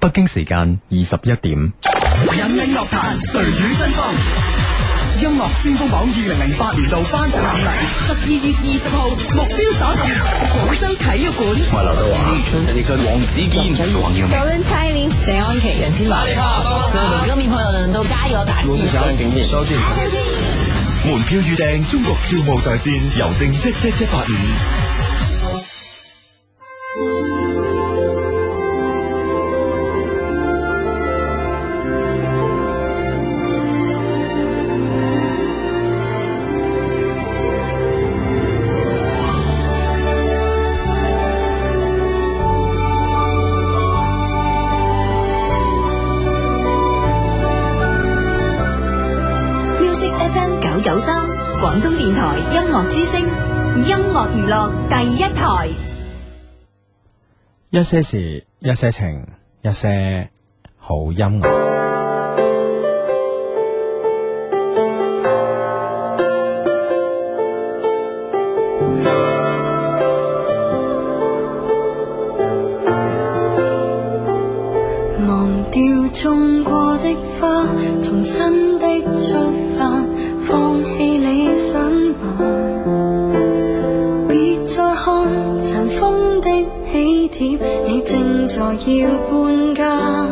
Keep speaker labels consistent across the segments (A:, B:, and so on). A: 北京時間二十一點。
B: 引領樂壇，誰與爭鋒？音樂先鋒榜二零零八年度頒獎典禮，
C: 十二月二十號，目標所至，廣州體育館。
D: 我係劉德華，陳奕迅、黃子堅、黃耀明、
E: 謝安琪、楊千嬅，所有的歌迷朋友們都加油打氣！
B: 門票預訂中國票務在線，郵政一一一八五。
F: Music FM 九九三，廣東電台音樂之聲，音樂娛樂第一台。
G: 一些事，一些情，一些好音樂。
H: 忘掉種過的花，重新的出發，放棄理想吧。別再看塵封的喜帖，你正在要搬家。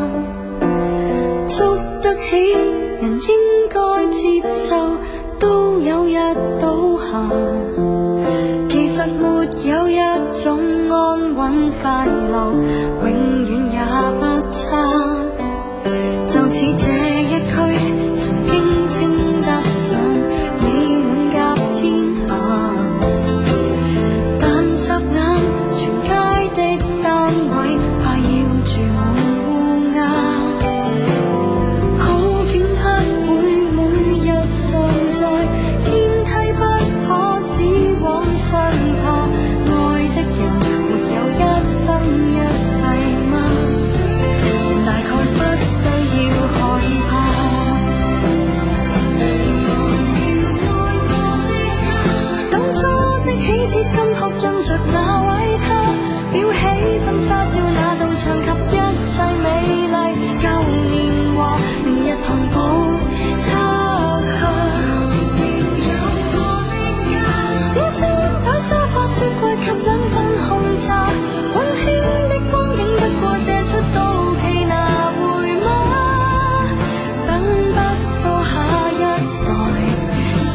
H: 捉得起人應該接受，都有日倒下。其實沒有一種安穩快樂，永遠也不差。就似這一區曾經稱得上美滿甲天下，但霎眼全街的單位快要住滿烏鴉，好景不會每日常在，天梯不可只往上爬，愛的人沒有一生一世嗎？大概不需要害怕。當初的喜帖，今後印着那位他，裱起婚紗照那道牆及一切美麗舊年華，明日同步拆下。小餐擺、沙發、雪櫃及兩份紅茶，溫馨的光景，不過借出到期拿回嗎？等不到下一代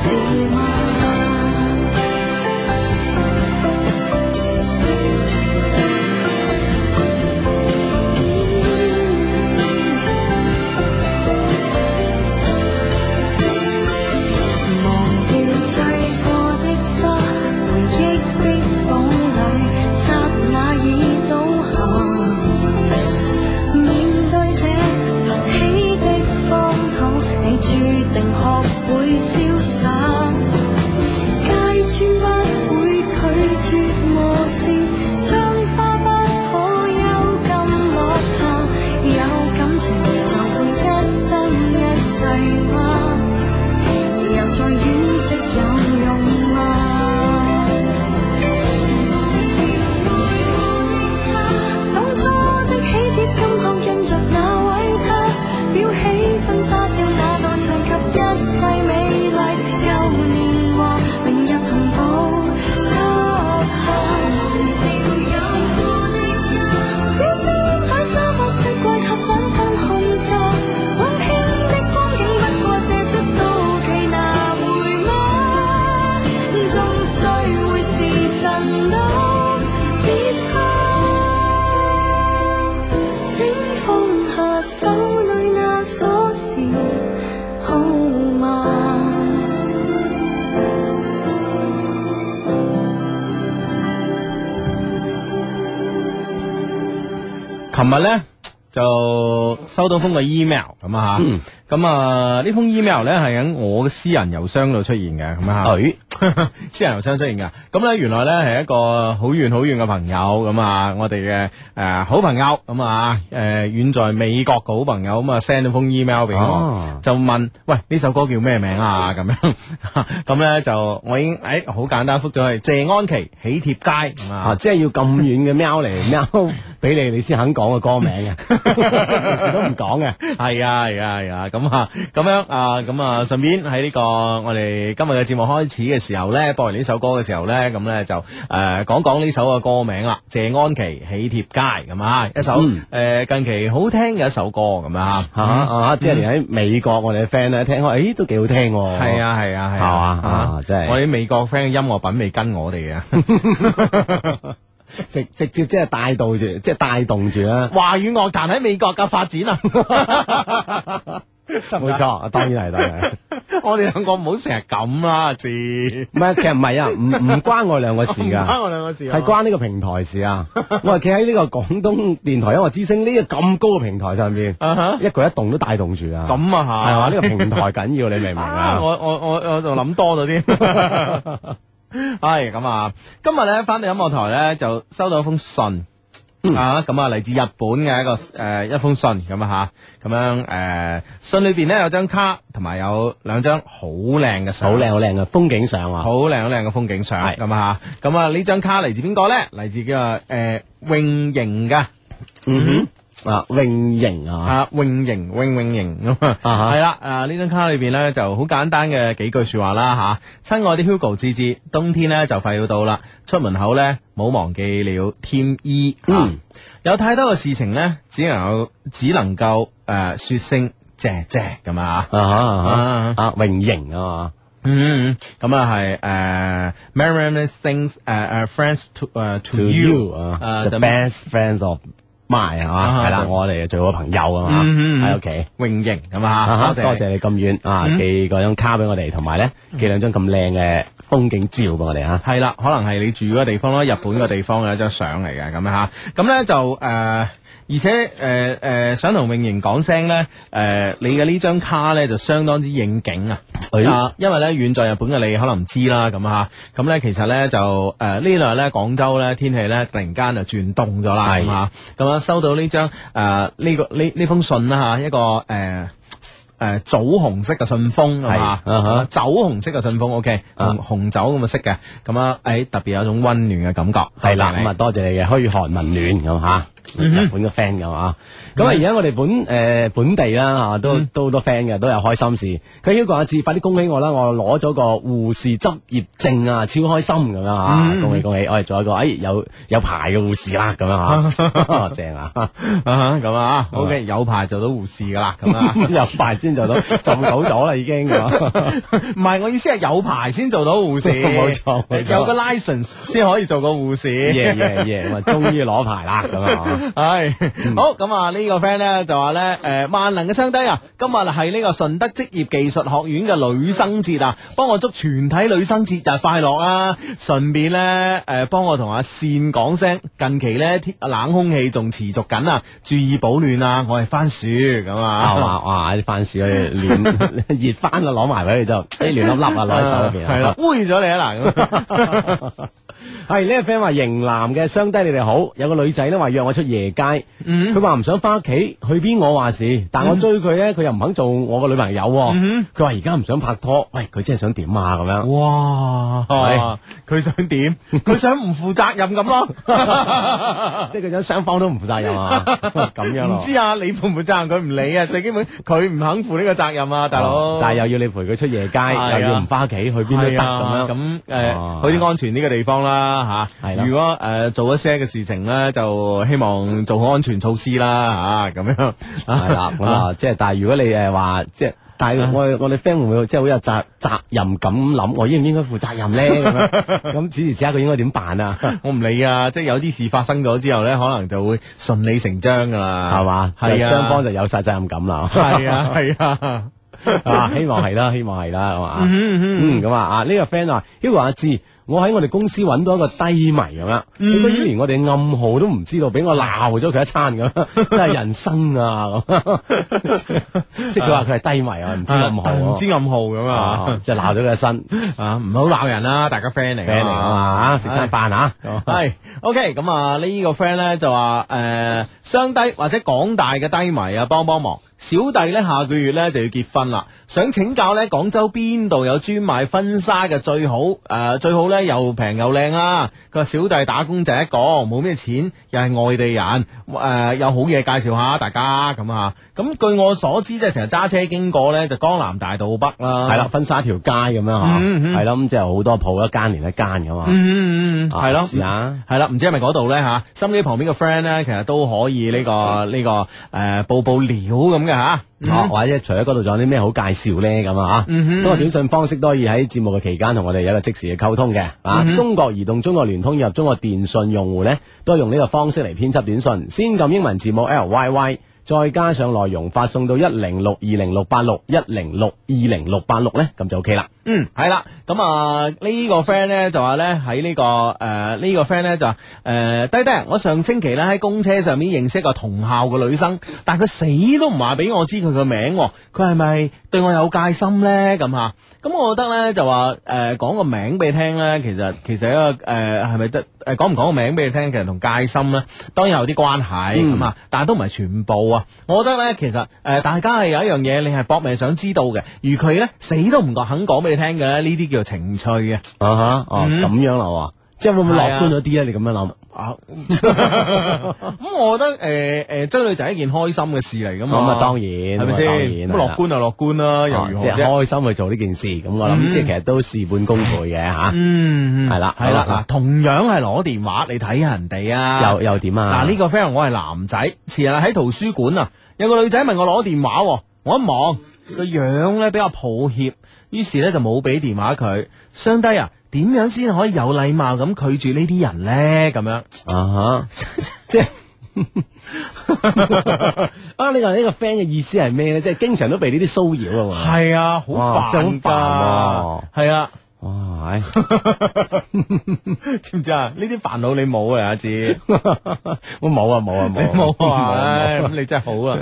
H: 是嗎？忘掉製過的沙，回憶的堡壘，剎那已倒下。面對這凸起的荒土，你注定學會瀟灑。街磚不會拒絕磨蝕，窗花不可幽禁落下。有感情就會一生一世嗎？又再惋惜有用嗎？當初的喜帖，今後印着那位他，裱起婚紗照那道牆及一切美麗舊年華，明日同步拆下。小窗台、沙發、雪櫃及兩份紅茶，溫馨的光景不過借出到期拿回嗎？終須會是神嗎？別怕，請放下手裏那鎖匙，好嗎？
G: 琴日咧就收到封個 email 咁啊吓，咁啊呢封 email 咧係喺我嘅私人郵箱度出現嘅，咁啊吓， 私人郵箱出現嘅，咁咧原來咧係一個好遠好遠嘅朋友咁啊，我哋嘅誒好朋友咁啊，誒遠在美國嘅好朋友咁啊 send 咗封 email 俾我
A: 哦，
G: 就問喂呢首歌叫咩名啊咁樣， 咁咧就我已經誒好簡單覆咗係謝安琪喜帖街咁啊
A: 啊，。即係要咁遠嘅喵嚟喵俾你，你先肯講個歌名嘅。
G: 平時都唔講嘅。 係啊，係啊，係啊，咁啊，咁樣啊，咁啊，順便喺呢個我哋今日嘅節目開始嘅時候咧，播完呢首歌嘅時候咧，咁咧就誒講講呢首嘅歌名啦，謝安琪《喜帖街》咁啊，一首誒近期好聽嘅一首歌咁啊，
I: 吓啊！即係連喺美國我哋嘅 friend 咧聽開，誒都幾好聽喎。
G: 係，啊，係啊，係
I: 係嘛啊
G: 啊，
I: 真係
G: 我啲美國 friend 嘅音樂品味跟我 哋嘅。
I: 直直接即係帶動住，即係帶動住啦。
G: 華語樂壇喺美國嘅發展啊！
I: 冇錯，當然係，當然係。
G: 我哋兩個唔好成日咁啦，至
I: 唔係，其實唔係啊，唔唔關我兩個事
G: 唔關
I: 㗎。
G: 我兩個事啊
I: 係關呢個平台事啊！我係企喺呢個廣東電台音樂之聲呢個咁高嘅平台上邊，
G: 啊哈
I: 一舉一動都帶動住啊！
G: 咁啊嚇
I: 係嘛？呢個平台緊要，你明唔明
G: 啊！
I: 啊？
G: 我我我我就諗多咗 添。係咁啊！今日咧翻到音樂台咧，就收到一封信。
I: 嗯
G: 啊，咁啊，嚟自日本嘅一個誒、呃一封信咁啊吓，咁樣誒、呃信裏邊咧有張卡，同埋有兩張好靚嘅相，
I: 好靚好靚嘅風景相啊！
G: 好靚好靚嘅風景相咁啊！咁啊呢張卡嚟自邊個咧？嚟自叫誒泳盈噶
I: 嗯哼，啊泳型啊，
G: 啊泳盈泳泳盈咁啊
I: 啊哈
G: 係啦啊呢張卡裏邊咧就好簡單嘅幾句説話啦吓，親愛的 Hugo 芝芝，冬天咧就快要到啦，出門口咧冇忘記了添衣。啊
I: 嗯
G: 有太多嘅事情咧，只能夠只能夠誒説聲謝謝咁啊！
I: 啊哈啊
G: 啊
I: 哈啊泳型啊
G: 嗯，咁啊係誒 m e r r y m e things 誒誒 friends to 誒 to
I: ，to
G: you
I: you
G: 啊
I: 啊，the best friends of my 啊，
G: 啊
I: 係啦，
G: 對
I: 我哋嘅最好嘅朋友啊嘛，
G: 嗯嗯嗯
I: 喺屋企。
G: 泳型咁
I: 啊
G: 啊，
I: 哈多謝你咁遠啊，寄嗰張卡俾我哋，同埋咧寄兩張咁靚嘅風景照俾我哋啊！
G: 係啦，可能係你住嗰個地方啦，日本個地方嘅一張相嚟嘅咁樣吓，咁咧就誒、呃而且誒誒、呃呃想同永盈講聲咧，誒、你嘅呢張卡咧就相當之應景啊！
I: 哎
G: 啊，因為咧遠在日本嘅你可能唔知啦，咁吓，咁咧其實咧就誒、呃呢兩日咧廣州咧天氣咧突然間就轉凍咗啦，
I: 係
G: 咁啊，咁啊收到呢張誒呢個呢呢封信啦吓，一個誒。呃誒棗紅色嘅信封係嘛
I: 係啊哈，
G: 酒紅色嘅信封，OK，
I: 啊
G: 紅紅酒咁嘅色嘅，咁啊，誒特別有一種温暖嘅感覺，
I: 係啦，
G: 多謝你嗯
I: 咁啊，多謝你嘅噓寒問暖咁吓，日本嘅 friend 咁啊，咁啊而家我哋本诶本地啦吓，
G: 嗯
I: 都都好多 friend 嘅，都有開心事。佢 Hugo 啊阿志，快啲恭喜我啦！我攞咗個護士執業證啊，超開心咁樣
G: 嗯
I: 啊！恭喜恭喜！我哋做一個诶有有牌嘅護士啦，咁 樣吓，正啊！，
G: 啊哈咁啊，OK，有排做到護士噶啦，咁啊
I: 有牌先 做到，做到咗啦已經咁啊。
G: 唔係我意思係有排先做到護士，
I: 冇錯冇錯
G: 有個 license 先可以做個護士。
I: 耶耶耶！我終於攞牌啦咁啊！
G: 唉，好咁啊！呢個 friend 咧就話咧，誒萬能嘅雙低啊，今日係呢個順德職業技術學院嘅女生節啊，幫我祝全體女生節日快樂啊！順便咧誒幫我同阿善講聲，近期咧天冷空氣仲持續緊啊，注意保暖啊！我係番薯咁
I: 啊
G: 啊。
I: 哇哇！啲番薯佢暖 熱翻啦，攞埋俾佢就啲亂粒粒啊，攞喺手入邊
G: 係啦
I: 啊。，
G: 污染咗你啊嗱
I: 係呢個 friend 話型男嘅雙低你哋好，有個女仔咧話約我出夜街，
G: 嗯
I: 佢話唔想翻屋企，去邊我話事，但我追佢咧，佢又唔肯做我個女朋友
G: 嗯
I: 喎。佢話而家唔想拍拖，喂，佢真係想點啊
G: 哦
I: 咁樣。
G: 咁。
I: 哦
G: 哇！佢想 點？佢想唔負責任咁咯。
I: 即係佢想雙方都唔負責 任啊，咁樣
G: 唔
I: 咯。
G: 知啊，你負唔負責任佢唔理啊，最基本佢唔肯負呢個責任啊，大佬。
I: 哦但係又要你陪佢出夜街，
G: 啊
I: 又要唔翻屋企，去邊都得
G: 係
I: 咁
G: 啊
I: 樣。
G: 咁
I: 哦
G: 誒，去啲安全啲嘅地方啦嚇。
I: 係啦
G: 如果誒做一些嘅事情咧，就希望做好安全措施啦嚇，咁樣。
I: 系啦，咁啊，即系但系如果你诶話即係，但
G: 嗯
I: 係我哋我哋 friend 會唔會即係好有責責任感咁諗，我應唔應該負責任咧？咁樣 咁此時此刻佢應該點辦啊？
G: 我唔理啊，即係有啲事發生咗之後咧，可能就會順理成章噶啦，
I: 係嘛？
G: 係啊，
I: 雙方就有晒責任感啦。
G: 係啊係 啊，
I: 啊，希望係啦，希望係啦，係嘛？嗯，咁啊，啊呢個 friend 話，Hugo 阿志，我喺我哋公司揾到一個低迷咁樣，
G: 嗯
I: 佢居然連我哋暗號都唔知道，俾我鬧咗佢一 餐咁樣，真係人生啊咁。即係佢話佢係低迷啊，唔知暗號啊，
G: 唔知暗號咁啊
I: 啊，即係鬧咗佢一身。
G: 啊，唔好鬧人啦，大家 friend 嚟哦
I: friend 嚟啊嘛，食餐飯啊，
G: 系，OK，咁啊呢個 friend 咧就話诶，呃雙低或者廣大嘅低迷啊，幫幫忙。小弟呢下個月呢就要結婚啦，想請教呢廣州邊度有專賣婚紗嘅最好？誒、最好呢又平又靚啦。佢話小弟打工仔一個，冇咩錢，又係外地人，誒、有好嘢介紹下大家咁啊。咁據我所知，即係成日揸車經過呢，就江南大道北啦。
I: 系啦，婚纱條街咁樣吓，
G: 啊嗯嗯
I: 係啦，咁即係好多鋪一間連一間咁嘛。
G: 嗯，嗯嗯嗯，
I: 啊
G: 係咯，
I: 試下
G: 係啦，唔知係咪嗰度咧吓，心機旁邊嘅 friend 咧，其實都可以呢個
I: 嗯
G: 呢個诶報報料咁嘅吓。
I: 啊，或者除咗嗰度仲有啲咩好介紹咧咁啊
G: 嗯
I: 吓，通過短信方式都可以喺節目嘅期間同我哋有一個即時嘅溝通嘅
G: 嗯
I: 啊。中國移動、中國聯通以及中國電信用戶咧，都係用呢個方式嚟編輯短信，先撳英文字母 L Y Y。再加上內容發送到一零六二零六八六一零六二零六八六咧，咁就 OK 啦。
G: 嗯，係啦，咁啊呢個 friend 咧就話咧喺呢個诶呢個 friend 咧就诶低低，我上星期咧喺公車上面認識一個同校嘅女生，但佢死都唔話俾我知佢個名喎，佢係咪對我有戒心咧？咁吓，咁我覺得咧就話诶講個名俾你聽咧，其實其實一個诶係咪得诶講唔講個名俾你聽，其實同戒心咧當然有啲關係
I: 嗯
G: 咁啊，但係都唔係全部啊。我覺得咧，其實誒、呃大家係有一樣嘢，你係搏命想知道嘅，而佢咧死都唔講肯講俾你聽嘅咧，呢啲叫做情趣嘅。
I: 啊哈，哦咁樣啦喎，即係會唔會樂觀咗啲咧？你咁樣諗？
G: 嗯啊，咁我覺得誒誒、呃呃追女仔係一件開心嘅事嚟噶嘛，
I: 咁啊當然
G: 係咪
I: 咁啊當然
G: 先？咁
I: 係
G: 樂
I: 啦哦啊
G: 觀就樂觀啦，又如
I: 即
G: 何
I: 係
G: 啫？
I: 開心去做呢件事，咁我諗即係其實都事半功倍嘅啊吓，
G: 嗯，
I: 係啦
G: 係啦，
I: 好啦
G: 嗱，同樣係攞電話，你睇下人哋啊，
I: 又又點啊？
G: 嗱呢個 friend 話我係男仔，前日喺圖書館啊，有個女仔問我攞電話喎，我一望個樣咧比較抱歉，於是咧就冇俾電話佢。相低啊，點樣先可以有禮貌咁拒絕呢啲人咧？咁樣
I: 啊吓， 即係啊！呢個呢個 friend 嘅意思係咩咧？即係經常都被呢啲騷擾啊嘛。
G: 係啊，好
I: 哇真係好
G: 煩噶，
I: 煩喎
G: 係啊，
I: 哇！唉
G: 知唔知啊？呢啲煩惱你冇啊，阿志，
I: 我冇啊冇啊
G: 你
I: 冇啊
G: 冇啊，唉咁你真係好啊。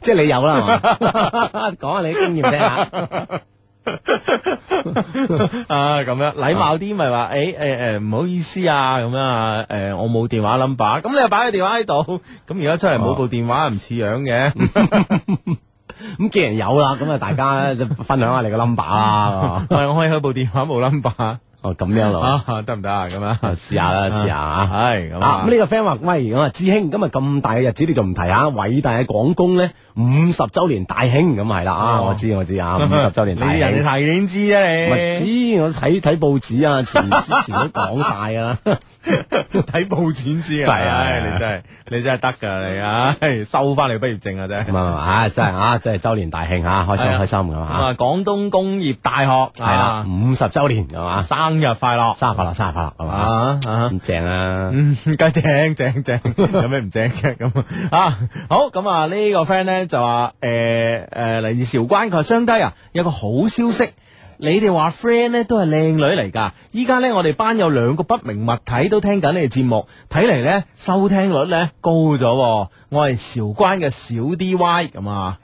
I: 即係你有啦，係嘛 講下你經驗聽下。
G: 啊，咁樣禮貌啲咪話，誒誒誒，唔好意思啊，咁樣啊，誒，我冇電話 number，咁你又擺個電話喺度，咁而家出嚟冇部電話唔似樣嘅，
I: 咁既然有啦，咁啊大家就分享下你個 number 啦。
G: 喂 我可以開部電話冇 number
I: 哦，咁樣咯。
G: 啊，得唔得啊？咁樣
I: 試下啦試下啊
G: 係咁
I: 啊！
G: 啊
I: 咁，呢個 friend 話：喂，我話志兄，今日咁大嘅日子，你仲唔提下偉大嘅廣工咧？五十周年大慶咁係啦啊！
G: 哦
I: 我知我知啊，五十周年大
G: 你人
I: 慶。
G: 哋提你已經知啊
I: 唔係
G: 你，
I: 知我睇睇報紙啊，前之前都講晒㗎啦。
G: 睇報紙知啊，
I: 係啊係
G: 唉
I: 啊
G: 你真係你真係得㗎你啊，唉收翻你畢業證啊真
I: 咁
G: 係。
I: 啊啊，真係啊，真係周年大慶啊，開心
G: 係啊
I: 開心咁
G: 咁
I: 啊，
G: 啊，廣東工業大學
I: 係啦，
G: 啊，
I: 五十周年係嘛，
G: 生日快樂
I: 生日快樂，生日快樂係嘛，
G: 啊啊！
I: 咁正啊！
G: 嗯， 梗係正正正，有咩唔正啫咁啊？好咁啊，呢個 friend 咧就話誒誒嚟自韶關，佢話雙低啊，有個好消息。你哋話 friend 咧都係靚女嚟㗎，依家咧我哋班有兩個不明物體都聽緊你哋節目，睇嚟咧收聽率咧高咗喎，我係韶關嘅小 D Y 咁啊，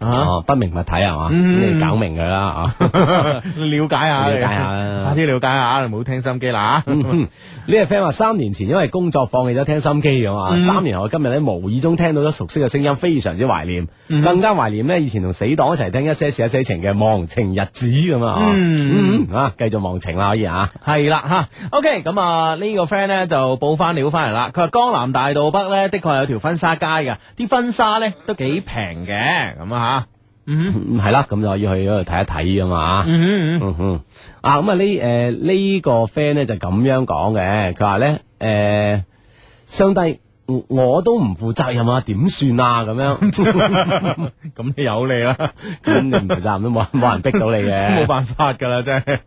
G: 啊，
I: 哦，不明物體係嘛，
G: 嗯
I: 咁你搞明佢啦啊！
G: 了解下，
I: 了解下啦
G: 快啲了解下，唔好聽心機啦。啊
I: 嗯 呢個 friend 話三年前因為工作放棄咗聽心機咁
G: 嗯
I: 啊，三年後今日咧無意中聽到咗熟悉嘅聲音，非常之懷念，
G: 嗯
I: 更加懷念呢以前同死黨一齊聽一些事一些情嘅忘情日子咁啊，嗯啊，繼續忘情啦可以啊，
G: 系啦吓，OK，咁啊呢個 friend 咧就報翻料翻嚟啦。佢話江南大道北咧，的確有條婚紗街嘅，啲婚紗咧都幾平嘅，咁啊
I: 嗯係啦，咁就可以去嗰度睇一睇咁啊。嗯哼，啊咁啊呢诶呢個 friend 咧就咁樣講嘅，佢話咧诶，相低我我都唔負責任啊，點算啊咁樣。
G: 吓， 咁你有你啦，
I: 咁你唔負責任都冇冇人逼到你
G: 冇
I: 嘅，
G: 辦法噶啦，真係。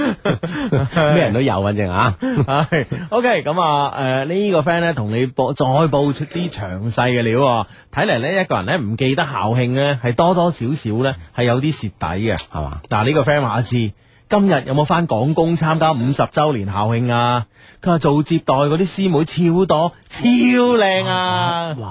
I: 咩人都有反正啊。
G: 系，OK，咁啊，诶、呢、個 friend 咧同你報再報出啲詳細嘅料喎，睇嚟呢，一個人咧唔記得校慶咧，係多多少少咧係有啲蝕底嘅，係
I: 嘛？
G: 嗱，呢個 friend 話知。今日有冇翻廣工參加五十週年校慶啊？佢話做接待嗰啲師妹超多，超靚啊！
I: 哇！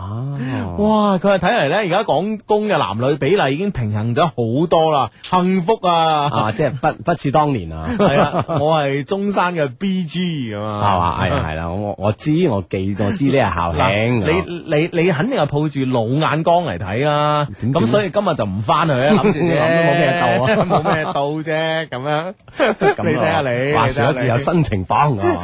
G: 哇！佢話睇嚟咧，而家廣工嘅男女比例已經平衡咗好多啦，幸福啊！
I: 啊，即係不不似當年啊，
G: 係啊，我係中山嘅 B G 咁
I: 係
G: 啊，
I: 嘛？係啊係啦，我我知我記我知呢係校慶，啊
G: 嗱你你你肯定係抱住老眼光嚟睇啦，咁所以今日就唔翻去啊，諗 住啫
I: 諗都冇咩到啊
G: 冇咩到啫，咁樣
I: 咁啊
G: 你睇下你，
I: 話
G: 你睇下
I: 上一次有
G: 你
I: 新情 況啊，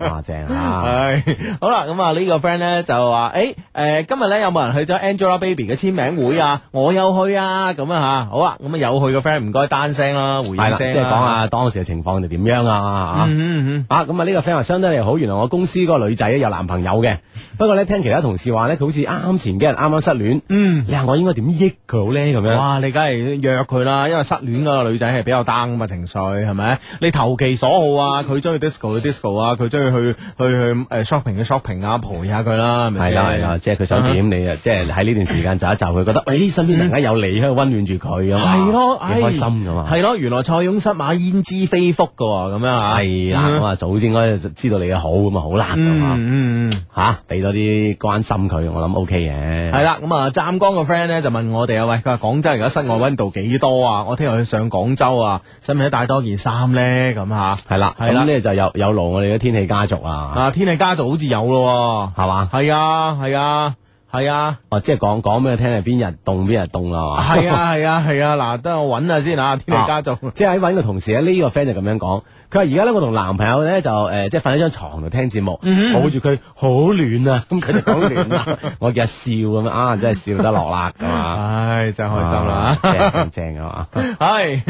I: 哇正啊！
G: 系好啦，咁啊呢個 friend 咧就話：，诶、诶、今日咧有冇人去咗 Angelababy 嘅簽名會啊？我有去啊，咁啊吓，好啊，咁啊有去嘅 friend 唔該單聲啦，回
I: 係
G: 應
I: 啦，即
G: 聲啊
I: 係講下，當時嘅情況就點樣啊？嚇
G: 嗯嗯
I: 啊，咁啊呢個 friend 話相得你好，原來我公司嗰個女仔啊咧有男朋友嘅，不過咧聽其他同事話咧，佢好似啱啱前幾日啱啱失戀，
G: 嗯
I: 你話我應該點益佢好咧？咁
G: 嗯，
I: 樣
G: 哇，你梗係約佢啦，因為失戀嗰個女仔係比較 down 咁啊情緒係咪？你投其所好啊，佢中意 disco 去 disco 啊，佢中意去去去诶 shopping 去 shopping 啊，陪下佢啦，係咪
I: 係
G: 先
I: 啦係啦，即係佢想點你啊？即係喺呢段時間就一就佢覺得，誒身邊突然間有你喺度温暖住佢咁啊，
G: 係咯，哎
I: 幾開心咁啊！
G: 系咯，原來塞翁失馬焉知非福噶，咁樣啊，
I: 係啦，咁啊早應該知道你嘅好咁啊，好難咁啊
G: 嗯，嗯嗯。
I: 吓，俾多啲關心佢，我諗 O K 嘅。
G: 系啦，咁啊，湛江個 friend 咧就問我哋啊，喂，佢話廣州而家室外温度幾多啊？我聽日去上廣州啊，使唔使帶多件衫咧？咁吓，
I: 係啦，
G: 係啦
I: 咁呢就有有勞我哋嘅天氣家族啦，
G: 啊，天氣家就好似有咯
I: 係嘛
G: 喎，？係啊，係啊，係啊，
I: 哦，即係講講俾佢聽係邊日凍邊日凍啦，
G: 係
I: 係嘛？
G: 啊，係啊，係啊，嗱，得我揾下先啊，天氣家就
I: 即係喺揾嘅同時咧，呢、個 friend 就咁樣講，佢話而家咧我同男朋友咧就誒、呃即係瞓喺張床度聽節目，
G: 嗯
I: 抱住佢好暖啊， 咁佢就講暖啦，我叫佢笑咁樣啊，真係笑得落啦咁啊，
G: 唉，真係開心啦
I: 啊。正正正啊嘛，
G: 系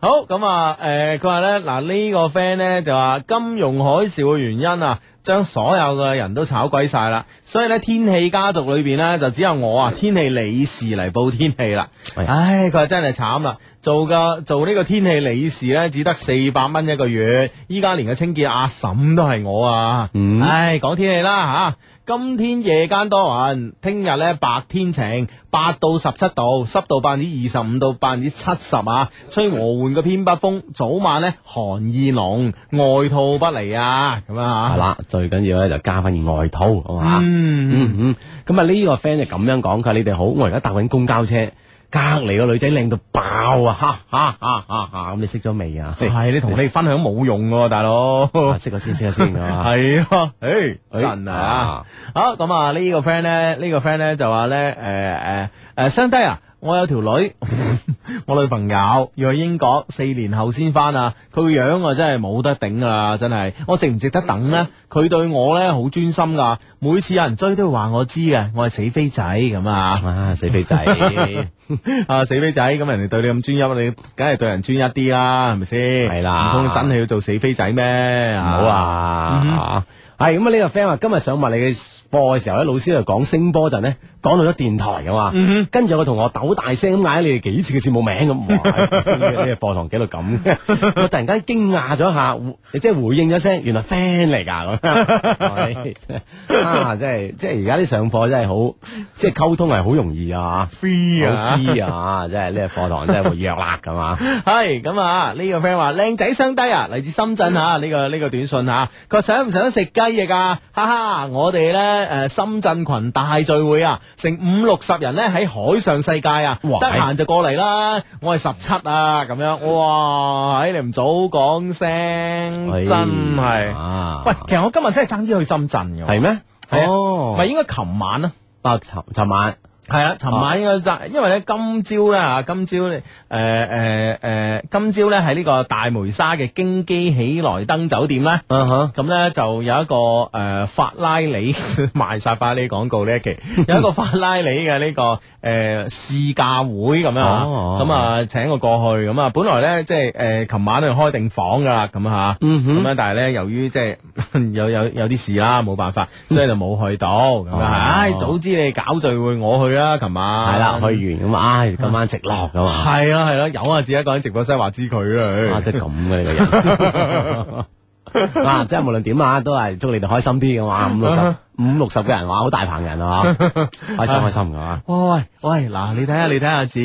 G: 好咁啊！诶，佢話咧嗱，呢個 friend 咧就話金融海嘯嘅原因啊，將所有嘅人都炒鬼晒啦，所以咧天氣家族裏邊咧就只有我啊天氣理事嚟報天氣啦。
I: 哎呀
G: 唉，佢話真係慘啦，做個做呢個天氣理事咧只得四百蚊一個月，依家連個清潔阿嬸都係我啊！
I: 嗯
G: 唉，講天氣啦吓。今天夜間多雲，聽日咧白天晴，八到十七度，濕度百分之二十五到百分之七十啊，吹和緩嘅偏北風，早晚咧寒意濃，外套不離啊，咁
I: 係
G: 啊，
I: 啦，最緊要咧就加翻件外套，係嘛？
G: 嗯，
I: 嗯嗯，咁啊呢個 friend 就咁樣講，佢話你哋好，我而家搭緊公交車，隔離個女仔靚到爆啊，哈哈哈哈哈！咁你識咗未啊？
G: 係你同你分享冇用喎，大佬，
I: 啊識咗先，識咗先咁啊！
G: 係啊，誒
I: 哎
G: 真係啊。！好咁啊，呢個 friend 咧，呢個 friend 咧就話咧，誒誒誒，相低啊，我有條女， 我女朋友要去英國，四年後先翻啊，佢個樣啊真係冇得頂啊，真係，我值唔值得等呢？佢對我咧好專心噶，每次有人追都會話我知嘅，我係死飛仔咁 啊。
I: 啊，死肥仔， 係
G: 啊死飛仔，咁人哋對你咁專一，你梗係對人專一啲啦，係咪先？
I: 係啦
G: 唔通真係要做死飛仔咩？唔
I: 好
G: 嗯
I: 啊！係咁啊！呢個 friend 話今日上物理嘅課嘅時候咧，老師就講聲波陣咧，講到咗電台啊
G: 嗯
I: 嘛，跟住有個同學抖大聲咁嗌你哋幾次嘅節目名咁，哇！ 呢個課堂紀律咁 嘅，我突然間驚訝咗一下，回即係回應咗聲，原來 friend 嚟㗎咁 樣係，啊！真係即係而家啲上課真係好，即係溝通係好容易啊
G: ，free
I: 好 free 啊！真係呢個課堂真係活躍啦 咁啊！
G: 系咁啊！呢、個 friend 話靚仔相低啊，嚟自深圳啊！呢、個呢、個短信啊，佢話想唔想食雞翼啊？哈哈！我哋咧诶深圳群大聚會啊，成五六十人咧喺海上世界啊，
I: 哇
G: 得閒就過嚟啦。我係十七啊，咁樣哇！唉，你唔早講聲，
I: 哎
G: 真係。
I: 啊
G: 喂，其實我今日真係爭啲去深圳嘅喎，
I: 系咩？
G: 係啊
I: 哦，
G: 咪應該琴晚啊？
I: 啊，寻寻晚
G: 系啦，尋啊晚應該就，因為咧今朝咧啊，今朝咧誒誒誒，今朝咧喺呢個大梅沙嘅京基喜來登酒店咧。
I: 啊哈，
G: 咁咧就有一個誒、呃法拉利 賣晒法拉利廣告呢一期，有一個法拉利嘅呢、個誒、呃、試駕會咁樣啊
I: 哦
G: 咁啊請我過去，咁啊本來咧即係誒琴晚就開定房噶啦，咁嚇，
I: 嗯
G: 咁樣但係咧由於即係 有有有啲事啦，冇辦法，
I: 嗯
G: 所以就冇去到咁
I: 哦
G: 樣。唉，早知你搞聚會我去啦，琴晚
I: 系啦，去完咁，啊唉，今晚直落噶嘛，
G: 係啦係啦，有啊自己一個人直播室話知佢
I: 啊，
G: 啦。
I: 即系咁嘅你個人， 啊，即係無論點啊，都係祝你哋開心啲嘅嘛，
G: 嗯
I: 五六十五六十嘅人話好大棚人啊， 開心開啊心嘅嘛，
G: 喂喂，嗱，你睇下你睇下字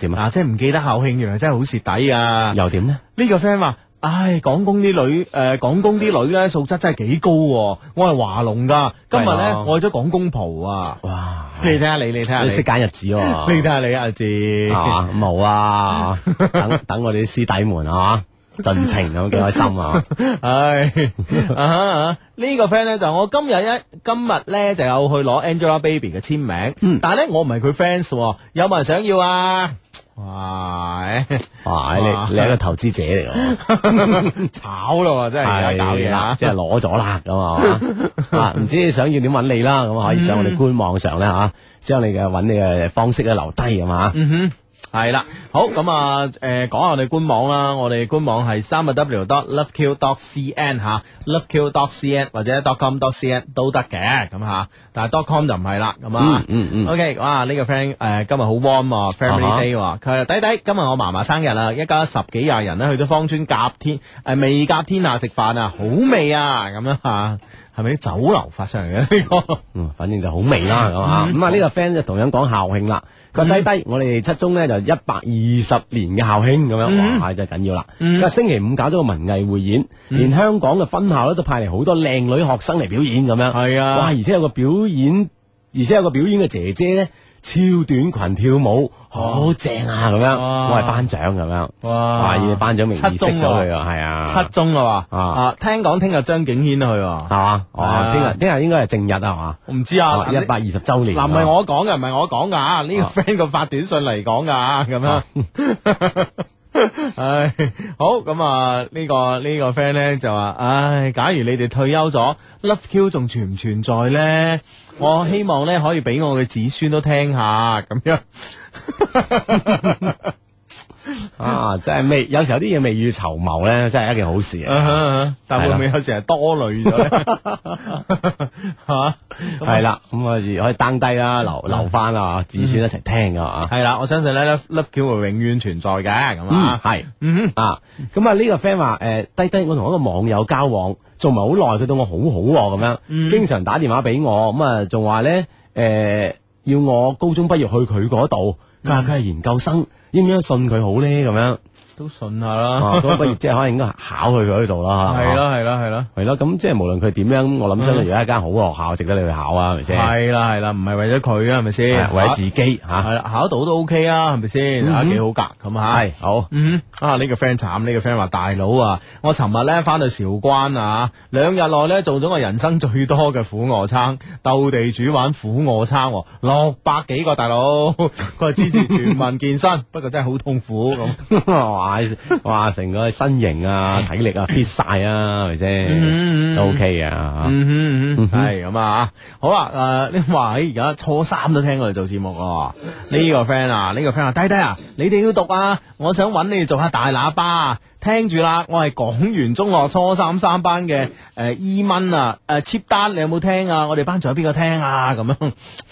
I: 點啊
G: 即係唔記得校慶，原來真係好蝕底啊！
I: 又點呢？
G: 呢個 friend 話。唉，廣工啲女，誒、呃廣工啲女咧素質真係幾高喎、我係華農噶，今日
I: 係
G: 咧
I: 啊
G: 我去咗廣工蒲啊，
I: 哇，
G: 你睇下你，你睇下
I: 你識啊揀日子喎，
G: 你睇下你阿志
I: 係嘛？冇啊，等等我哋啲師弟們啊，盡情咁幾開心 啊！
G: 唉，啊哈啊呢個 friend 咧就我今日一今日咧就有去攞 Angelababy 嘅簽名，
I: 嗯
G: 但係咧我唔係佢 fans，喎有冇人想要啊？哇！
I: 哇，你你係一個投資者嚟㗎
G: 炒咯，真係而
I: 喎，
G: 家搞嘢
I: 啦
G: 啊，！
I: 即係攞咗啦咁 啊！啊，唔知你想要點揾你啦，咁可以上我哋官網上咧嚇，將你嘅揾你嘅方式咧留低咁啊！
G: 嗯系啦，好咁啊，诶、講讲下我哋官網啦，我哋官網係三個 W dot loveq dot cn 吓、l o v e q dot cn 或者 dot com dot cn 都得嘅，咁吓、啊但係 dot com 就唔係啦，咁啊，
I: 嗯嗯
G: OK，哇！呢、個 friend 誒、今日好 warm 喎、f a m i l y
I: 啊哈
G: day 喎、佢話弟弟，今日我嫲嫲生日啦，一家十幾廿人咧去咗芳村甲天誒、未甲天下食飯啊，好味啊咁樣嚇，係咪啲酒樓發上嚟嘅呢個？
I: 嗯，反正就好味啦，咁啊，
G: 嗯
I: 咁啊呢個 friend 就同樣講校慶啦。佢話低低，我哋七中咧就一百二十年嘅校慶
G: 嗯
I: 咁樣，哇，真係緊要啦。佢話星期五搞咗個文藝匯演，連香港嘅分校咧都派嚟好多靚女學生嚟表演咁樣。
G: 係啊
I: 哇！而且有個表演，而且有個表演嘅姐姐咧，超短裙跳舞，好正啊！咁樣，
G: 哦哇
I: 我係班長咁樣，
G: 哇
I: 哇！以班長名義
G: 七
I: 識
G: 中
I: 咗佢
G: 喎
I: 啊，係啊，
G: 七中啦喎，
I: 啊
G: 啊，聽講聽日張敬軒去喎。
I: 係嘛？哦，
G: 啊
I: 聽日聽日應該係正日啊係嘛？
G: 我唔知啊，
I: 一百二十週年
G: 嗱，唔
I: 啊
G: 係我講嘅，唔係我講噶，呢個 friend 佢發短信嚟講噶，咁樣。 唉，好咁啊！呢、個呢、個 friend 咧就話：，唉，假如你哋退休咗，Love Q 仲存唔存在咧？我希望咧可以俾我嘅子孫都聽下，咁樣。
I: 啊，真係未有時候啲嘢未雨綢繆咧，真係一件好事
G: 嗯
I: 啊！
G: 但會唔會有時係多慮咗咧？嚇！
I: 係啦，咁我哋可以 down 低啦，
G: 嗯
I: 留留翻啦，子孫一齊聽噶 啊！
G: 係啦，我相信咧，Love Love Q 會永遠存在嘅，咁
I: 嗯
G: 啊，。
I: 係
G: 嗯
I: 啊，咁啊呢個 friend 話誒低低，我同一個網友交往，做唔係好耐，佢對我好好喎咁樣，經常打電話俾我，咁啊仲話咧誒要我高中畢業去佢嗰度，佢話佢係研究生，應唔應該信佢好咧咁樣？
G: 都信下啦。
I: 啊，高中畢業即係可能應該考去佢嗰度 啦，
G: 係啦，係啦，係啦。
I: 係咯，咁即係無論佢點樣，我諗相信如果一間好嘅學校，值得你去考啊，係咪先？
G: 系啦系啦，唔系为咗佢啊，系咪先？
I: 係為咗自己啊嗯吓。
G: 系啦，考到都 OK 啊，系咪先？啊，几好噶咁吓。
I: 系好，
G: 嗯，啊呢、個 friend 慘，呢、個 friend 話大佬啊，我尋日咧翻到韶關啊，兩日內咧做咗我人生最多嘅俯卧撐，鬥地主玩俯卧撐喎，六百幾個大佬，佢話支持全民健身， 不過真係好痛苦咁。
I: 哇哇，成個身形啊、體力啊 fit 晒啊，係咪先？都 OK 啊，
G: 嗯哼嗯哼，系咁啊，好啊，誒，你話喺而家初三都聽我哋做節目啊，呢個 friend 啊，呢個 friend 話，低低啊，你哋要讀啊，我想揾你哋做下大喇叭啊，聽住啦，我係廣源中學初三三班嘅誒伊蚊啊，誒 cheap 單，你有冇聽啊？我哋班仲有邊個聽啊？咁 樣，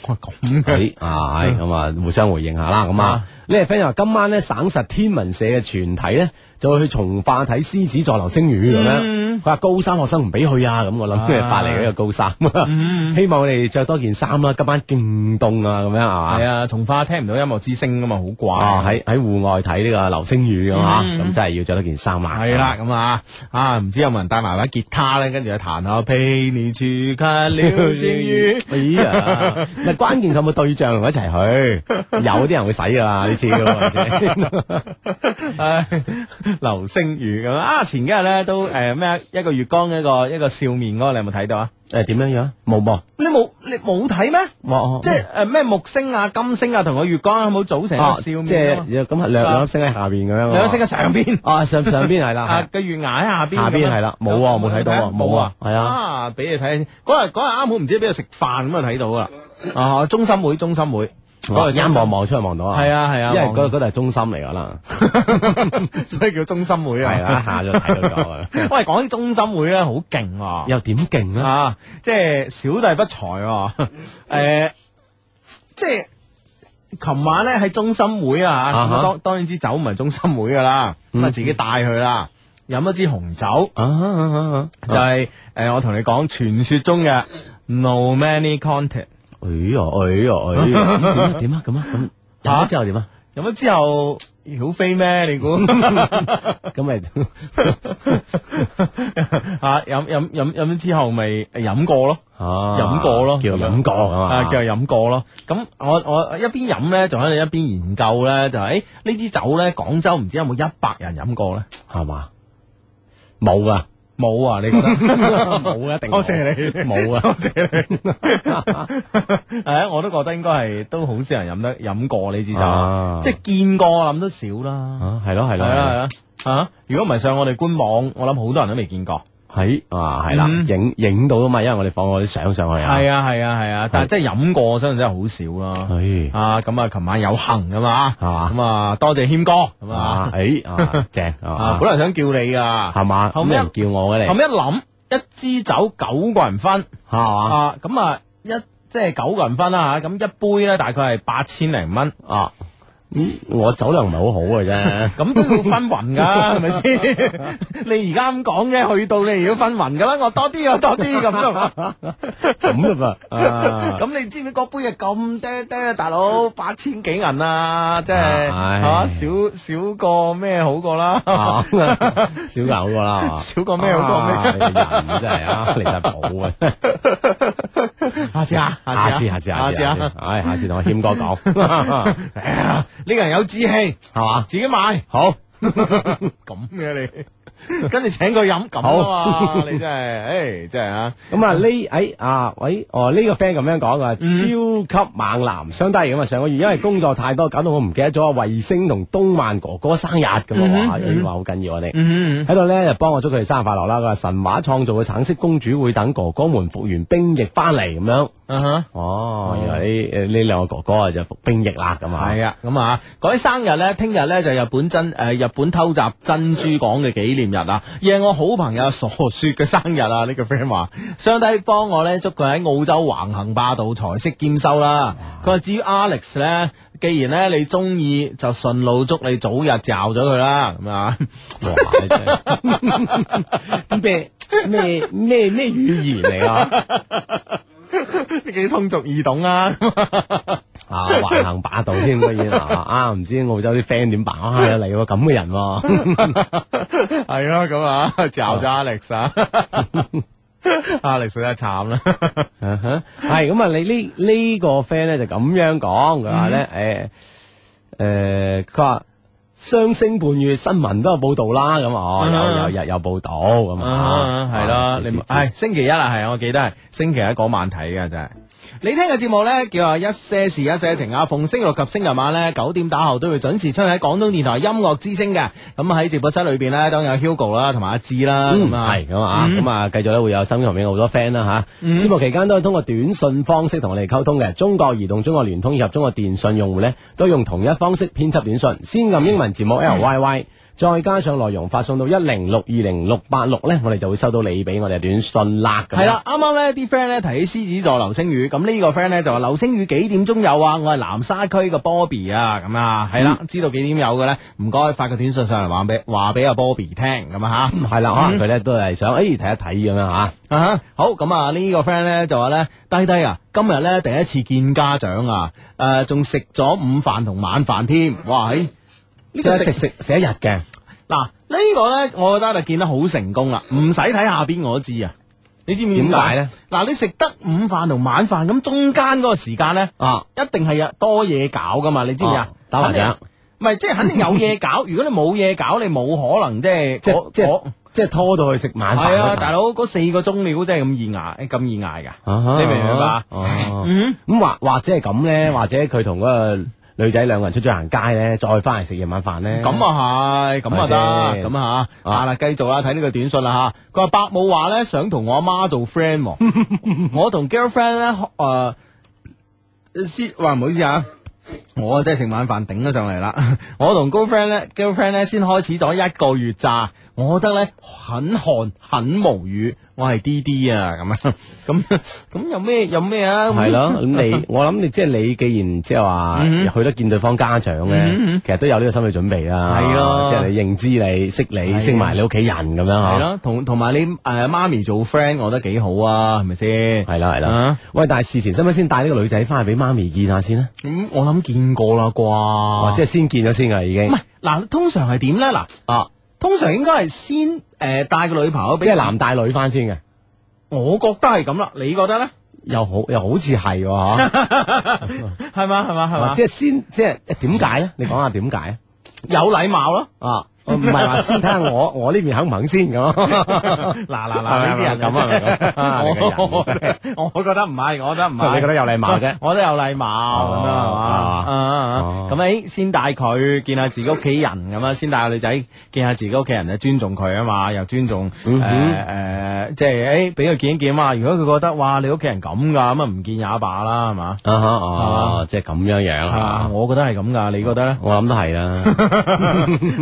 G: 哇咁嘅，
I: 係啊，
G: 嗯
I: 係咁啊，互相回應下啦，咁啊。呢個 friend 話今晚咧省實天文社嘅全體咧就會去從化睇獅子座流星雨咁
G: 嗯
I: 樣。佢話高三學生唔俾去啊，咁我諗佢係發嚟嘅一個 高三，
G: 嗯
I: 希望我哋着多件衫啦。今晚勁凍啊，咁樣係嘛
G: 係？啊，從化聽唔到音樂之聲噶嘛，好怪
I: 啊，喺喺户外睇呢個流星雨咁啊，咁真係要着多件衫啦。
G: 系嗯啦，咁啊，啊，唔知有冇人帶埋把吉他咧，跟住去彈下《陪你去看 流星雨》。
I: 哎呀，咪啊關鍵佢有冇對象同佢一齊 去？有啲人會使噶啦，呢招係咪先
G: 啊唉，流星雨咁啊！前幾日咧都诶咩、啊一個月光一個一個笑面嗰、個，你有冇睇到啊？
I: 誒點樣樣？冇噃，
G: 你冇你冇睇咩？
I: 冇
G: 即係诶咩木星啊、金星啊同個月光有冇組成一
I: 哦
G: 個
I: 即
G: 笑面啊？
I: 係咁係兩兩粒星喺下邊咁樣啊。
G: 兩個星喺上邊。
I: 啊，上上邊 係啦
G: 啊，，個月牙喺下邊咁樣，
I: 下邊係啦冇啊冇睇到啊冇啊係啊
G: 啊，俾你睇嗰日嗰日啱好唔知邊度食飯咁就睇到啦，啊，中心會中心會，
I: 係我啱望望出去望到啊。
G: 係啊係啊
I: 因為
G: 哦望
I: 嗰嗰度係中心嚟噶啦，
G: 所以叫中心會啊，
I: 係啦，一下就睇到咗啊。
G: 喂，講起中心會咧，好勁喎！
I: 又點勁咧？
G: 啊，即係小弟不才喎、诶、
I: 嗯
G: 即係琴晚咧喺中心會啊，
I: 啊
G: 咁
I: 哈嗯
G: 啊當當然支酒唔係中心會噶啦，咁啊自己帶佢啦，飲一支紅酒，
I: 啊啊啊啊！
G: 就係诶我同你講傳說中嘅 No Many Content，
I: 哎呀，哎呀，哎呀，點啊點啊咁啊咁，飲咗之後點啊？
G: 飲咗之後曉飛咩？你 估
I: 咁咪
G: 啊？飲飲飲飲咗之後咪飲過咯。
I: 啊
G: 飲過咯，
I: 叫
G: 咁樣
I: 飲過啊嘛
G: 啊，叫飲過咯。咁我我一邊飲咧，仲喺度一邊研究咧，就係誒呢支酒咧，廣州唔知有冇一百人飲過咧？
I: 係嘛？冇啊，
G: 冇啊，你覺 得？
I: 冇一 定冇
G: 多謝你
I: 冇啊，
G: 係啊，我都覺得應該係都好少人飲得飲過呢支酒，
I: 啊
G: 即係見過我諗都少啦。
I: 啊係咯係
G: 係啦係
I: 咯係咯。
G: 啦啊！如果唔係上我哋官網，我諗好多人都未見過。
I: 喺啊，係啦，
G: 嗯
I: 影影到啊嘛，因為我哋放我啲相上去啊。
G: 係啊係啊係啊，但係真係飲過，我相信真係好少啦。
I: 係
G: 啊咁啊，琴晚有幸噶嘛，
I: 係嘛
G: 咁啊，多謝謙哥咁
I: 啊
G: 啊，，
I: 誒 啊，正
G: 啊
I: 啊，
G: 本來想叫你噶，
I: 係嘛，
G: 後
I: 咁
G: 尾
I: 人叫我嘅
G: 後
I: 你，
G: 尾一諗，一支酒九個人分
I: 係嘛
G: 啊，咁啊一即係九個人分啦吓，啊咁一杯咧大概係八千零蚊，，
I: 啊，嗯我酒量唔係好好嘅啫
G: 咁都要分 匀噶，係咪先？ 你而家咁講啫，去到你要分匀噶啦，我多啲我多啲咁 啊
I: 咁噶 噃啊，
G: 咁你知唔知嗰杯嘢咁嗲嗲啊，大佬八千幾銀啊，真係嚇
I: 唉
G: 少少個咩好過啦，
I: 啊少牛好過啦，係嘛
G: 少個咩好過咩
I: 啊你個人真 係啊，離晒譜啊！
G: 下次啊，
I: 下次，下次，
G: 下次啊，哎
I: 唉，下次同阿謙哥 講，
G: 呢個人有志氣，
I: 係嘛？
G: 自己買
I: 好，
G: 咁嘅你，跟住請佢飲咁啊嘛，你真係，誒真係啊，
I: 咁啊呢哎啊喂哦呢個 friend 咁樣講啊，
G: 嗯
I: 超級猛男相低咁啊！上個月因為工作太多，搞到我唔記得咗啊衛星同東萬哥哥生日咁啊！哇，你話好緊要啊你。
G: 嗯
I: 喺度咧就幫我祝佢哋生日快樂啦！佢話神話創造嘅橙色公主會等哥哥們服完兵役翻嚟咁樣。
G: 啊哈。
I: 哦，原來呢誒呢兩個哥哥啊就服兵役啦咁啊。
G: 系啊，咁啊，講起生日咧，聽日咧就日本珍誒、呃日本偷襲珍珠港嘅紀念日啊，亦係我好朋友傻雪嘅生日啊！呢、個 friend 話，相低幫我咧，祝佢喺澳洲橫行霸道，財色兼收啦。佢話至於 Alex 咧，既然咧你中意，就順路祝你早日罩咗佢啦，咁啊。
I: 哇你真 係咩咩咩咩語言嚟啊？
G: 幾通俗易懂啊！
I: 啊，橫行霸道添，居然啊！啊，唔知澳洲啲 friend 點辦啊？有嚟個咁嘅人喎，
G: 係咯，咁啊，罩咗 Alex 啊 ！Alex 真係慘啦，
I: 係咁啊！你呢呢個 friend 咧就咁樣講，佢話咧誒誒，佢話雙星伴月新聞都有報導啦，咁哦，有有有有報導咁啊，
G: 係咯，你係星期一啊，係啊，我記得係星期一嗰晚睇嘅真係。你聽嘅節目呢，叫做一些事一些情啊，逢星期六及星期晚呢，九點打後都會準時出現喺廣東電台音樂之聲嘅。咁喺直播室裏邊呢，當然有 Hugo 啦，同埋阿志啦，
I: 嗯，
G: 咁啊，
I: 係咁啊，咁啊，繼續咧會有身邊旁邊好多 friend 啦吓。
G: 嗯
I: 節目期間都係通過短信方式同我哋溝通嘅。中國移動、中國聯通以及中國電信用戶呢，都用同一方式編輯短信，先撳英文字
G: 嗯
I: 母 L Y Y。再加上內容發送到一零六二零六八六呢，我哋就會收到你俾我哋嘅短信啦。咁樣
G: 系啦，，啱啱呢啲 friend 咧提起獅子座流星雨，咁呢個 friend 咧就話流星雨幾點鐘有啊？我係南沙區嘅 Bobby 啊，咁啊，係啦，
I: 嗯
G: 知道幾點有嘅咧，唔該發個短信上嚟話俾話俾阿 Bobby 聽咁 啊
I: 嗯係啦，可能佢呢都係想誒睇一睇咁樣嚇。
G: 吓，啊哈好，咁啊呢個 friend 咧就話咧，低低啊，今日咧第一次見家長啊，誒仲食咗午飯同晚飯添，哇哎喺呢
I: 即係嗯食食食一日嘅，
G: 嗱呢個咧，我覺得就見得好成功啦，唔使睇下邊我都知啊。你知唔知
I: 點解呢？
G: 嗱，你食得午飯同晚飯，咁中間嗰個時間咧，
I: 啊，
G: 一定係有多嘢搞噶嘛？你知唔知啊
I: 哦？打麻雀
G: 肯定，唔係即係肯定有嘢搞。如果你冇嘢搞，你冇可能即係
I: 即
G: 嗰
I: 即
G: 嗰
I: 即係拖到去食晚飯嗰
G: 係啊，
I: 陣
G: 大佬嗰四個鐘你估真係咁易捱，咁易捱㗎？嗯
I: 啊
G: 你明唔明白？
I: 哦，咁或或者係咁咧，或者佢同嗰個女仔兩個人出咗行街咧，再翻嚟食夜晚飯咧，
G: 咁啊係，咁
I: 係
G: 啊
I: 咪
G: 得，
I: 先
G: 咁啊吓，啊啦，繼續啦，睇呢個短信啦吓。佢話伯母話咧想同我阿媽做 friend，喎我同 girlfriend 咧誒先話唔好意思啊。我真係食晚飯頂咗上嚟啦！ 我同 girlfriend 咧，girlfriend 咧先開始咗一個月咋，我覺得咧很寒，很無語。我係 D D 啊， 咁樣咁咁有咩有咩啊？咁
I: 係咯，咁 你我諗你即係你，既然即係話
G: 嗯
I: 去得見對方家長咧，其實都有呢個心理準備啦，
G: 係咯啊
I: 即係你認知你識你識埋你屋企人咁樣
G: 係
I: 嗬。
G: 咯，同同埋你誒媽咪做 friend，我覺得幾好啊，係咪先？
I: 係啦係啦
G: 啊，
I: 喂！但係事前使唔使先帶呢個女仔翻去俾媽咪見下先咧？啊
G: 咁我諗見過啦啩，
I: 哦，即係先見咗先啊，已經。
G: 唔係嗱，通常係點咧？嗱，
I: 啊，
G: 通常應該係先诶帶個女朋友俾，
I: 即係男，帶女翻先嘅，
G: 我覺得係咁啦，你覺得咧？
I: 又好又好似係 喎嚇
G: 係嘛係嘛係
I: 啊
G: 嘛，
I: 即係先即係點解咧？你講下點解
G: 有禮貌咯。
I: 啊？唔係話先睇下我 我呢邊肯唔肯先咁。
G: 嗱
I: 嗱
G: 嗱呢啲人
I: 咁啊係咪 咁啊，你個人
G: 我
I: 真係
G: 我我覺得唔係，我覺得唔係。
I: 你覺得有禮貌啫？
G: 我都有禮貌咁樣係嘛
I: 哦
G: 啊啊
I: 哦
G: 咁誒，先帶佢見下自己屋企人咁啊，先帶個女仔見下自己屋企人，就尊重佢啊嘛，又尊重
I: 嗯
G: 誒誒，即係誒俾佢見一見啊嘛。如果佢覺得哇，你屋企人咁㗎，咁啊唔見也罷啦，係嘛？
I: 啊哈哦，即係咁樣樣
G: 啊，
I: 啊！
G: 我覺得係咁㗎，你覺得咧？
I: 我諗都 係啦，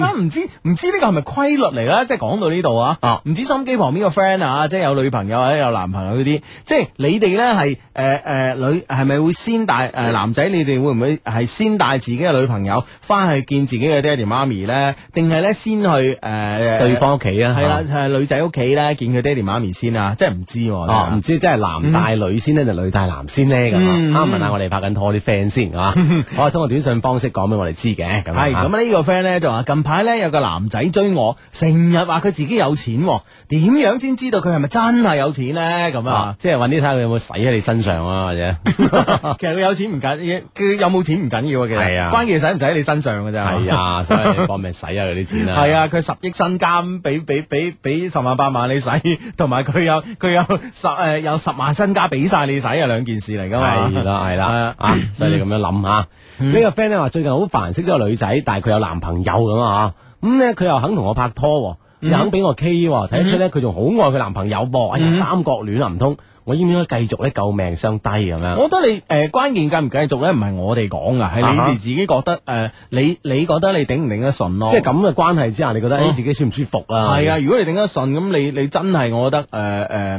G: 啊，唔知唔知呢個係咪規律嚟啦？即係講到呢度啊，唔知心機旁邊個 friend 啊，即係有女朋友或者有男朋友嗰啲，即係你哋咧係誒誒女係咪會先帶誒、
I: 嗯
G: 呃男仔？你哋會唔會係先帶自己嘅女朋友翻去見自己嘅爹哋媽咪咧？定係咧先去誒、呃、
I: 對方屋企啊，
G: 係啦，係女仔屋企咧見佢爹哋媽咪先啊？嗯即係唔知喎、
I: 哦，唔知即係男帶女先呢，定女帶男先呢？咁
G: 嗯
I: 啊？啱問下我哋拍緊拖啲 friend 先 啊，我係通過短信方式講俾我哋知嘅，咁
G: 系咁
I: 啊，
G: 呢個 friend 咧就話近排咧有個男仔追我，成日話佢自己有錢喎，點樣先知道佢係咪真係有錢咧？咁啊
I: 啊，，即係搵啲睇下佢有冇使喺你身上啊，或者
G: 其實佢有錢唔緊要，佢有冇錢唔緊要啊，其實
I: 係啊
G: 關鍵使唔使喺你身上嘅咋。
I: 係啊，所以你搏命使下佢啲錢 啊，
G: 係啊，佢十億身家咁俾俾俾俾十萬八萬你使，同埋佢有佢有十誒、有十萬身家俾晒你使啊，兩件事嚟噶嘛。
I: 係啦，係啦
G: 啊，嗯
I: 啊，所以你咁樣諗吓。呢個 friend 咧話最近好煩，識咗個女仔，但係佢有男朋友咁啊，咁咧佢又肯同我拍拖
G: 嗯
I: 喎，又肯俾我 K，喎睇得出咧佢仲好愛佢男朋友噃。哎呀，三角戀啊，唔通我應唔應該繼續咧救命相低啊咁樣？
G: 我覺得你誒、呃、關鍵繼唔繼續咧，唔係我哋講噶，係你
I: 啊哈
G: 哋自己覺得誒、呃你你覺得你頂唔頂得順咯。
I: 即係咁嘅關係之下，你覺得哎誒自己舒唔舒服啊？
G: 哦系啊，，如果你頂得順，咁你你真係，我覺得诶诶，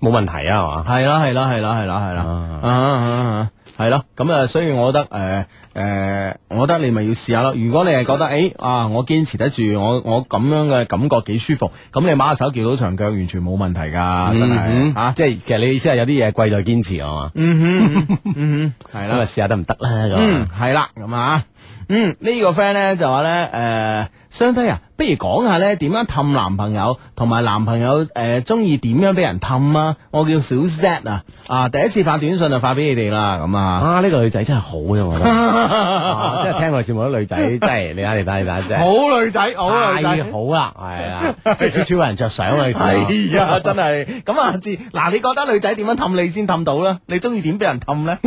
I: 冇問題啊，係嘛？
G: 系啦係啦係啦係啦係啦，
I: 啊
G: 啊啊啊係咯，咁啊，所以我覺得诶诶，呃我覺得你咪要試下咯。如果你係覺得诶啊，我堅持得住，我我咁樣嘅感覺幾舒服，咁你馬手叫到長腳，完全冇問題㗎，啊真係
I: 嗯
G: 吓。
I: 即係其實你意思係有啲嘢貴在堅持啊嘛？
G: 嗯哼，嗯哼，係
I: 咁啊
G: 啦。
I: 試下得唔得啦？咁
G: 嗯，係啦，咁啊，嗯，呢、個 friend 咧就話咧，诶、相低啊，不如講下咧點樣氹男朋友，同埋男朋友诶中意點樣俾人氹啊？我叫小 Z 啊，啊，第一次發短信就發俾你哋啦，咁啊，
I: 啊呢個女仔真係好嘅，我覺得。啊即係聽我哋節目啲女仔，真係你睇你睇你睇，真係
G: 好女仔，好女
I: 太
G: 仔。
I: 哎好啦，係 啊，即係處處為人着想啊！你知唔知
G: 係啊，真係咁啊！志，嗱，你覺得女仔點樣氹你先氹到咧？你中意點俾人氹 咧？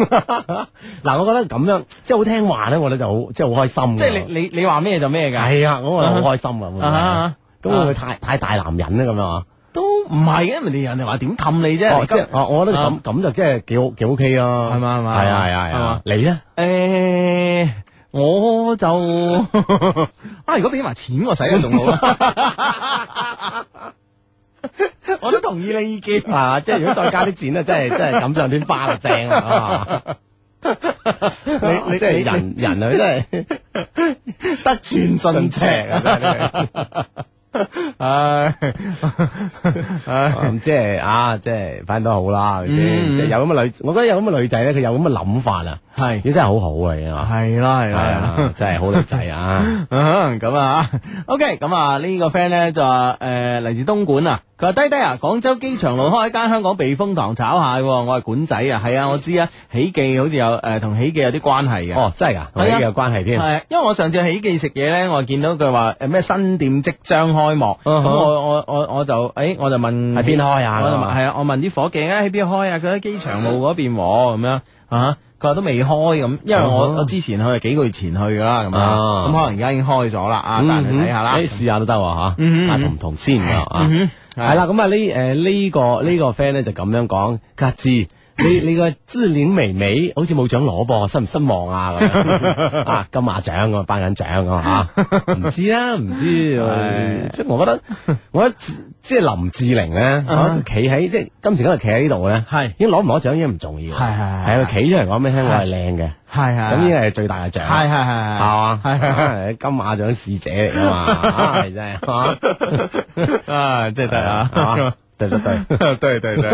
I: 嗱，我覺得咁樣即係好聽話咧，我覺得就好，即係好開心㗎。啊
G: 即係你你你話咩就咩㗎，
I: 係啊，我覺得好開心啊會唔會
G: 啊
I: 啊！咁會唔會太太大男人咧咁樣啊？
G: 都唔係嘅，人哋人哋話點氹你啫。
I: 哦，
G: 你
I: 即係哦我覺得咁咁就即係幾好幾 OK 啊，
G: 係嘛係嘛
I: 係啊係啊係
G: 係
I: 啊
G: 嘛，
I: 你咧？
G: 诶、呃我就 啊，如果俾埋錢我使就仲好啊啦。 我都同意你意見。
I: 啊，即係如果再加啲錢咧，真 係真係錦上添花啦，正啊！ 你
G: 你
I: 即係人人啊， 真係
G: 得寸進尺啊！真係唉，
I: 咁即係啊，即係反正都好啦，係咪
G: 嗯
I: 先？即係有咁嘅女，我覺得有咁嘅女仔咧，佢有咁嘅諗法啊，
G: 係
I: 你真係好好啊，已經啊，
G: 係啦，係
I: 係
G: 啦。
I: 啊，真係好女仔 啊！
G: 嗯咁啊，OK，咁啊呢個 friend 咧就話誒嚟自東莞啊，佢話低低啊，廣州機場路開一間香港避風塘炒蟹喎，我係館仔啊，係啊，我知啊，喜記好似有誒同喜記有啲關係嘅。
I: 哦，真係噶，同你
G: 係啊
I: 嘅關係添。
G: 系，因為我上次喺喜記食嘢咧，我見到佢話呃诶咩新店即將開幕，咁、
I: 嗯哼
G: 我我我我就诶、我就問
I: 喺邊開啊
G: 我就
I: 咁啊
G: 問係啊，我問啲伙計啊喺邊開啊，佢喺機場路嗰邊喎，咁樣啊。佢話都未開咁，因為我
I: 嗯哼
G: 我之前去係幾個月前去噶啦，咁啊
I: 啊
G: 咁可能而家已經開咗啦，
I: 嗯
G: 啊，但係睇下啦
I: 誒，試下都得喎嚇，
G: 嗯嗯
I: 啊同唔同先啊啊，
G: 嗯係
I: 係啦，咁啊呢誒呢個呢個 friend 咧就咁樣講，格志，你你個知戀微微好似冇獎攞噃，失唔失望啊 咁樣啊金馬獎咁啊頒緊獎咁啊嚇，唔知啦，唔知，誒即係我覺得我覺得即係林志玲咧，啊企喺即係今時今日企喺呢度咧，
G: 係
I: 已經攞唔攞獎已經唔重要，
G: 係係係
I: 係佢企出嚟講俾你聽，我係靚嘅，
G: 係係
I: 咁呢個係最大嘅獎，
G: 係係係係
I: 系 嘛？
G: 係係係
I: 係金馬獎使者嚟噶嘛？ 唉真 係啊
G: 啊，真係得
I: 係啊，
G: 啊，
I: 對對對，
G: 對對對。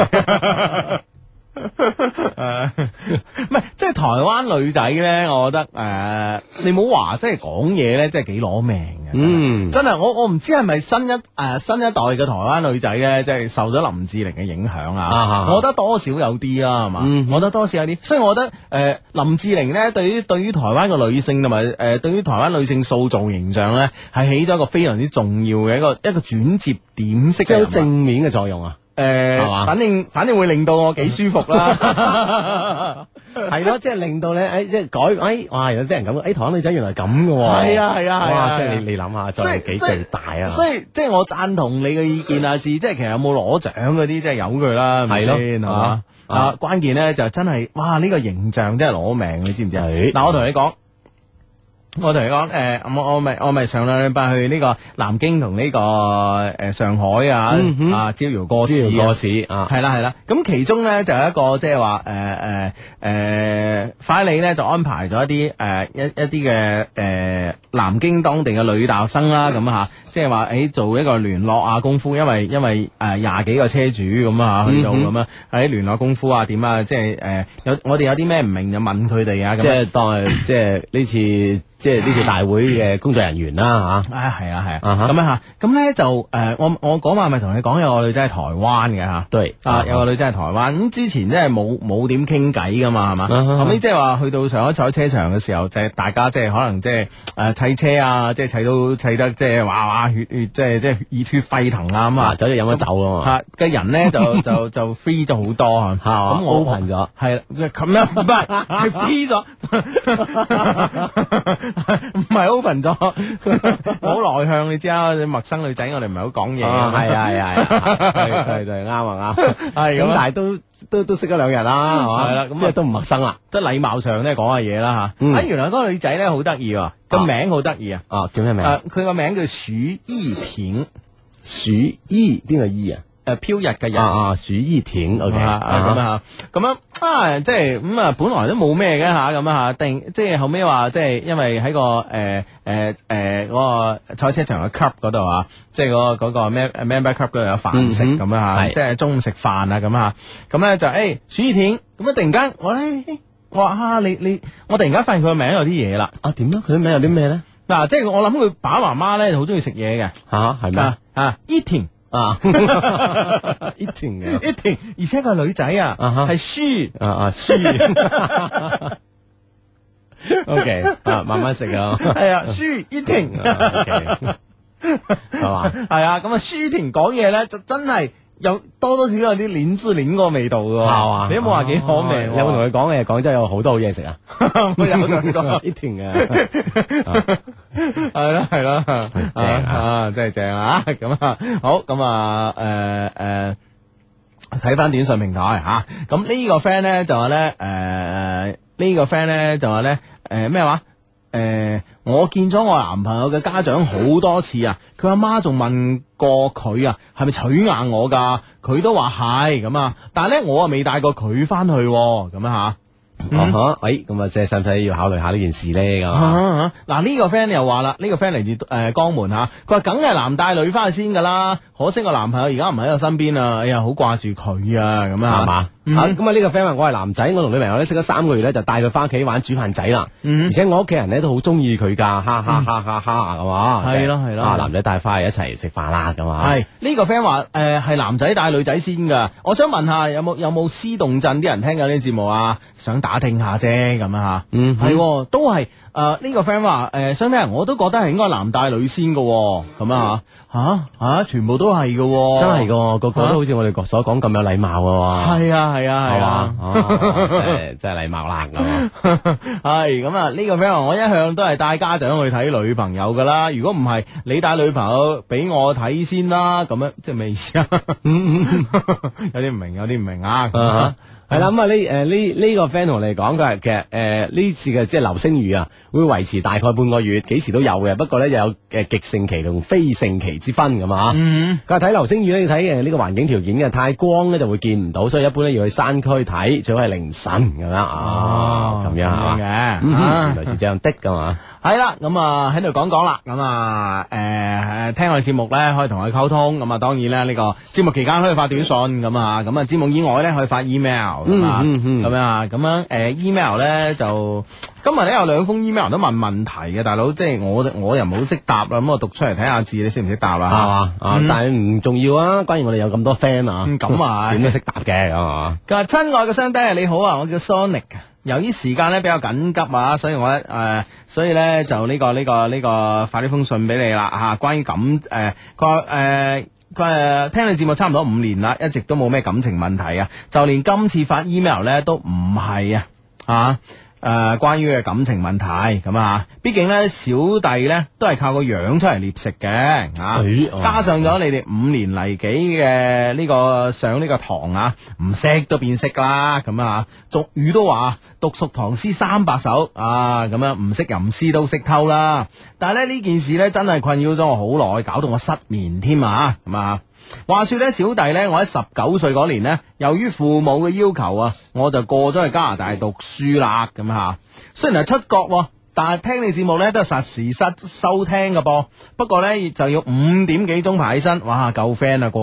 G: 诶， 唔系，即系台灣女仔咧，我覺得诶、誒你冇話即係講嘢咧，真係幾攞命嘅。
I: 嗯
G: 真係我我唔知係咪新一诶、新一代嘅台灣女仔咧，即係受咗林志玲嘅影響啊。
I: 啊
G: 我覺得多少有啲啦，係嘛？
I: 嗯
G: 我覺得多少有啲，所以我覺得诶、誒林志玲咧，對於對於台灣嘅女性同埋诶，對於台灣女性塑造形象咧，係起咗一個非常之重要嘅一個一個轉折點式
I: 即
G: 嘅人
I: 係
G: 物
I: 好
G: 啊
I: 正面嘅作用啊！
G: 诶
I: 係嘛
G: 呃反正反正會令到我幾舒服 啦。
I: 係咯， 即係令到咧，诶，即係改，诶，哇，有啲人咁，诶，哎台灣女仔原來咁嘅喎，
G: 係啊係啊係啊係
I: 哇，
G: 啊
I: 即係你你諗下，作用幾巨大啊！
G: 所以即係我贊同你嘅意見啊，志，即係其實有冇攞獎嗰啲，即係有佢啦，係咪
I: 係咯
G: 先係嘛
I: 啊？
G: 啊，關鍵咧就真係，哇！呢個形象真係攞命，你知唔知啊？
I: 係
G: 嗱，我同你講。我同你講，誒、呃我我咪我咪上兩禮拜去呢個南京同呢、個誒、上海啊，
I: 嗯哼
G: 啊招搖過
I: 招
G: 市
I: 搖
G: 啊
I: 過市啊，
G: 系啦系啦，咁其中咧就有一個即係話呃诶诶诶，快理咧就安排咗一啲诶、呃一一啲嘅诶南京當地嘅女大學生啦，咁吓，即係話诶做一個聯絡啊功夫，因為因為诶廿幾個車主咁
I: 嗯
G: 啊去到咁啊喺聯絡功夫啊點啊，即係诶有我哋有啲咩唔明就問佢哋啊，咁
I: 即
G: 樣
I: 係當係即係呢次即係呢次大會嘅工作人員啦吓。
G: 啊係啊係
I: 啊哈
G: 啊，咁樣吓，咁咧就诶我我嗰晚咪同你講有個女仔喺台灣嘅吓。
I: 對
G: 啊，有個女仔喺台灣，咁之前真係冇冇點傾偈噶嘛，係嘛？
I: 啊哈
G: 後尾即係話去到上海賽車場嘅時候，就係大家即係可能即係誒砌車啊，即係砌到砌得即係哇哇血血，即係即係熱血沸騰啊咁
I: 啊，
G: 啊！
I: 走咗飲咗酒啊嘛，
G: 嚇嘅人咧 就就就 free 咗好多啊，
I: 係嘛
G: 咁我
I: open 咗
G: 係啦，咁 樣唔係係 free 咗， 唔係 open 咗，好內向你知啊，陌生女仔我哋唔係好講嘢
I: 啊
G: 㗎嘛，
I: 係啊係啊係啊，對對對啱啊啱，
G: 係咁
I: 咁
G: 啊
I: 但係都都都識咗兩日啦，係嘛，
G: 係啦咁啊
I: 即係都唔陌生啦，
G: 得禮貌上咧講下嘢啦吓。
I: 嗯
G: 啊，原來嗰個女仔咧好得意喎，個
I: 啊
G: 名好得意啊。
I: 啊叫咩名？
G: 誒，佢個名叫許依婷，
I: 鼠衣邊個衣啊？
G: 誒飄逸嘅
I: 啊
G: 人。
I: 啊，鼠衣田，OK，
G: 啊啊咁啊，咁樣啊，即係咁啊，本來都冇咩嘅吓，咁啊吓，定即係後尾話，即係因為喺個誒誒誒嗰個賽車場嘅 club 嗰度啊，即係嗰個嗰個 mem- member club 嗰度有飯食
I: 嗯哼
G: 咁啊吓，
I: 係
G: 即係中午食飯啊咁啊，咁咧就誒許依婷，咁啊突然間我咧，咦我話啊你你，我突然間發現佢個名有啲嘢啦。
I: 啊點咧？佢啲名有啲咩咧？
G: 嗱、即係我諗佢爸爸媽媽咧好中意食嘢嘅，
I: 吓係咩
G: 啊啊，eating
I: 啊？eating 嘅
G: eating，而且佢係女仔啊，
I: 啊哈
G: 係書
I: 啊啊書 ，OK 啊慢慢食 啊
G: 係啊，書 eating
I: ，OK 係嘛？
G: 係啊，咁啊，書婷講嘢咧就真係有多多少少有啲鏈之鏈個味道嘅喎，
I: 係嘛
G: 你都冇話幾可味
I: 哦
G: 喎，
I: 你有冇同佢講嘅？廣州有好多好嘢食啊！
G: 我有同佢講，
I: 一啊團 嘅，
G: 係啦係 啦，啊啊真係正啊，咁啊好咁啊誒誒。呃睇翻短信平台吓，咁、呢個 friend 咧就話咧，诶、呢、個 friend 咧就話咧，诶咩話？诶、我見咗我男朋友嘅家長好多次啊，佢阿媽仲問過佢啊，係咪取硬我㗎？佢都話係咁啊，但係咧我啊未帶過佢翻去喎咁啊
I: 啊哈哎，咁啊，即係使唔使要考慮下呢件事咧？咁
G: 吓。
I: 啊
G: 啊嗱呢個 friend 又話啦，呢、個 friend 嚟自诶江門吓，佢話梗係男帶女翻去先㗎啦，可惜我男朋友而家唔喺我身邊啊，哎呀好掛住佢啊咁啊
I: 係嘛？啊咁啊，呢個 friend 話我係男仔，我同女朋友咧識咗三個月咧，就帶佢翻屋企玩煮飯仔啦。
G: 嗯
I: 而且我屋企人咧都好中意佢㗎，哈哈哈哈哈咁啊！
G: 係咯係咯
I: 啊男仔帶翻去一齊食飯啦咁啊！
G: 系呢、個 friend 話诶係男仔帶女仔先㗎，我想問下有冇有冇私動鎮啲人聽緊呢啲節目啊？想打聽下啫咁啊吓，
I: 嗯
G: 係喎都係诶呢個 friend 話诶相聽人我都覺得係應該男帶女先㗎喎，咁啊吓吓吓全部都係㗎喎，
I: 嗯真係㗎，個個都好似我哋所講咁有禮貌㗎喎。
G: 哦係啊係啊係啊
I: 係嘛。？哦真係真係禮貌啦咁啊！
G: 系咁啊！呢、個 friend 話我一向都係帶家長去睇女朋友噶啦。如果唔係，你帶女朋友俾我睇先啦。咁樣即係咩意思啊？ 有啲唔明，有啲唔明啊！咁
I: 嗯啊
G: 啊
I: 哈係啦，咁啊呢诶呢呢个 friend 同你講佢係其實诶呢次嘅即係流星雨啊，會維持大概半個月，幾時都有嘅。不過咧有诶极盛期同非盛期之分咁啊。
G: 嗯
I: 佢話睇流星雨咧，要睇诶呢個環境條件嘅，太光咧就會見唔到，所以一般咧要去山區睇，最好係凌晨咁樣啊，咁樣係嘛。
G: 哦嘅
I: 嗯
G: 啊
I: 原來是這樣的噶嘛，
G: 系啦，咁啊喺度講講啦，咁啊诶聽我哋節目咧可以同佢溝通，咁啊當然啦，呢個節目期間可以發短信咁啊，咁啊節目以外咧可以發 email 咁啊，
I: 嗯嗯嗯
G: 咁樣啊，咁樣诶 email 咧就今日咧有兩封 email 都問問題嘅，大佬即係我我又唔好識答啦，咁我讀出嚟睇下字，你識唔識答
I: 系
G: 啦？
I: 嘛啊，但系唔重要啊，關於我哋有咁多 friend 啊，
G: 嗯咁啊
I: 点都識答嘅，啊 係嘛？
G: 佢話：親愛嘅雙低，你好啊，我叫 Sonic 啊。由於時間咧比較緊急啊，所以我咧誒、呃所以咧就呢、個呢、個呢、個發呢封信俾你啦嚇、關於感誒佢話誒。佢誒聽你節目差唔多五年啦，一直都冇咩感情問題啊，就連今次發 email 咧都唔係啊，啊誒、關於嘅感情問題咁啊，畢竟咧小弟咧都係靠個樣出嚟獵食嘅啊，
I: 哎哦
G: 加上咗你哋五年嚟幾嘅呢個上呢個堂啊，唔識都變識啦，咁啊俗語都話讀熟唐詩三百首啊，咁樣唔識吟詩都識偷啦。但係咧呢件事咧真係困擾咗我好耐，搞到我失眠添啊，咁啊。話說咧，小弟咧，我喺十九歲嗰年呢，由於父母嘅要求啊，我就過咗去加拿大讀書啦，咁吓。雖然係出國喎，但係聽你節目咧都係實時失收聽嘅噃。不過咧就要五點幾鐘爬起身，哇，夠 friend 啦啩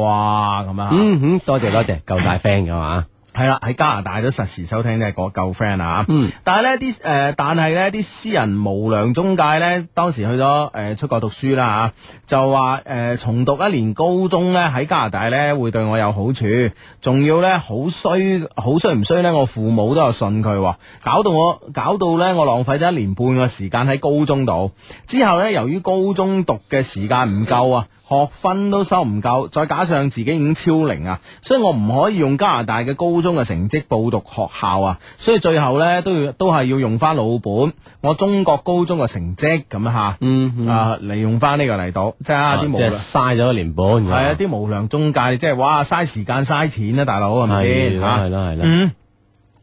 G: 咁啊。
I: 嗯哼，多謝多謝，夠晒 friend 啊嘅嘛。
G: 系啦，喺加拿大都實時收聽呢個舊 friend 啊，嗯，但係呢啲诶，但係呢啲私人無良中介呢，當時去咗诶、呃出國讀書啦吓，就話诶、呃重讀一年高中呢，喺加拿大呢會對我有好處，仲要呢，好衰好衰唔衰呢？我父母都有信佢喎，搞到我搞到呢，我浪費咗一年半嘅時間喺高中度，之後呢，由於高中讀嘅時間唔夠啊。學分都收唔夠，再加上自己已經超齡啊，所以我唔可以用加拿大嘅高中嘅成績報讀學校啊，所以最後呢，都要都係要用翻老本，我中國高中嘅成績咁吓，
I: 嗯
G: 啊嚟用翻呢個嚟到，即係啊啲無
I: 即係
G: 良
I: 嘥咗一年半。係
G: 係啊啲無良中介，即係哇嘥時間嘥錢啊，大佬係咪
I: 係
G: 先
I: 啦
G: 啊
I: 係啦係啦。
G: 嗯。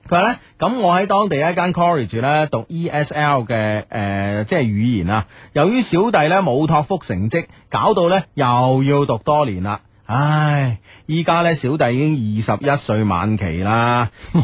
G: 佢話咧，咁我喺當地一間 college 咧讀 ESL 嘅誒、呃即係語言啊。由於小弟咧冇托福成績，搞到咧又要讀多年啦。唉，依家咧小弟已經二十一歲晚期啦，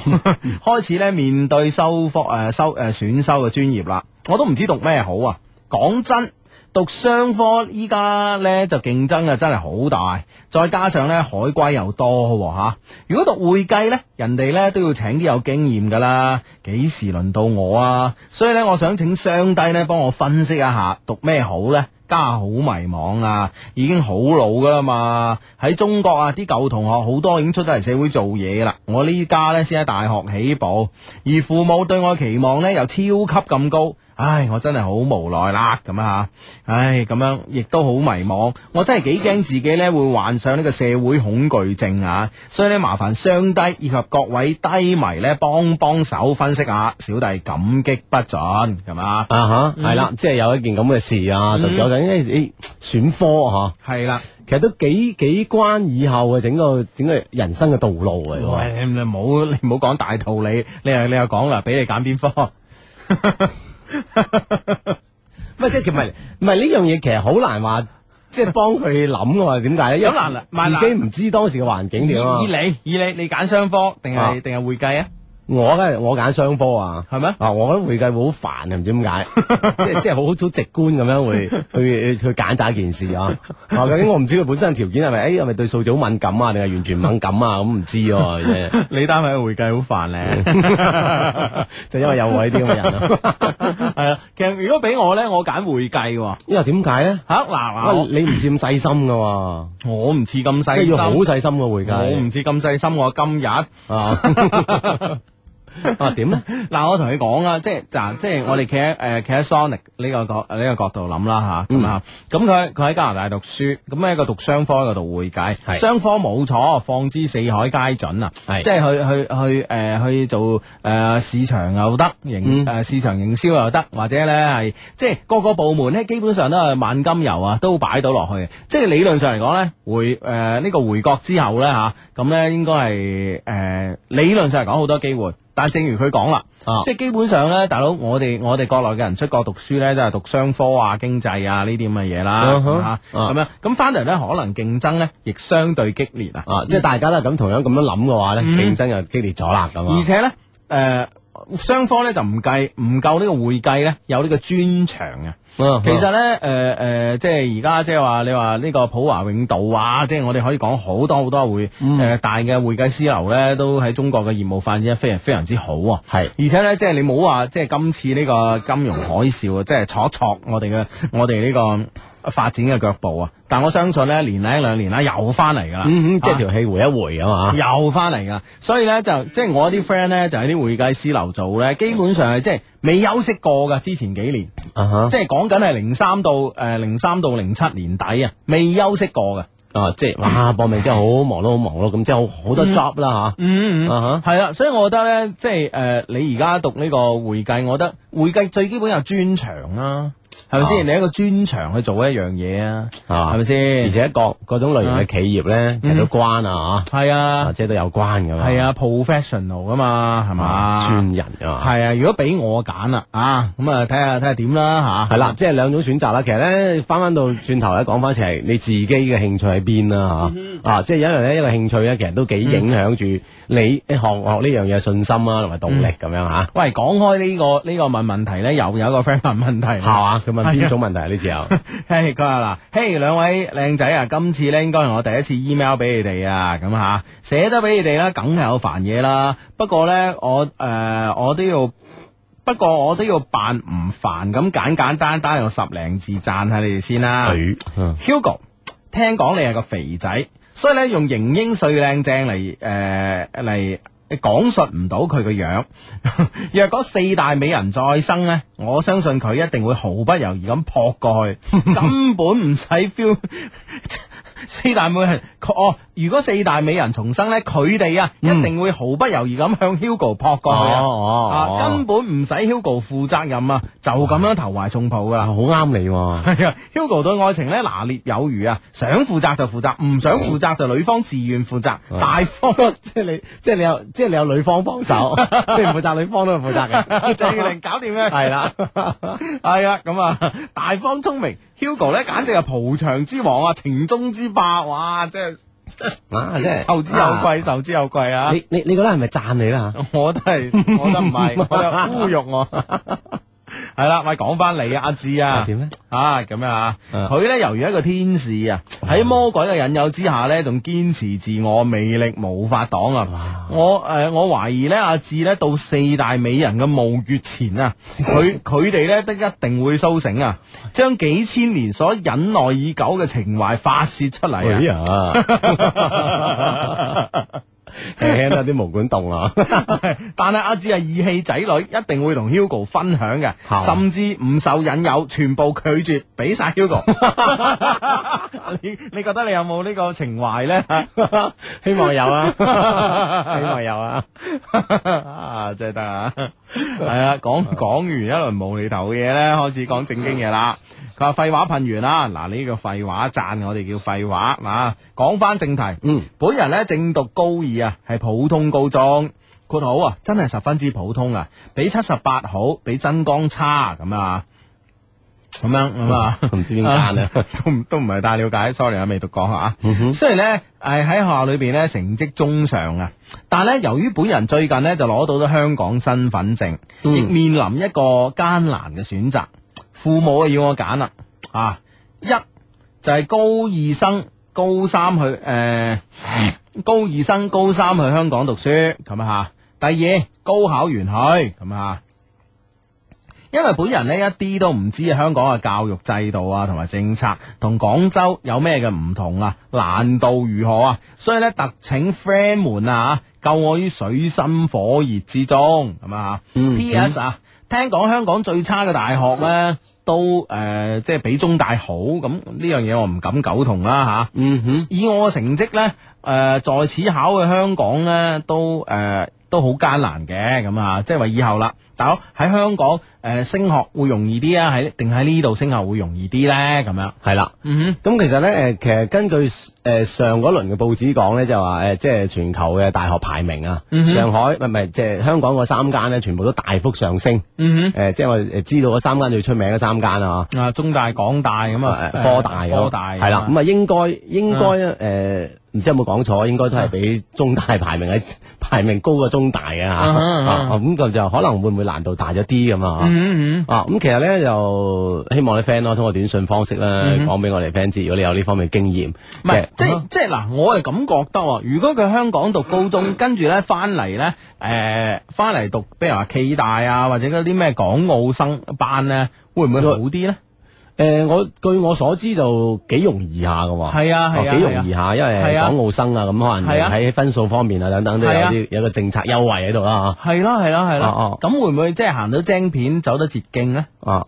G: 開始咧面對修科誒、呃修誒、呃、選修嘅專業啦，我都唔知讀咩好啊。講真。讀商科依家呢就競爭啊真係好大，再加上呢海歸又多喎吓、如果讀會計呢，人哋呢都要請啲有經驗噶啦，幾時輪到我啊？所以呢，我想請雙低呢幫我分析一下讀咩好呢？家下好迷茫啊，已經好老噶啦嘛。喺中國啊，啲舊同學好多已經出咗嚟社會做嘢啦。我呢家呢先喺大學起步，而父母對我期望呢又超級咁高。唉，我真係好無奈啦，咁啊吓，唉，咁樣亦都好迷茫，我真係幾驚自己呢會患上呢個社會恐懼症啊，所以呢，麻煩雙低以及各位低迷呢幫幫手分析下，小弟感激不盡，咁啊，
I: 啊吓，係啦，即係有一件咁嘅事啊，
G: 嗯
I: 就有緊誒誒選科吓，
G: 係啦，
I: 其實都幾幾關以後嘅整個整個人生嘅道路嚟喎。
G: 喂，你 唔好你唔好講大道理，你又你又講啦，俾你揀邊科，
I: 唔係即係其實唔係唔係呢樣嘢，其實好難話即係幫佢諗嘅話，點解咧？因為
G: 咁難啦咪難
I: 自己唔知當時嘅環境
G: 以
I: 點啊。
G: 以你以你你揀商科定
I: 啊
G: 係定係會計啊，
I: 我梗係我揀商科啊。
G: 係咩？
I: 啊！我覺得會計會好煩啊，唔知 點解，即係即係好好直觀咁樣會去去去揀擇一件事啊！啊，究竟我唔知佢本身條件係咪？誒係咪對數字好敏感啊，定係完全唔敏感啊？咁唔知喎，即係
G: 你單位會計好煩咧。
I: 就因為有我呢啲咁嘅人
G: Ừ.
I: 啊。
G: 系啊，其實如果俾我咧，我揀會計喎。
I: 因為點解咧？
G: 吓嗱
I: 喂，你唔似咁細心噶喎，
G: 嗱，我唔似咁
I: 即
G: 啊細
I: 係
G: 心，
I: 要好細心嘅會
G: 我唔
I: 計。
G: 似咁細心。我今日
I: 啊 啊點咧？
G: 嗱，我同你講啊，即係嗱，即係我哋企喺诶企喺 Sonic 呢個角呢個角度諗啦吓，
I: 嗯
G: 咁啊，咁佢佢喺加拿大讀書，咁一個讀商科，一個讀會計，
I: 係
G: 商科冇錯，放之四海皆準啊，
I: 係
G: 即係去去去诶去做诶市場又得
I: 嗯
G: 營诶市場營銷又得，或者咧係即係各個部門咧，基本上都係萬金油啊，都擺到落去嘅。即係理論上嚟講咧，回呃誒呢、個回國之後咧嚇，咁、咧應該係誒、呃理論上嚟講好多機會。但正如佢講啦，
I: 啊
G: 即係基本上咧，大佬我哋我哋國內嘅人出國讀書咧，都係讀商科啊、經濟啊呢啲咁嘅嘢啦，
I: 嗯哼
G: 嚇
I: 啊
G: 咁樣咁翻嚟咧，可能競爭咧亦相對激烈啊。嗯
I: 啊，即係大家都係咁同樣咁樣諗嘅話咧，競爭又激烈咗啦咁
G: 而
I: 啊。
G: 且咧，誒、雙方咧就唔計唔夠呢個會計咧有呢個專長啊。其實咧，誒、誒、即係而家即係話你話呢個普華永道啊，即係我哋可以講好多好多會誒、大嘅會計師樓咧，都喺中國嘅業務發展得非常非常之好啊。係，而且咧，即係你冇話即係今次呢個金融海嘯啊，即係挫一挫我哋嘅我哋呢、個。發展嘅腳步啊，但我相信咧，年零一兩年啦，啊又翻嚟噶啦，
I: 嗯，即
G: 啊
I: 系条气回一回啊嘛。
G: 又翻嚟噶，所以咧就即係我啲 friend 咧就喺啲會計師樓做咧，基本上係即係未休息過噶。之前幾年，
I: 啊哈
G: 即係講緊係零三到誒零三到零七年底啊，未休息過噶。
I: 啊，即系哇，搏命真系好忙咯，好忙咯，咁即系好好多 job 啦
G: 嗯
I: 吓。啊
G: 係啦，所以我覺得咧，即係誒、呃你而家讀呢個會計，我覺得會計最基本有專長啦、係咪
I: 啊
G: 先？你一個專長去做一樣嘢啊，
I: 哈，啊
G: 係咪
I: 而
G: 先？
I: 且各各种类型嘅企业咧，其实都关啊
G: 係
I: 吓，啊
G: 啊，
I: 即系都有关噶嘛。
G: 係啊，professional 噶嘛，係嘛？
I: 专人啊嘛。
G: 系啊，如果俾我揀啦，啊，咁啊睇下睇下點啦
I: 系
G: 吓。
I: 啦，即係兩種選擇啦。其實咧，翻翻到轉頭咧，講翻就係你自己嘅興趣喺邊
G: 嗯
I: 啦吓。啊，即係因為咧一個興趣咧，其實都幾影響住你 學學呢樣嘢嘅信心啊，同埋動力
G: 嗯
I: 咁樣吓。
G: 喂，講開呢、個呢、個問問題咧，又有一個 friend 問問題，
I: 係嘛？佢問邊種問題啊 呢次又？
G: 哦嘿，佢話嗱，嘿，兩位靚仔啊，今次咧應該係我第一次 email 俾你哋啊，咁吓寫得俾你哋啦，梗係有煩嘢啦。不過咧，我誒、呃我都要，不過我都要扮唔煩咁簡簡單單用十零字讚下你哋先啦。啊
I: 嗯
G: Hugo，聽講你係個肥仔，所以咧用型英帥靚正嚟誒嚟。講述唔到佢個樣， 若果四大美人再生呢，我相信佢一定會毫不猶豫咁撲過去，根本唔使 feel 四大美人。哦，如果四大美人重生呢，佢哋啊一定會毫不猶豫咁向 Hugo 撲過去啊
I: 哦
G: 啊
I: 哦
G: 根本唔使 Hugo 負責任啊，就咁樣投懷送抱噶啦
I: 啊，好。啱 你喎。
G: 系啊，Hugo 對愛情咧拿捏有餘啊，想負責就負責，唔想負責就女方自願負 責，大方 即係你
I: 即係你有，即係你有女方 幫手，你唔負責女方都係負責 嘅。
G: 就要令搞掂咧。
I: 係啦，
G: 係啊，咁啊，大方聰明，Hugo 咧簡直係蒲場之王啊，情中之霸，哇，即係
I: 啊，即係
G: 受之有貴，啊受之有貴
I: 啊
G: 啊！
I: 你你你覺得係咪讚你啦？
G: 我都係，我覺得唔 係，我覺得侮辱我。 係啦，喂，講翻你啊，阿志
I: 啊
G: 啊，
I: 點咧？
G: 啊，咁樣啊，
I: 嗯
G: 佢咧猶如一個天使啊，喺魔鬼嘅引誘之下咧，仲堅持自我，魅力無法擋啊！我誒、呃我懷疑咧，阿志咧到四大美人嘅墓穴前啊，佢佢哋咧都一定會甦醒啊，將幾千年所忍耐已久嘅情懷發泄出嚟啊！
I: 呀！ 輕輕有啲毛管凍啊！
G: 但係阿志係義氣仔女，一定會同 Hugo 分享嘅，
I: 嘛
G: 甚至唔受引誘，全部拒絕，俾晒 Hugo。你你覺得你有冇呢個情懷 咧？
I: 希望有 啊，希望有啊。
G: 啊，真係得啊！係啊，講講完一輪無厘頭嘅嘢咧，開始講正經嘢啦。佢話廢話噴完啦，嗱呢個廢話讚我哋叫廢話啊。講翻正題，
I: 嗯，
G: 本人咧正讀高二啊，係普通高中。括號啊，真係十分之普通啊，比七十八好，比真光差咁啊，咁樣咁啊，
I: 唔知邊間啊？ 嗯
G: 都唔都唔係太了解，sorry 啊，未讀過啊。雖然咧，誒喺學校裏邊咧成績中上啊，但係咧由於本人最近咧就攞到咗香港身份證，
I: 嗯
G: 亦面臨一個艱難嘅選擇，父母啊要我揀啦啊，一就係、高二生、高三去誒。呃高二生、高三去香港讀書咁啊吓。第二，高考完去咁啊。因為本人呢，一啲都唔知啊香港嘅教育制度啊，同埋政策同廣州有咩嘅唔同啊，難度如何啊，所以呢，特請 friend 們啊，救我於水深火熱之中咁啊。P.S. 啊，聽講香港最差嘅大學呢，都誒、呃即係比中大好咁呢樣嘢，我唔敢苟同啦吓。
I: 嗯哼，
G: 以我嘅成績呢，誒、呃在此考嘅香港呢，都誒、呃都好艱難嘅，咁啊，即係話以後啦，大佬喺香港誒、升學會容易啲啊，喺定喺呢度升學會容易啲呢？咁樣。
I: 係啦。
G: 嗯
I: 咁其實咧，誒，其實根據誒上嗰輪嘅報紙講咧，就話誒，即係全球嘅大學排名啊，
G: 嗯
I: 上海唔係唔係，即係香港嗰三間咧，全部都大幅上升。
G: 嗯
I: 誒，即係我哋誒知道嗰三間最出名嗰三間啊，
G: 哼，啊，中大、港大咁啊，
I: 誒科大
G: 科大
I: 係啦。咁啊，應該應該誒唔知有冇講錯，應該都係比中大排名喺 排名高過中大嘅嚇，
G: 啊啊啊
I: 啊咁就就可能會唔會難度大咗啲咁啊？
G: 嗯嗯
I: 啊，咁其實咧就希望啲 friend 咯，通過短信方式啦，講俾我哋 friend 知，如果你有呢方面經驗，
G: 嗯
I: 啊
G: 唔係，嗯即
I: 係
G: 係即係嗱，我係咁覺得喎。如果佢香港讀高中，跟住咧翻嚟咧，誒翻嚟讀，譬如話暨大啊，或者嗰啲咩港澳生班咧，會唔會好啲咧？
I: 誒，我據我所知就幾容易下嘅喎，
G: 係啊係啊
I: 哦幾容易下，因為
G: 係
I: 係
G: 啊
I: 港澳生啊，咁可能
G: 係啊
I: 喺分數方面啊等等都有
G: 係啊
I: 啲有個政策優惠喺度啦啊
G: 係啦係啦係啦
I: 哦哦，
G: 咁會唔會即係行到精片走得捷徑咧？
I: 嚇啊。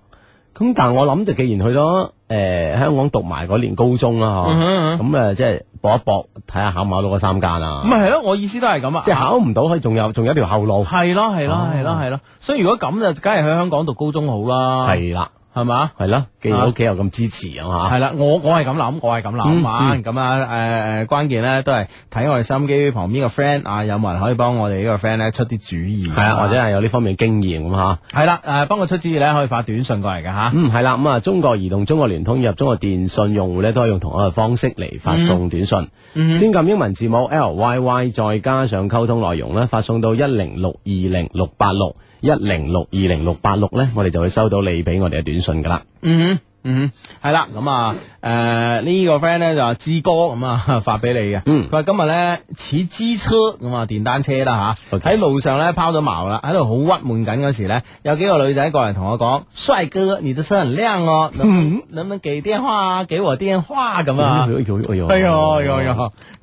I: 咁但係我諗就既然去咗誒香港讀埋嗰年高中啦
G: 嗯
I: 嚇，
G: 哼嗯
I: 咁誒即係搏一搏，睇下考唔考到嗰三間啊
G: 咁。啊咪係咯，我意思都係咁啊，
I: 即係哦考唔到，佢仲有仲有一條後路。
G: 係咯係咯係咯係咯，所以如果咁就梗係去香港讀高中好啦，
I: 係啦，
G: 係嘛？
I: 係啦，既
G: 啊
I: 然屋企又咁支持啊嗯
G: 系
I: 嚇，
G: 啦，我我系咁諗，我係咁諗啊，咁啊，诶诶，关键咧都係睇我哋心機旁邊個 friend 啊，有冇人可以幫我哋呢個 friend 咧出啲主意，
I: 係啊，或者係有呢方面經驗咁啊嚇。
G: 係啦，诶，帮佢出主意咧，可以發短信過嚟嘅吓。
I: 嗯，係啦，咁啊，中國移動、中國聯通以及中國電信用戶咧，都係用同一嘅方式嚟發送短信。
G: 嗯
I: 先撳英文字母 L Y Y，再加上溝通內容咧，發送到一零六二零六八六一零六二零六八六咧，我哋就會收到你俾我哋嘅短信噶啦。
G: 嗯哼嗯哼，係啦，咁啊，诶呢個 friend 咧就話志哥咁啊發俾你嘅，
I: 嗯
G: 佢話今日咧似支車咁啊，電單車啦吓，
I: OK
G: 喺路上咧拋咗錨啦，喺度好鬱悶緊嗰時咧，有幾個女仔過嚟同我講，帥哥，你的車很靚 哦，能不能能不能給電話啊，給我電話咁啊
I: 哎。呦哎呦
G: 哎呦哎呦哎呦！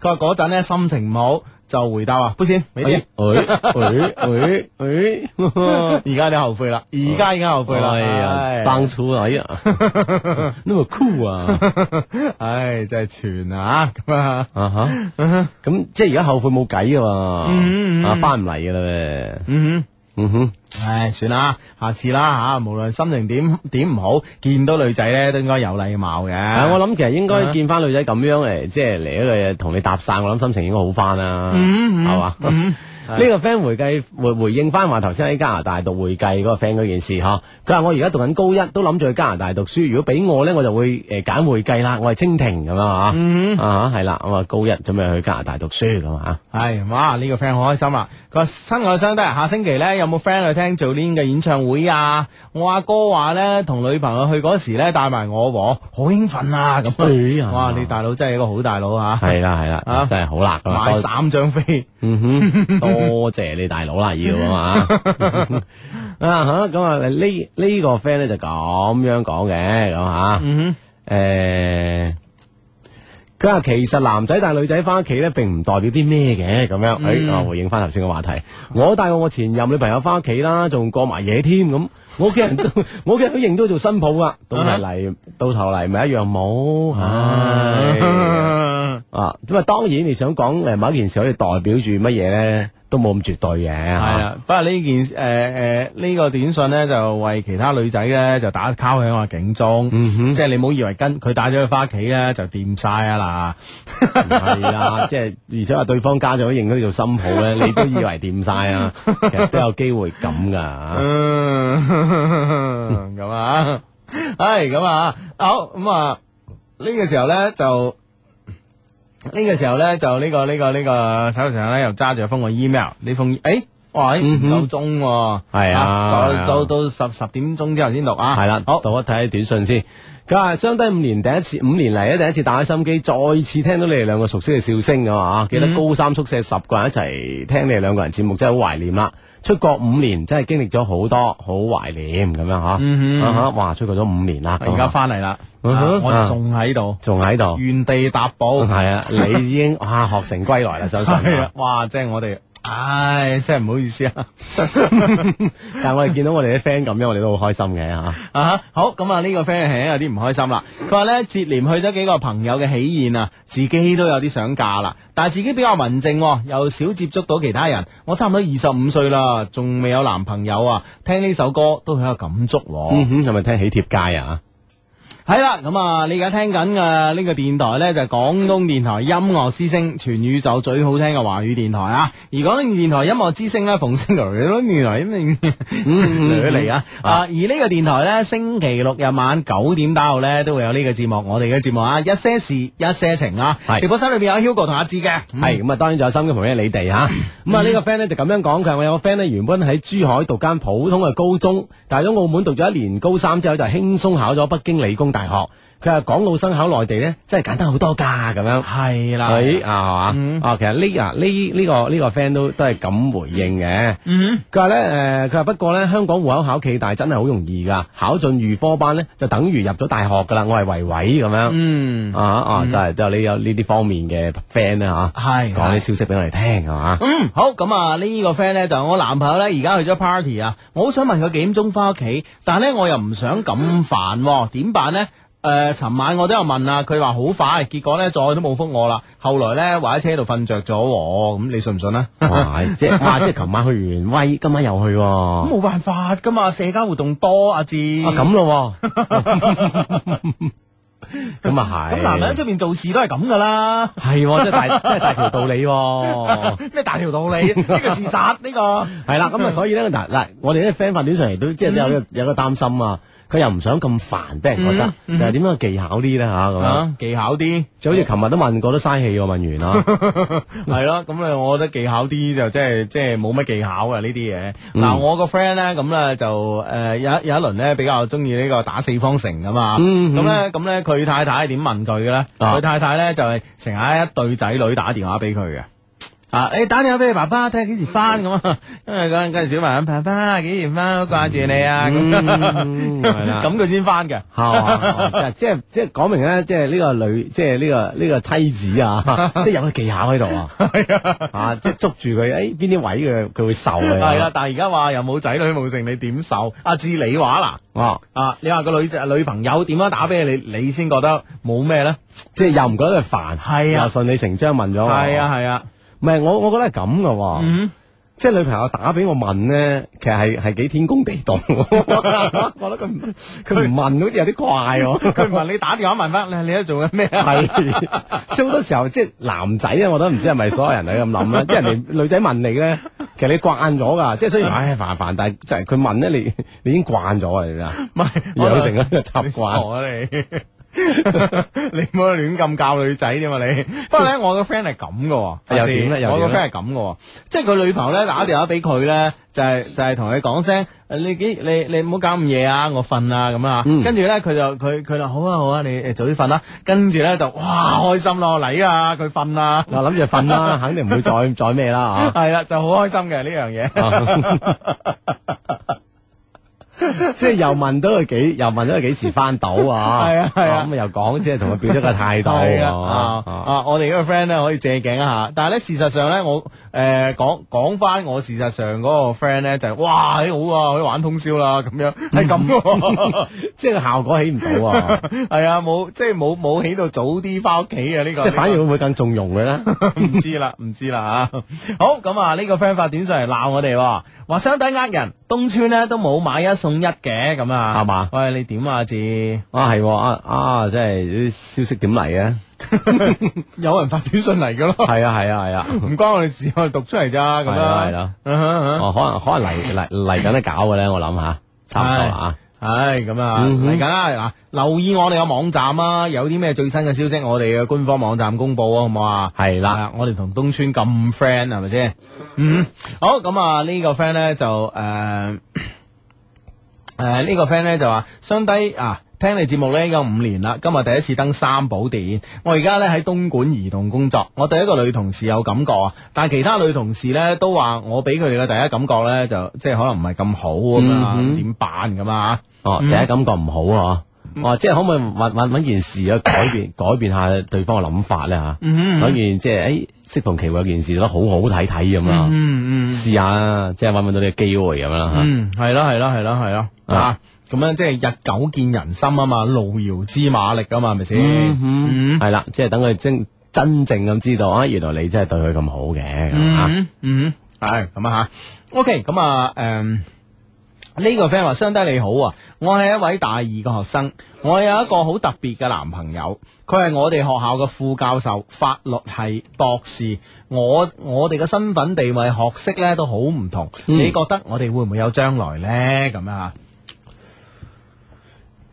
G: 佢話嗰陣咧心情唔好，就回答話不先，俾啲。
I: 哎哎哎哎！
G: 而家你後悔 啦，而家已經後悔啦。
I: 哎呀，
G: 唉，
I: 当初哎呀，那么酷啊！
G: 唉，真係串啊咁啊！
I: 啊哈，咁即系而家後悔冇計啊
G: 嗯嗯嗯
I: 嘛，啊翻唔嚟噶啦咩？
G: 嗯
I: 嗯哼，
G: 哼，唉，算啦，下次啦吓，無論心情點點唔好，見到女仔咧都應該有禮貌嘅。
I: 啊我
G: 諗
I: 諗其實應該見翻女仔咁樣嚟，即係嚟一個同你搭訕，我諗心情應該好翻啦，
G: 嗯嗯
I: 係嘛？ 呢個 friend 回計回回應翻話頭先喺加拿大讀會計嗰個 friend 嗰件事嗬，佢話我而家讀緊高一，都諗住去加拿大讀書。如果俾我咧，我就會誒揀會計啦，我係蜻蜓咁樣啊，
G: 嗯
I: 啊係啦，咁啊高一準備去加拿大讀書咁啊。
G: 係哇，呢個 friend 好開心啊！佢話親愛相低，下星期咧有冇 friend 去聽 Jolin 嘅演唱會啊？我阿哥話咧同女朋友去嗰時咧帶埋我喎，好興奮啊咁啊。
I: 哎呀
G: 哇！你大佬真係一個好大佬啊！
I: 系啦系啦
G: 啊，
I: 真係好啦，咁啊
G: 買
I: 多
G: 三張 飛，
I: 嗯哼，多謝你大佬啦，要啊嘛 啊吓，咁啊呢呢個 friend 咧就咁樣講嘅，咁啊吓，诶。佢話其實男仔帶女仔翻屋企咧，並唔代表啲咩嘅咁樣。誒、啊回應翻頭先嘅話題，我帶過我前任女朋友翻屋企啦，仲過埋夜添咁。我屋企人都，我屋企人都認到佢做新抱噶，到頭嚟，到頭嚟咪一樣冇。
G: 哎
I: 唉。啊，咁啊，當然你想講誒某一件事可以代表住乜嘢咧，都冇咁絕對嘅。係
G: 係，啊，不過呢件誒誒呢個短信咧就為其他女仔咧就打敲響個警鐘，
I: 嗯
G: 即係你唔好以為跟佢帶咗佢翻屋企咧就掂晒啊
I: 係啊， 即係而且話對方家長都認咗你做新抱咧，你都以為掂晒啊，其實都有機會咁啊
G: 嗱，
I: 噶。
G: 嗯，咁啊，係咁啊，好咁啊，呢個時候咧就。呢個時候咧就呢、個呢、個呢、個手上咧又揸住封個 email，呢封誒、欸，哇，欸唔夠鐘喎，
I: 嗯係啊係啊
G: 到到到十十點鐘之後先讀啊，
I: 係啦，
G: 好
I: 好，。我睇睇短信先。佢話：相低五年第一次，五年嚟咧第一次打開心機，再次聽到你哋兩個熟悉嘅笑聲㗎嘛！記
G: 嗯
I: 得高三宿舍十個人一齊聽你哋兩個人節目，真係好懷念啦！出國五年真係經歷咗好多，好懷念咁樣嚇。
G: 嗯哼
I: 啊哈哇！出國咗五年啦，
G: 而家翻嚟啦，
I: 嗯哼
G: 哦啊我哋仲喺度，
I: 仲喺度。
G: 原地踏步，
I: 系啊，你已經 啊學成歸來啦，相信。
G: 係啊，哇！即係我哋，唉，真係唔好意思 啊。
I: 但係我哋見到我哋啲 friend 咁樣，我哋都好開心嘅吓。
G: 啊，好咁啊！呢個 friend 係有啲唔開心啦。佢話呢，接連去咗幾個朋友嘅喜宴啊，自己都有啲想嫁啦，但係自己比較文靜喎，又少接觸到其他人。我差唔多二十五歲啦，仲未有男朋友啊。聽呢首歌都好有感觸喎。
I: 嗯哼，係咪聽喜帖街啊？
G: 系啦，咁啊，你而家聽緊嘅呢個電台呢，就係廣東電台音樂之聲，全宇宙最好聽嘅華語電台啊！而廣東電台音樂之聲呢，逢星期六電台咁嚟嚟啊！啊，而呢個電台呢，星期六日晚九點打後呢，都會有呢個節目，我哋嘅節目啊，一些事一些情啊，
I: 係
G: 直播室裏邊有 Hugo 同阿志嘅，嗯
I: 系咁啊，當然仲有心機旁邊嘅你哋吓。 咁啊，呢個 friend 咧就咁樣講，佢話我有個 friend 咧原本喺珠海讀間普通嘅高中，但係喺澳門讀咗一年高三之後就輕鬆考咗北京理工大學。佢話港澳生考內地咧真係簡單好多㗎咁樣。
G: 係嗯啦，
I: 佢啊，係嘛？啊，其實呢啊呢呢個呢個 friend 都都係咁回應嘅。
G: 嗯
I: 佢話咧誒，佢話不過咧香港户口考暨大真係好容易㗎，考進預科班咧就等於入咗大學㗎啦。我係維維咁樣。
G: 嗯，
I: 啊啊，真係都有呢有呢啲方面嘅 friend 啦嚇。
G: 係
I: 講啲消息俾我哋聽係嘛？
G: 嗯，好咁啊！呢個 friend 咧就我男朋友咧，而家去咗 party 啊！我好想問佢幾點鐘翻屋企，但係咧我又唔想咁煩喎，點辦呢？誒、尋晚我都有問啊，佢話好快，結果咧再都冇覆我啦。後來咧話喺車度瞓着咗喎，咁你信唔信啊？
I: 哇！即 係哇！即係琴晚去完威，今晚又去喎。
G: 咁
I: 啊
G: 冇辦法噶嘛，社交活動多阿志。
I: 咁咯 喎，咁啊係。
G: 咁男人喺出邊做事都係咁噶啦，
I: 係喎，即係大即係大條道理喎。
G: 咩大條道理？呢個事實呢個。
I: 系
G: 嗯
I: 啦，咁啊，所以咧嗱嗱，我哋啲 friend 發短上嚟都即係都有個有個擔心啊，佢又唔想咁煩，俾人覺得，但係點樣技巧啲咧吓咁樣？
G: 嗯啊，技巧啲
I: 就好似琴日都問過，都嘥氣喎，問啊 完啦，
G: 係咯，咁咧，我覺得技巧啲就即係即係冇乜技巧啊呢啲嘢。嗱，我個 friend 咧咁咧就誒有一有一輪咧比較中意呢個打四方城噶嘛，咁
I: 嗯
G: 咧咁咧佢太太係點問佢嘅咧？
I: 啊
G: 佢太太咧就係成日一對仔女打電話俾佢嘅。啊！你打電話俾你爸爸睇下幾時翻咁啊，因為嗰陣嗰陣小朋友爸爸幾時翻，好掛住你啊咁，咁佢先翻嘅。
I: 係嘛？即係即係講明咧，即係呢個女，即係呢個呢個妻子 啊，即係有個技巧喺度啊，啊，即係捉住佢，誒邊啲位佢佢會啊受嘅，
G: 係啦，，啊但係而家話又冇仔女冇剩，你點受？阿志你話啦。
I: 哦，
G: 啊！你話個女仔女朋友點樣打俾你，你先覺得冇咩咧？
I: 即係又唔覺得佢煩，
G: 係啊
I: 又順理成章問咗，
G: 係啊，係啊，
I: 唔係我，我覺得係咁噶喎。
G: 嗯
I: 即係女朋友打俾我問咧，其實係係幾天公地道，我覺 得佢唔佢唔問好似有啲怪喎。
G: 佢唔問你打電話問翻你，你喺度做緊咩 啊？
I: 係，即係好多時候，即係男仔啊咧，我都唔知係咪所有人都係咁 諗啦。即係人哋女仔問你咧，其實你慣咗㗎。即係雖然唉煩煩，但係就係佢問咧，你你已經慣咗㗎，你知啊？
G: 唔係
I: 養成咗一個
G: 你
I: 習
G: 傻
I: 慣。
G: 啊你！ 你唔好亂咁教女仔啫嘛 你。不過咧，我個 friend 係咁嘅喎，
I: 又點咧又點咧
G: 我個 friend 係咁嘅喎，即係佢女朋友咧打電話俾佢咧，就係、就係同佢講聲，誒你幾你你唔好搞咁夜啊，我瞓啊咁啊。
I: 嗯
G: 跟住咧佢就佢佢就好啊好啊，你誒早啲瞓啦。跟住咧就哇開心咯，嚟啊佢瞓啦。
I: 我諗住瞓啦，肯定唔會再再咩啦啊！
G: 系啦，就好開心嘅呢樣嘢。
I: 即係又問到佢幾，又問到佢幾時翻到 啊？
G: 係啊係啊
I: 咁又講即係同佢表咗個態度
G: 係啦，
I: 啊
G: 啊啊！我哋嗰個 friend 咧可以借鏡一下，但係咧事實上咧，我誒講講翻我事實上嗰個 friend 咧就係哇，哎好啊，可以玩通宵啦咁 樣，係咁喎，
I: 即係效果起唔到 啊！
G: 係啊，冇即係冇冇起到早啲翻屋企嘅呢個，
I: 即係反而會唔會更重用 嘅咧？
G: 唔知啦，唔知啦吓。好咁啊，呢個 friend 發短信嚟鬧我哋喎，話相抵呃人，東村咧都冇買一送一嘅咁啊，
I: 係嘛
G: 喂，你點 啊志？
I: 啊係喎啊啊！即係啲消息點嚟嘅？
G: 有人發短信嚟㗎咯。
I: 係啊係啊係啊！
G: 唔關我哋事，我哋讀出嚟咋咁
I: 係啦係啦
G: 啊，係啦，
I: 哦，可能可能嚟嚟嚟緊都搞嘅咧，我諗下，差唔多啦啊！
G: 唉，咁啊，
I: 嗯
G: 嚟緊啦嗱，留意我哋嘅網站啊，有啲咩最新嘅消息，我哋嘅官方網站公佈啊，好唔好啊？
I: 係啦
G: 係啊，我哋同東村咁 friend 係咪先？嗯，好，咁啊呢個 friend 咧就誒。呃 誒、呢個 friend 咧就話，相低啊，聽你節目咧已經有五年啦，今日第一次登三寶殿，我而家咧喺東莞移動工作，我對一個女同事有感覺啊，但係其他女同事咧都話我俾佢哋嘅第一感覺咧就即係可能唔係咁好咁
I: 嗯
G: 啊，點、辦咁啊？
I: 哦，第一感覺唔好
G: 嗯
I: 啊！哦，即係可唔可以揾揾揾件事啊，改變 改變下對方嘅諗法咧嚇？
G: 嗯
I: 揾件即係誒適逢其會有件事，覺得好好睇睇咁啊啦，
G: 嗯
I: 試下即係揾唔揾到呢個機會咁樣啦嚇。
G: 嗯，係咯係咯係咯係咯啊！咁樣即係日久見人心啊嘛，路遙知馬力啊嘛，係咪先？嗯
I: 系啦，即系等佢真真正咁知道啊，原來你真係對佢咁好
G: 嗯
I: 嘅，咁啊
G: 嗯嗯，系咁啊吓。OK，咁啊，诶、呢個 friend 話：相低你好啊，我係一位大二嘅學生，我有一個好特別嘅男朋友，佢係我哋學校嘅副教授，法律系博士。我我哋嘅身份地位、學識呢都好唔同。你覺得我哋會唔會有將來呢？咁樣啊？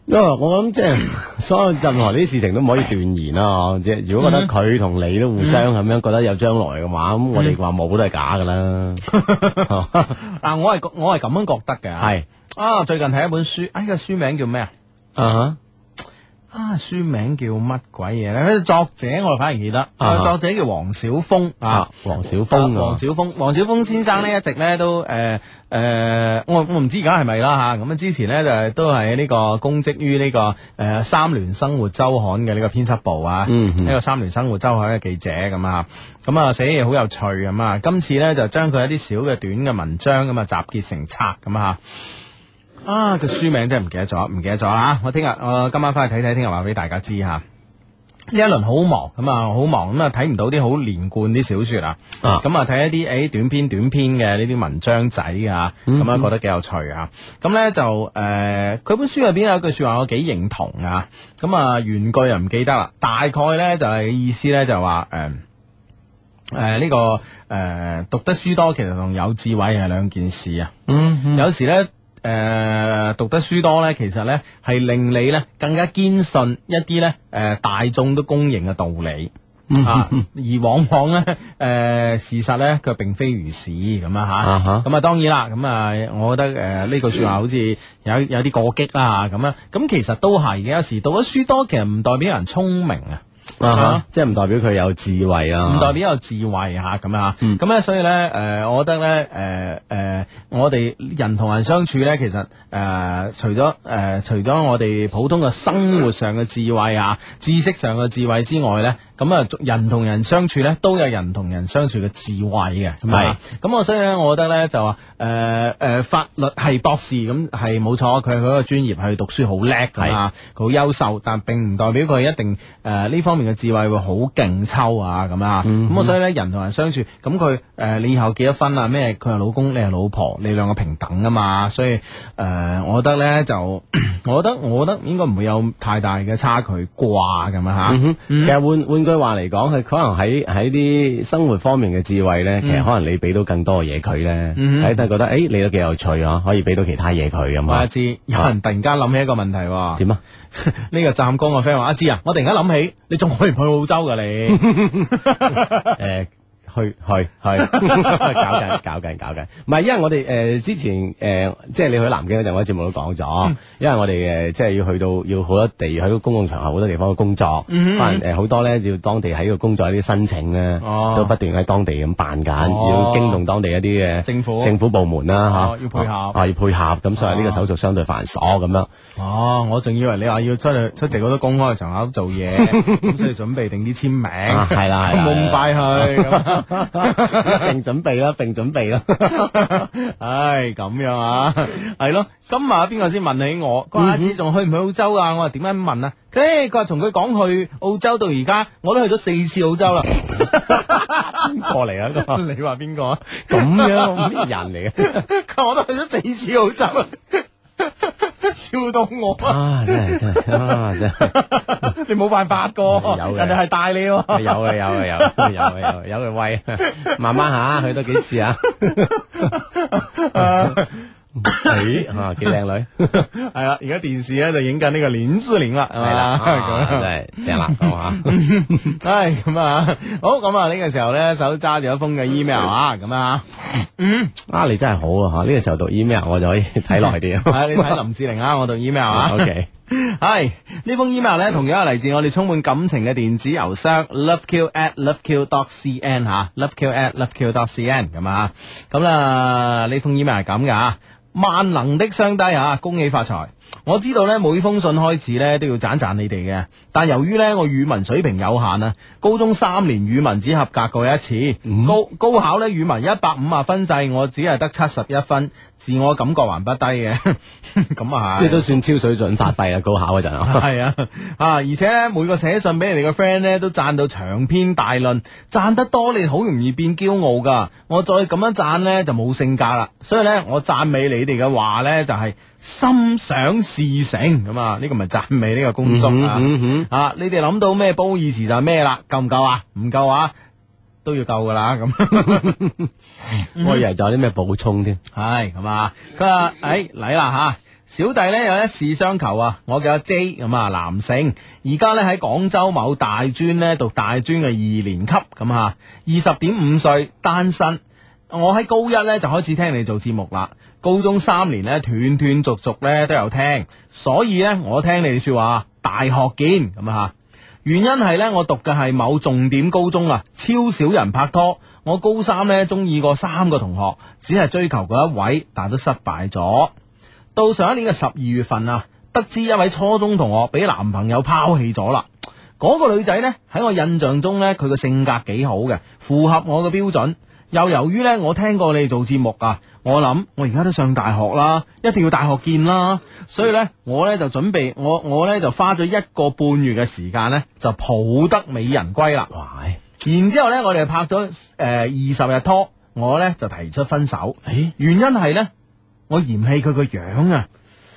I: 因為我諗即係 所有任何呢啲事情都唔可以斷言啦，即係如果覺
G: 嗯
I: 得佢同你都互相咁樣覺得有將來嘅話，咁我哋話冇都係假噶啦。
G: 嗱，啊我係我係咁樣覺得嘅啊。
I: 係
G: 啊，最近睇一本書，哎，個書名叫咩啊？
I: 啊哈
G: 啊，書名叫乜鬼嘢咧？作者我反而記得，
I: 啊
G: 作者叫黃小峰啊
I: 啊，。黃小峰
G: 啊
I: 啊
G: 黃，小峰，黃小峰先生呢，一直呢都誒誒，我我唔知而家係咪啦嚇。咁啊，之前呢，就係都係呢個公職於呢個誒三聯生活周刊嘅呢個編輯部啊，
I: 嗯嗯
G: 呢個三聯生活周刊嘅記者咁啊，咁啊寫嘢好有趣咁啊。今次呢，就將佢一啲小嘅短嘅文章咁啊集結成冊咁啊。啊，個書名真係唔記得咗，唔記得咗啦。我聽日我今晚翻去睇睇，聽日話俾大家知嚇。呢一輪好忙咁啊，好忙咁啊，睇唔到啲好連貫啲小説啊，
I: 啊
G: 咁啊睇一啲誒短篇短篇嘅呢啲文章仔啊，咁啊覺得幾有趣啊。咁呢就呃誒，佢、本書入邊有一句説話我幾認同啊，咁啊原句又唔記得啦，大概呢就係、意思呢就話呃誒。呃誒呢、個誒、讀得書多，其實同有智慧係兩件事啊。
I: 嗯
G: 有時咧。誒、讀得書多咧，其實咧係令你咧更加堅信一啲咧誒大眾都公認嘅道理。
I: 嗯
G: 啊，而往往咧，誒、事實咧，佢並非如是咁啊
I: 啊
G: 嚇，
I: 哈
G: 咁啊當然啦，咁啊，我覺得誒呢、句説話好似有有啲過激啦咁啊，咁其實都係嘅，有時讀得書多，其實唔代表人聰明啊。
I: 啊
G: 啊
I: 哈，即係唔代表佢有智慧啊，
G: 唔代表有智慧吓咁啊，咁咧、所以咧，呃誒、我覺得咧，誒、誒、呃我哋人同人相處咧，其實誒、呃除咗誒、除咗我哋普通嘅生活上嘅智慧啊、知識上嘅智慧之外咧，咁啊，人同人相處咧，都有人同人相處嘅智慧嘅，咁啊，咁我所以咧，我覺得咧就話，誒、誒、法律係博士咁係冇錯，佢係佢個專業去讀書好叻㗎嘛，佢好優秀，但並唔代表佢一定誒呢、方面嘅智慧會好勁抽啊咁啊，咁、
I: 嗯
G: 我所以咧人同人相處，咁佢誒你以後結咗婚啊咩，佢係老公，你係老婆，你兩個平等啊嘛，所以誒、呃我覺得咧就， 我覺得我覺得應該唔會有太大嘅差距啩咁啊嚇。
I: 嗯哼，其實換換句話嚟講，佢可能喺喺啲生活方面嘅智慧咧，其實可能你俾到更多嘅嘢佢咧，睇都係覺得誒你都幾有趣啊，可以俾到其他嘢佢咁
G: 我阿
I: 啊。
G: 志，有人突然間諗起一個問題喎，
I: 點啊？
G: 呢個湛江嘅 friend 話：阿芝啊，我突然間諗起，你仲去唔去澳洲噶你？
I: 誒，呃去 去去，搞緊 搞緊搞緊，唔係因為我哋誒之前誒，即係你去南京嗰陣，我喺節目都講
G: 嗯
I: 咗，因為我哋誒呃即係要去到要好多地，喺個公共場合好多地方嘅工作，可
G: 嗯
I: 能誒好多咧要當地喺個工作一啲申請咧
G: 哦，
I: 都不斷喺當地咁辦緊，
G: 哦
I: 要驚動當地一啲嘅
G: 政府
I: 政府部門啦
G: 哦
I: 嚇，
G: 要配合
I: 啊要配合，咁所以呢個手續相對繁瑣咁 樣。
G: 哦，我仲以為你話要出去出席嗰啲公開嘅場合做 嘢，咁所以準備定啲簽名，
I: 啊 係啦係啦
G: 冇咁快去。咁
I: 並準備啦，並 準備啦。
G: 唉，咁樣啊，係咯。今日邊個先問起我？佢話阿芝
I: 嗯
G: 仲去唔去澳洲啊？我話點解咁問啊？佢佢話從佢講去澳洲到而家，我都去咗四次澳洲 啦。
I: 過嚟啊！個
G: 你話邊個啊？
I: 咁樣咩人嚟嘅？
G: 佢話 我都去咗四次澳洲 啦，笑到我啊！
I: 啊！真係真係啊！真係。
G: 你冇辦法噶，
I: 嗯有嘅
G: 人哋係帶你喎。
I: 有嘅有嘅有嘅有嘅有嘅有嘅威，慢慢下去多幾次啊！咦啊，幾靚女，
G: 係啦，而家電視咧就影緊呢個林志玲啦，係
I: 係啦，啊
G: 嘛？
I: 真係正啦，好啊嘛？
G: 咁唉，咁啊，好咁啊，呢個時候咧手揸住一封嘅 email 啊，咁 啊，
I: 啊，你真係好啊！吓，呢個時候讀 email 我就可以睇耐啲。
G: 係你睇林志玲啊，我讀 email 啊。
I: O K，
G: 系呢封 email 咧，同樣係嚟自我哋充滿感情嘅電子郵箱 loveq at loveq dot cn 吓，loveq at loveq dot cn 咁啊，咁啦呢封 email 係咁噶，萬能的雙低啊，恭喜發財！我知道呢，每封信開始呢都要讚讚你哋嘅，但由於呢，我語文水平有限啊，高中三年語文只合格過一次，
I: 嗯
G: 高高考呢語文一百五啊分制，我只係得七十一分，自我感覺還不低嘅， 咁啊係
I: 即系都算超水準發揮啊！高考嗰陣 啊，
G: 系啊，啊！而且咧，每個寫信俾你哋嘅 friend 咧，都讚到長篇大論，讚得多你好容易變驕傲噶。我再咁樣讚咧，就冇性格啦。所以咧，我讚美你哋嘅話咧，就係心想事成咁啊！呢、個咪讚美呢個工作啊！啊，你哋諗到咩褒義詞就係咩啦？夠唔夠啊？唔夠啊，都要夠噶啦咁。
I: 我以為仲有啲咩補充添。
G: 系咁啊！佢话诶嚟啦吓，小弟呢有一事相求啊！我叫阿 J 咁啊，男性，而家呢喺廣州某大專呢讀大專嘅二年級咁啊，二十點五歲，單身。我喺高一呢就開始聽你做節目啦，高中三年呢斷斷續續呢都有聽，所以呢我聽你说話，大學見咁啊！原因係呢，我讀嘅係某重點高中啊，超少人拍拖。我高三呢，中意過三個同學，只係追求過一位，但都失敗咗。到上一年嘅十二月份啊，得知一位初中同學俾男朋友拋棄咗啦。嗰、個女仔呢，喺我印象中呢，佢個性格幾好嘅，符合我嘅標準。又由於呢，我聽過你做節目啊，我諗我而家都上大學啦，一定要大學見啦。所以呢，我呢就準備我我呢就花咗一個半月嘅時間呢，就抱得美人歸啦。
I: 哇！唉
G: 然之後呢，我哋拍咗誒二十日拖，我呢就提出分手。原因係呢，我嫌棄佢個樣啊！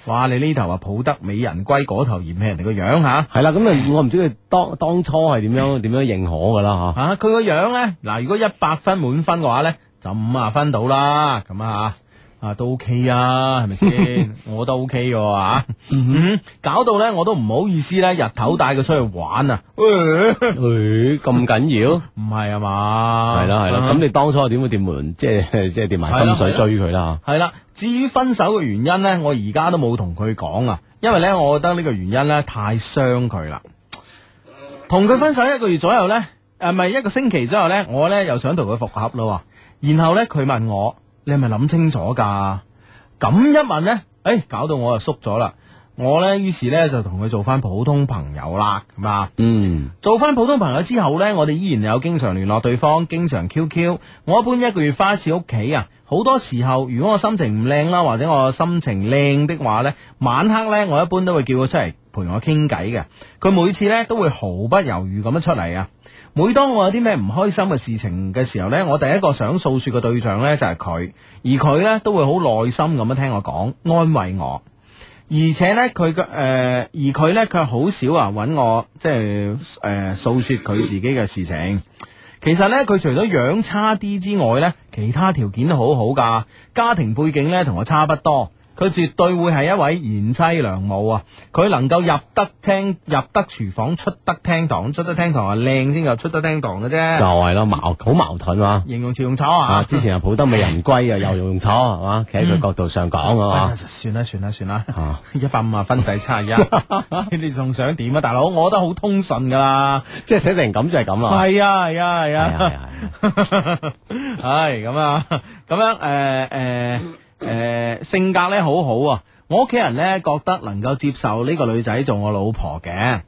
G: 哇！你呢頭話抱得美人歸，嗰頭嫌棄人哋個樣嚇
I: 係啦，咁啊，我唔知佢當當初係點樣點樣認可噶啦
G: 啊嚇，佢個樣呢，嗱，如果一百分滿分嘅話呢，就五啊分到啦，咁啊啊都 OK 啊，係咪 先？我都 OK 嘅喎啊嗯搞到呢，我都唔好意思呢，日頭帶佢出去玩啊，
I: 嚇。誒咁緊要？
G: 唔係啊嘛？
I: 係啦係啦，咁
G: 啊
I: 你當初點會掂門，即係 即係掂埋心水
G: 係啦
I: 追佢啦
G: 系啦，至於分手嘅原因呢，我而家都冇同佢講啊，因為呢，我覺得呢個原因呢太傷佢啦。同佢分手一個月左右呢，诶、唔咪一個星期左右呢，我呢又想同佢復合咯喎。然後呢，佢問我：你係咪諗清楚㗎？咁一問呢，诶、搞到我就縮咗啦。我呢，於是呢，就同佢做翻普通朋友啦，咁啊。
I: 嗯，
G: 做翻普通朋友之後呢，我哋依然有經常聯絡對方，經常 QQ。我一般一個月翻一次屋企啊。好多時候，如果我心情唔靚啦，或者我心情靚的話呢，晚黑呢，我一般都會叫佢出嚟陪我傾偈嘅。佢每次呢，都會毫不猶豫咁樣出嚟啊。每當我有啲咩唔開心嘅事情嘅時候呢，我第一個想訴說嘅對象呢，就係佢，而佢呢，都會好耐心咁樣聽我講，安慰我。而且咧，佢嘅誒，呃而佢咧，佢好少啊揾我，即係誒、呃、訴説佢自己嘅事情。其實咧，佢除咗樣差啲之外咧，其他條件都好好噶，家庭背景咧同我差不多。佢絕對會係一位賢妻良母啊！佢能夠入得廳、入得廚房、出得廳堂、出得廳堂啊，靚先夠出得廳堂嘅
I: 就
G: 啫。
I: 係咯，矛好矛盾啊！
G: 形容詞用錯
I: 啊！
G: 啊！嗯
I: 之前啊，抱得美人歸啊，又用錯係嘛？企喺佢角度上講啊
G: 啊
I: 嘛，
G: 算啦算啦算啦
I: 啊，
G: 一百五啊分仔差 一，你仲想點啊，大佬？我覺得好通順噶啦。
I: 即係寫成咁就係咁啦。
G: 系啊系啊系
I: 係啊係
G: 啊，
I: 啊
G: 系咁啊，咁樣诶诶诶，性格咧好好啊，我屋企人咧覺得能夠接受呢個女仔做我老婆嘅。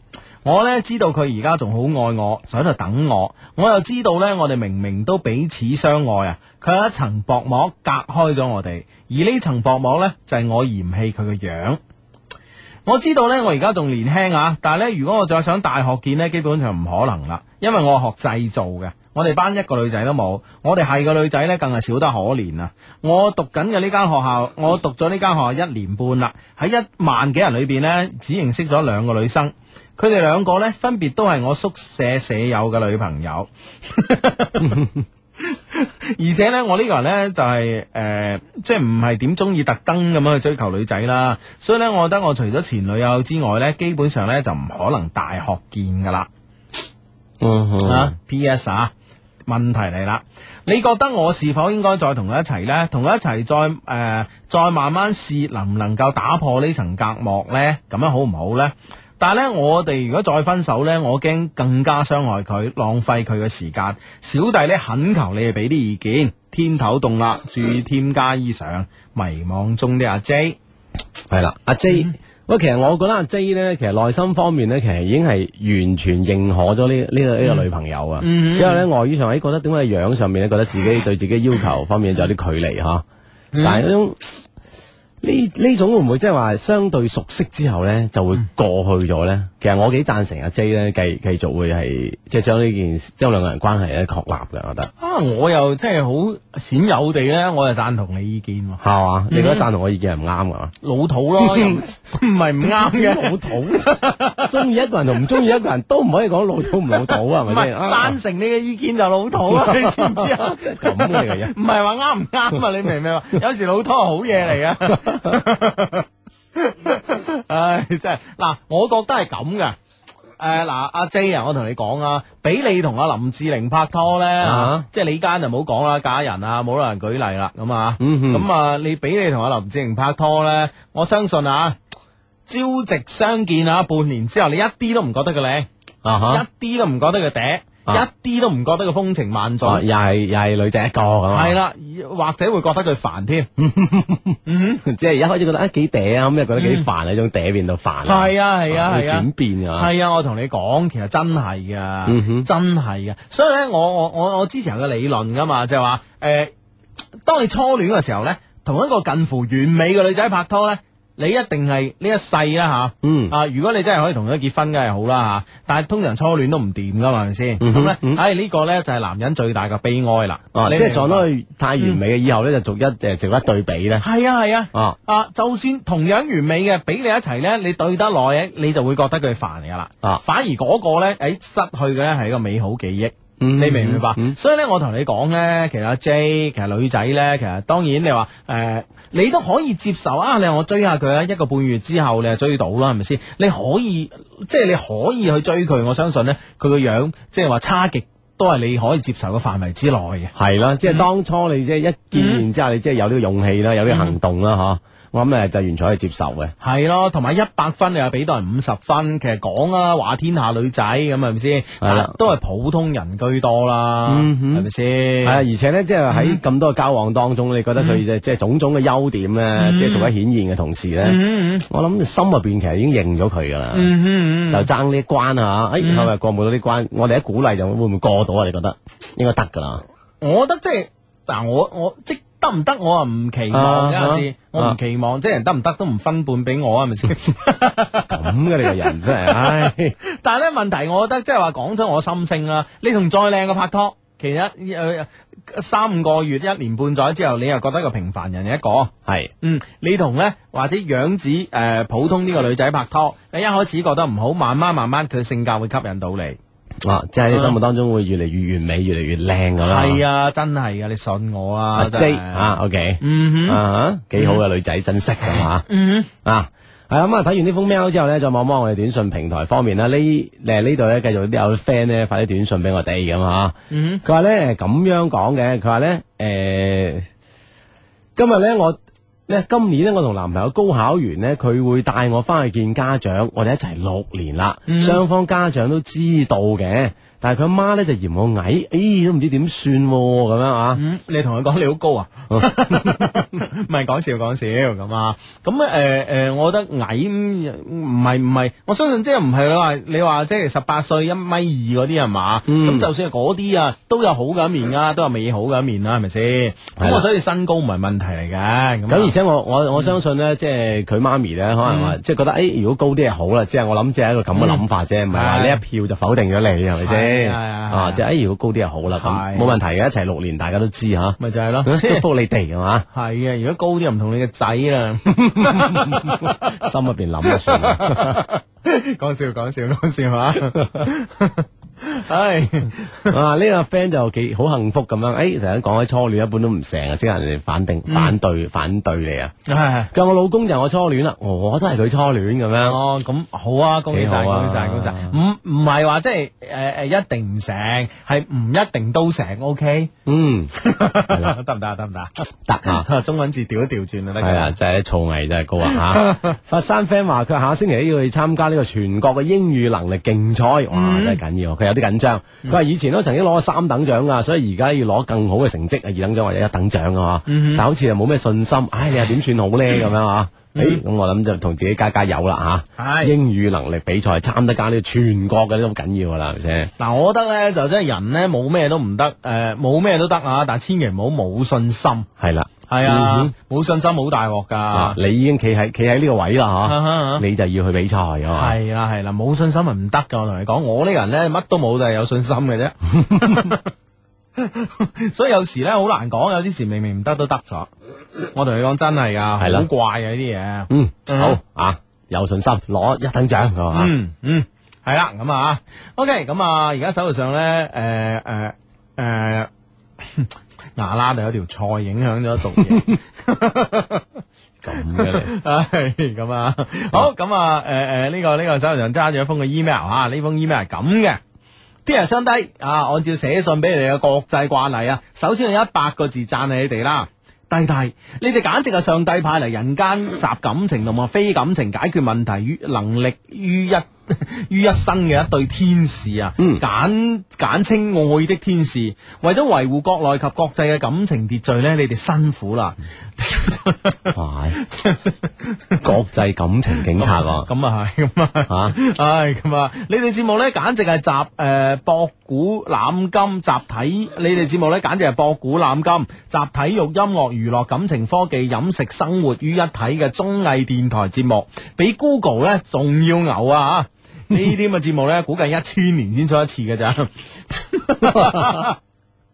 G: 我咧知道佢而家仲好愛我，就喺度等我。我又知道咧，我哋明明都彼此相愛啊，佢有一層薄膜隔開咗我哋，而呢層薄膜咧就係我嫌棄佢嘅樣。我知道呢，我而家仲年輕啊，但係呢，如果我再想大學見呢，基本上唔可能啦，因為我係學製造嘅，我哋班一個女仔都冇，我哋係個女仔呢，更係少得可憐啊！我讀緊嘅呢間學校，我讀咗呢間學校一年半啦，喺一萬幾人裏邊呢，只認識咗兩個女生，佢哋兩個呢，分別都係我宿舍舍友嘅女朋友。而且咧，我呢個人咧就係、呃即係唔係點中意特登咁樣去追求女仔啦，所以咧，我覺得我除咗前女友之外咧，基本上咧就唔可能大學見噶啦。
I: 嗯哼
G: 啊，P.S. 啊，問題嚟啦，你覺得我是否應該再同佢一齊呢？同佢一齊再誒、呃再慢慢試，能唔能夠打破呢層隔膜呢？咁樣好唔好呢？但係呢，我哋如果再分手呢，我驚更加傷害佢，浪費佢嘅時間。小弟呢，懇求你哋俾啲意見。天頭凍啦，注意添加衣裳。迷惘中的阿 J，
I: 係啦，阿 J 喂，其實我覺得阿 J 咧，其實內心方面咧，其實已經係完全認可咗呢呢個呢個女朋友啊。之後咧，外於上，誒覺得點解樣上面咧，覺得自己對自己要求方面就有啲距離嚇。但係嗰種呢呢種會唔會即係話相對熟悉之後咧，就會過去咗咧？其實我幾贊成阿 J 咧，繼繼續會係即係將呢件事將兩個人關係咧確立嘅，我覺得
G: 啊，我又真係好鮮有地咧，我又贊同你意見喎。
I: 係嘛？你覺得贊同我意見係唔啱㗎嘛？
G: 老土 咯，又唔唔係唔啱嘅，老土。
I: 中意一個人同唔中意一個人都唔可以講老土唔老土啊，
G: 唔
I: 係咪
G: 係
I: 先？啊
G: 贊成你嘅意見就老土 啊，你知唔知啊？
I: 真係咁嘅人。
G: 唔係話啱唔啱啊？你明唔明啊？有時老拖係好嘢嚟噶。 唉，真係嗱，我覺得係咁噶。誒嗱，阿 J 啊，我同你講啊，俾你同阿林志玲拍拖咧，
I: 啊
G: 即係李嘉就唔好講啦，嫁人啊，冇人舉例啦，咁啊，
I: 嗯哼
G: 咁啊、你俾你同阿林志玲拍拖咧，我相信啊，朝夕相見啊，半年之後你一啲都唔覺得佢靚，
I: 啊哈！
G: 一啲都唔覺得佢嗲，
I: 啊
G: 一啲都唔覺得佢風情萬種。
I: 哦，又係又係女仔一個咁啊，嗯
G: 系啦，或者會覺得佢煩添。
I: 即係一開始覺得啊幾嗲啊，咁又覺得幾煩啊，種嗲變到煩，
G: 係啊係啊
I: 會
G: 係啊
I: 轉變啊，
G: 係啊，我同你講，其實真係噶，
I: 嗯哼
G: 真係噶。所以咧，我我我我之前有個理論噶嘛，就係話诶，当你初戀嘅時候咧，同一個近乎完美嘅女仔拍拖咧，你一定係呢一世啦吓。
I: 嗯
G: 啊，如果你真係可以同佢結婚，梗係好啦吓。但係通常初戀都唔掂噶嘛，係咪先？
I: 嗯
G: 咁
I: 哼
G: 咧，
I: 嗯
G: 唉，呢個咧就係男人最大嘅悲哀啦。
I: 哦，
G: 你嗯
I: 即係
G: 明
I: 撞
G: 白
I: 到佢太完美嘅，以後咧就逐一誒逐一對比咧，
G: 係啊係啊，
I: 哦
G: 啊就算同樣完美嘅，俾你一齊咧，你對得耐，你就會覺得佢煩噶啦。
I: 啊
G: 反而嗰個咧，誒失去嘅咧係一個美好記憶。
I: 嗯
G: 你明唔明白？
I: 嗯
G: 所以咧，我同你講咧，其實阿 J，其實女仔咧，其實當然你話誒、你都可以接受啊！你話我追下佢啊，一個半月之後你就追到啦，係咪先？你可以即係你可以去追佢，我相信咧，佢個樣即係話差極都係你可以接受嘅範圍之內嘅。
I: 係啦，即
G: 嗯
I: 係當初你即係一見面之後，你即係有呢個勇氣啦，有呢個行動
G: 嗯
I: 啦，嗬，我諗誒就完全可以接受嘅。
G: 系咯，同埋一百分你又俾到人五十分，其實講啊話天下女仔咁係咪先？
I: 係啦
G: 但都係普通人居多啦，
I: 嗯哼
G: 係咪先？
I: 係啊，而且咧，即
G: 嗯
I: 係喺咁多嘅交往當中，你覺得佢嘅即係種種嘅優點咧，即係逐一顯現嘅同時咧，
G: 嗯嗯
I: 我諗心入邊其實已經認咗佢噶啦。
G: 嗯嗯
I: 就爭呢一關啊！誒，係咪過唔到呢關？我哋一鼓勵就會唔會過到啊？你覺得應該得㗎啦。
G: 嗯，我覺得即係嗱，我我即得唔得我啊唔期望嘅
I: 啊
G: 阿志，我唔期望，即係人得唔得都唔分半俾我啊，係咪 先？
I: 咁嘅你個人真係，唉，
G: 但係咧問題，我覺得即係話講出我心聲啦。你同再靚嘅拍拖，其實一呃三五個月、一年半載之後，你又覺得個平凡人一個。
I: 係
G: 嗯，你同咧或者樣子誒、呃普通呢個女仔拍拖，你一開始覺得唔好，慢慢慢慢佢性格會吸引到你。
I: 啊，即係喺你心目當中會越嚟越完美，越嚟越靚咁啦。
G: 係啊，真係啊，你信我啊
I: 阿
G: 真係
I: J 啊，OK，
G: 嗯哼，
I: 啊，幾好嘅女仔，珍惜咁嚇。
G: 嗯
I: 啊。系咁啊！睇完呢封 mail 之後咧，再望望我哋短信平台方面啦。呢誒呢度咧，繼續啲有 friend 咧，發啲短信俾我哋咁啊。
G: 嗯
I: 佢話咧咁樣講嘅，佢話咧誒，今日咧我咧今年咧我同男朋友高考完咧，佢會帶我翻去見家長，我哋一齊六年啦，雙方家長都知道嘅，但係佢阿媽咧就嫌我矮，誒、都唔知點算喎咁樣啊。
G: 嗯，你同佢講你好高啊， 唔係講笑講笑咁啊。咁誒誒，我覺得矮嗯唔係唔係，我相信即係唔係你話你話即係十八歲一米二嗰啲係嘛？咁、
I: 嗯
G: 就算係嗰啲啊，都有好嘅一面啊，都有美好嘅一面啦，係咪先？
I: 係
G: 咁
I: 啦
G: 我所以身高唔係問題嚟嘅。
I: 咁
G: 啊嗯
I: 而且我我我相信咧，即係佢媽咪咧，可能話即係覺得，誒，如果高啲係好啦，即係我諗即係一個咁嘅諗法啫，唔係
G: 係
I: 話呢一票就否定咗你係咪
G: 係
I: 先？
G: 係係
I: 啊，即係誒，如果高啲係好啦，
G: 係
I: 咁冇問題嘅，一齊六年大家都知吓，
G: 咪就係咯，即
I: 祝
G: 係
I: 福你哋 係嘛，
G: 係啊！如果高啲又唔同你嘅仔 啦，
I: 心入邊諗就啊算啦。
G: 講笑講笑講笑 啊！唉，
I: 啊，呢個 friend 就幾好幸福咁樣，哎誒，頭先講起初戀一般都唔成啊，即係人哋反
G: 嗯
I: 定反對反對你啊。
G: 係
I: 佢話我老公就係我初戀啦，我都係佢初戀咁樣。
G: 哦，咁好啊，恭喜晒，
I: 幾好啊
G: 恭喜晒，恭喜晒！唔唔係話即係誒誒一定唔成，係唔一定都成，OK？
I: 嗯，
G: 得唔 得啊？得唔得啊？
I: 得 啊。
G: 中文字調一調轉就得
I: 系啊，
G: 㗎。
I: 真系造詣真係高 啊吓！佛山
G: 嗯
I: friend 話佢下星期要去參加呢個全國嘅英語能力競賽，哇，真係緊要，佢有啲緊章。佢話以前都曾經攞過三等獎啊噶，所以而家要攞更好嘅成績啊，二等獎或者一等獎啊嘛。
G: 嗯
I: 但好似又冇咩信心，唉，你又點算好咧咁樣啊？誒，咁我諗就同自己加加油啦吓。
G: 嗯係
I: 英語能力比賽參得加呢個全國嘅都好緊要噶啦，係咪先？
G: 嗱，我覺得咧就真係人咧冇咩都唔得，诶冇咩都得啊，但千祈唔好冇信心。
I: 係啦。
G: 系啊，冇信心好大鑊
I: 嗯啊
G: 噶！。
I: 你已經企喺企喺呢個 位
G: 啊哈
I: 啦
G: 啊
I: 吓，你就要去比賽啊嘛。
G: 係啦係啦，冇信心係唔得噶。我同你講，我呢個人咧乜都冇，就係有信心嘅啫。 所以有時咧好難講，有啲時明明唔得都得咗。我同你講真係噶，
I: 係啦
G: 好怪嘅呢啲嘢。
I: 嗯，
G: 嗯
I: 好啊，有信心攞一等獎係嘛。
G: 嗯嗯，係啦，咁啊，OK，咁啊，而家手頭上咧，诶诶诶， 牙罅度有條菜影響咗讀嘢。
I: 咁嘅你
G: 唉，咁啊，好，咁啊，诶、诶，呢、個个呢、個个手頭上揸住一封嘅 email 啊，呢封 email 係咁嘅。啲人相低啊，按照寫信俾你哋嘅國際慣例啊，首先用一百個字讚你哋啦。弟弟，你哋簡直係上帝派嚟人間集感情同埋非感情解決問題於能力於一 於一身嘅一對天使啊，簡簡稱愛的天使。為咗維護國內及國際嘅感情秩序呢，你哋辛苦啦。
I: 哇，國際感情警察喎。
G: 咁啊係，咁啊
I: 啊
G: 唉，咁啊，你哋節目咧，簡直係集誒、呃博古攬今，集體你哋節目咧，簡直係博古攬今，集體育、音樂、娛樂、感情、科技、飲食、生活於一體嘅綜藝電台節目，比 Google 咧仲要牛啊！呢啲咁嘅節目咧，估計一千年先出一次嘅咋。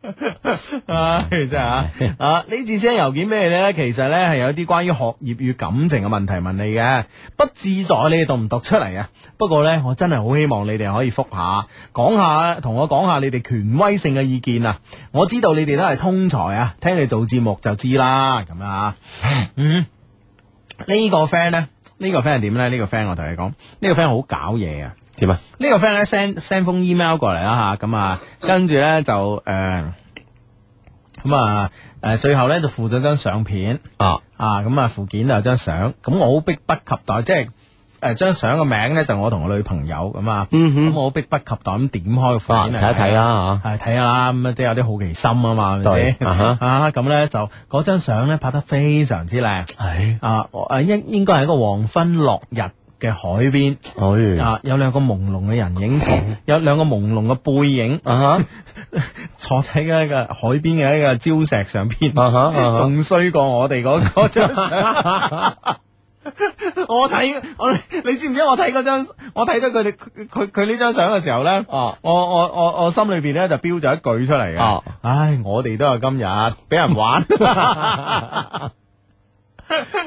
G: 唉，真係啊！啊，呢次寫郵件俾你咧，其實咧係有啲關於學業與感情嘅問題問你嘅，不自在你哋讀唔讀出嚟啊？不過咧，我真係好希望你哋可以覆下，講下同我講下你哋權威性嘅意見啊！我知道你哋都係通才啊，聽你做節目就知啦，咁啊，嗯，呢、個 friend 咧，呢、個 friend 係點咧？呢、個 friend 我同你講，呢、個 friend 好搞嘢啊！
I: 點啊？
G: 呢個 friend 咧 send send 封 email 過嚟啦吓，咁啊，跟住咧就诶，咁啊诶，最後咧就附咗張相片
I: 啊，
G: 啊，咁啊附件就有張相，咁我好迫不及待，即係诶張相嘅名咧就我同我女朋友咁啊，咁我好迫不及待咁點開個附
I: 嗯啊
G: 件嚟
I: 睇一睇啦
G: 系睇下啦，咁啊即係有啲好奇心啊嘛，係咪
I: 對
G: 先
I: 啊哈
G: 啊？咁咧就嗰張相咧拍得非常之靚
I: 嚇。係，
G: 啊！诶應應該係一個黃昏落日嘅海邊。
I: 哎
G: 啊，有兩個朦朧嘅人影，有兩個朦朧嘅背影，
I: 啊
G: 坐喺一個海邊嘅一個礁石上邊，
I: 啊哈啊哈
G: 仲衰過我哋嗰嗰張相。 我睇我你知唔知我睇嗰張我睇到佢哋佢佢佢呢張相嘅時候咧，
I: 哦
G: 我我我我心裏邊咧就標咗一句出嚟嘅，
I: 哦
G: 唉，我哋都有今日，啊 俾人玩。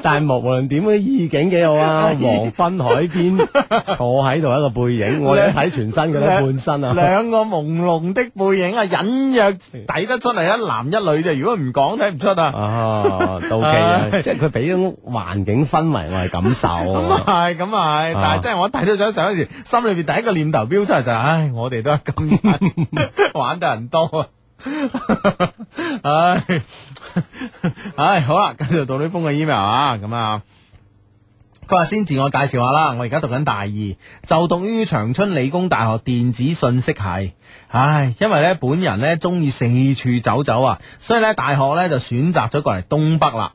I: 但係無無論點嘅意境幾好 啊！黃昏海邊坐喺度一個背影，我哋一睇全身嘅咧半身 啊！
G: 两个朦胧的背影啊，隱約睇得出嚟一男一女啫。如果唔講睇唔出啊。
I: 啊，妒忌啊！
G: 唉
I: 即係佢俾種環境氛圍我係感受
G: 咁
I: 啊。
G: 係咁係，但係真係我睇到張相嗰時，心裏邊第一個念頭飆出嚟就係，唉，我哋都係咁玩， 玩得人多啊。唉，唉，好啦，繼續到呢封嘅 email 啊，咁啊。佢話先自我介紹下啦，我而家讀緊大二，就讀於長春理工大學電子信息系。唉，因為咧本人咧中意四處走走啊，所以咧大學咧就選擇咗過嚟東北啦。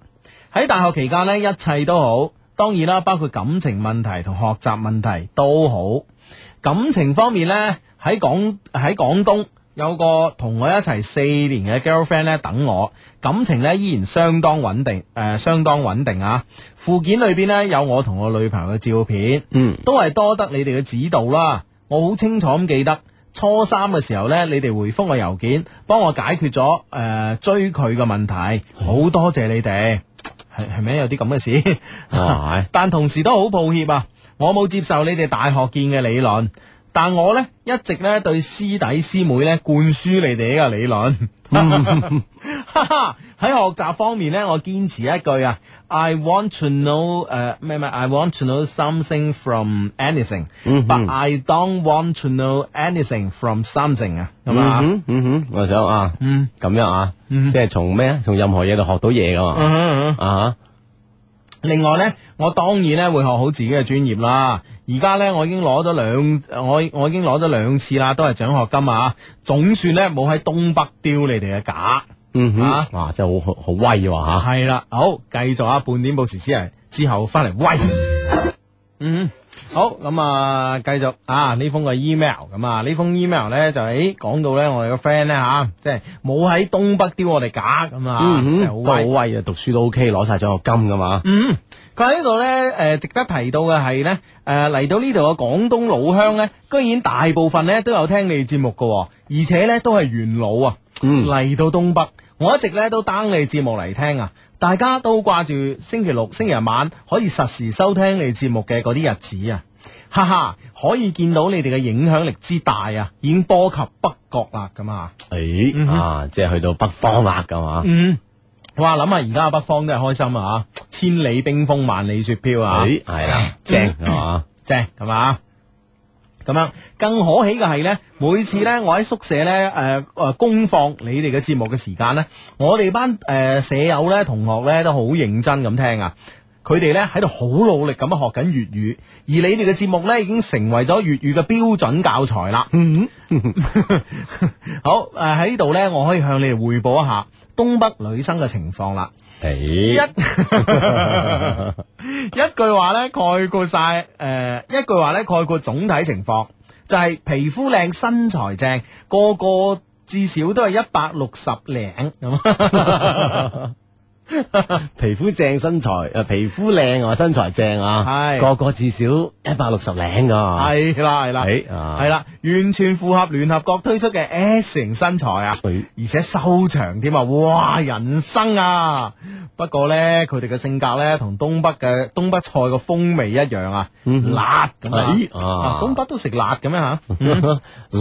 G: 喺大學期間呢，一切都好，當然啦，包括感情問題同學習問題都好。感情方面呢，喺廣喺廣東有個同我一齊四年嘅 girlfriend 咧等我，感情呢依然相當穩定，誒、呃相當穩定啊！附件裏邊呢，有我同我女朋友嘅照片，
I: 嗯，
G: 都係多得你哋嘅指導啦。我好清楚咁記得。初三嘅時候呢，你哋回覆我郵件，幫我解決咗誒、呃追佢嘅問題，好多謝你哋。係係咪有啲咁嘅 事？
I: 哇哦係
G: 但同時都好抱歉啊，我冇接受你哋大學見嘅理論，但我呢，一直呢對師弟師妹呢灌輸你哋呢個理論。 哈哈喺學習方面呢，我堅持一句啊，I want to know 誒咩咩，I want to know something from
I: 嗯
G: anything，but I don't want to know anything from something 啊，咁啊。
I: 嗯哼嗯哼，我想啊，嗯，咁樣啊，即係從咩啊？從任何嘢度學到嘢噶
G: 嗯
I: 嘛？啊哈，
G: 另外呢，我當然咧會學好自己嘅專業啦，而家呢，我已經攞咗兩，我我已經攞咗兩次啦，都係獎學金啊，總算呢，冇喺東北丟你哋嘅架。
I: 嗯哼
G: 啊，
I: 哇，真係好好好威喎吓！
G: 系啦，好，繼續啊，半點報時之嚟之後翻嚟喂。嗯，好，咁啊，繼續啊，呢封嘅 email，咁啊，呢封 email 咧就誒講到咧，我哋個 friend 咧吓，即係冇喺東北丟我哋假咁啊，
I: 嗯
G: 真係
I: 哼，都
G: 好
I: 好
G: 威。
I: 威啊！讀書都 OK，攞晒獎學金噶嘛。
G: 嗯，佢喺呢呃度咧，誒、值得提到嘅係咧，誒、嚟到呢度嘅廣東老鄉咧，居然大部分咧都有聽你節目嘅、喎，而且咧都係元老啊，
I: 嗯
G: 嚟、到東北，我一直咧都 down 你節目嚟聽啊，大家都掛住星期六、星期日晚可以實時收聽你節目嘅嗰啲日子啊。哈哈，可以見到你哋嘅影響力之大啊，已經波及北角啦，咁啊，
I: 诶啊，即係去到北方啦，咁啊。
G: 嗯，哇，諗下而家嘅北方真係開心啊，千里冰封，萬里雪飄啊，
I: 诶，哎係啦，正 係嘛。
G: 正係嘛？咁樣更可喜嘅係呢，每次呢，我喺宿舍呢，誒、呃、誒公放你哋嘅節目嘅時間呢，我哋班誒、呃舍友呢，同學呢，都好認真咁聽啊！佢哋呢，喺度好努力咁樣學緊粵語，而你哋嘅節目呢，已經成為咗粵語嘅標準教材啦。 好誒喺呢度呢，我可以向你哋匯報一下東北女生嘅情況啦。
I: 哎诶，
G: 一句話咧概括晒誒、呃一句話咧概括總體情況，就係、皮膚靚、身材正，個個至少都係一百六十零
I: 嗯
G: 咁。
I: 皮膚正，身材诶，皮膚靚啊，身材正啊，
G: 係
I: 個個至少一百六十零噶。
G: 係啦係啦，
I: 係啊
G: 係啦，完全符合聯合國推出嘅 S 型身材啊！
I: 係
G: 而且修長添啊！哇，人生啊！不過呢，佢哋嘅性格呢，同東北嘅東北菜嘅風味一樣啊，辣咁啊
I: 咦！嗯啊
G: 啊東北都食辣嘅咩吓？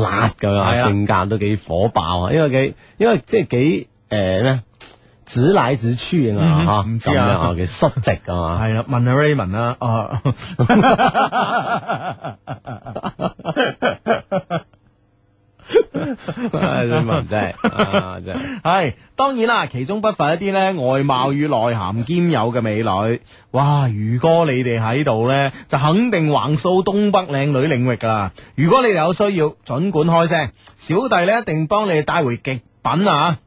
I: 辣咁
G: 嗯係
I: 樣，
G: 啊
I: 性格都幾火爆啊！因為幾，因為即係幾诶咩，直來直去啊嘛
G: 嗯
I: 吓，
G: 唔知
I: 咁
G: 啊
I: 樣嘅率直啊嘛。
G: 系啦，問下 Raymond 啦，啊，
I: 唉哎你問真係啊，真係。
G: 系當然啦，其中不乏一啲咧外貌與內涵兼有嘅美女。哇，如果你哋喺度咧，就肯定橫掃東北靚女領域噶啦。如果你哋有需要，盡管開聲，小弟咧一定幫你哋帶回極品啊！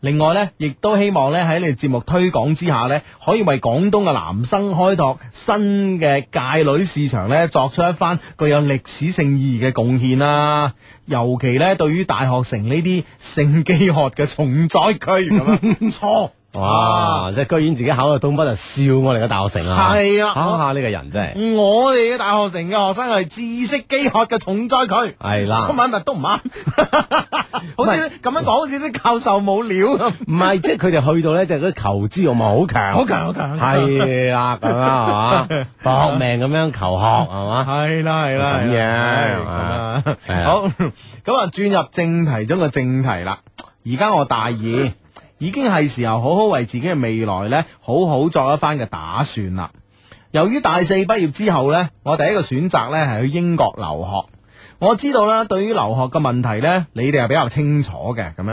G: 另外呢，亦都希望呢喺你哋節目推廣之下呢，可以為廣東嘅男生開拓新嘅界女市場呢，作出一番具有歷史性意義嘅貢獻啦。尤其呢，對於大學城呢啲性飢渴嘅重災區咁 樣，錯
I: 哇！即系居然自己考到東北就笑我哋嘅大學城啊！
G: 啊係啊
I: 考下呢個人真係
G: 我哋嘅大學城嘅學生係知識飢渴嘅重災區。
I: 係
G: 中
I: 啦，
G: 文咪都唔 啱，好似咁樣講，好似啲教授冇料咁。
I: 唔係即係佢哋去到咧，就係嗰啲求知欲望好強，
G: 好強好強好強
I: 係啦咁啊， 係嘛，搏命咁樣求學係嘛，
G: 系啦系啦，
I: 咁
G: 係
I: 樣
G: 啦係
I: 係啊
G: 咁啊，好咁啊，轉入正題中嘅正題啦。而家我大二，已經係時候好好為自己嘅未來呢，好好作一番嘅打算啦。由於大四畢業之後呢，我第一個選擇呢係去英國留學。我知道啦，對於留學嘅問題呢，你哋係比較清楚嘅咁樣。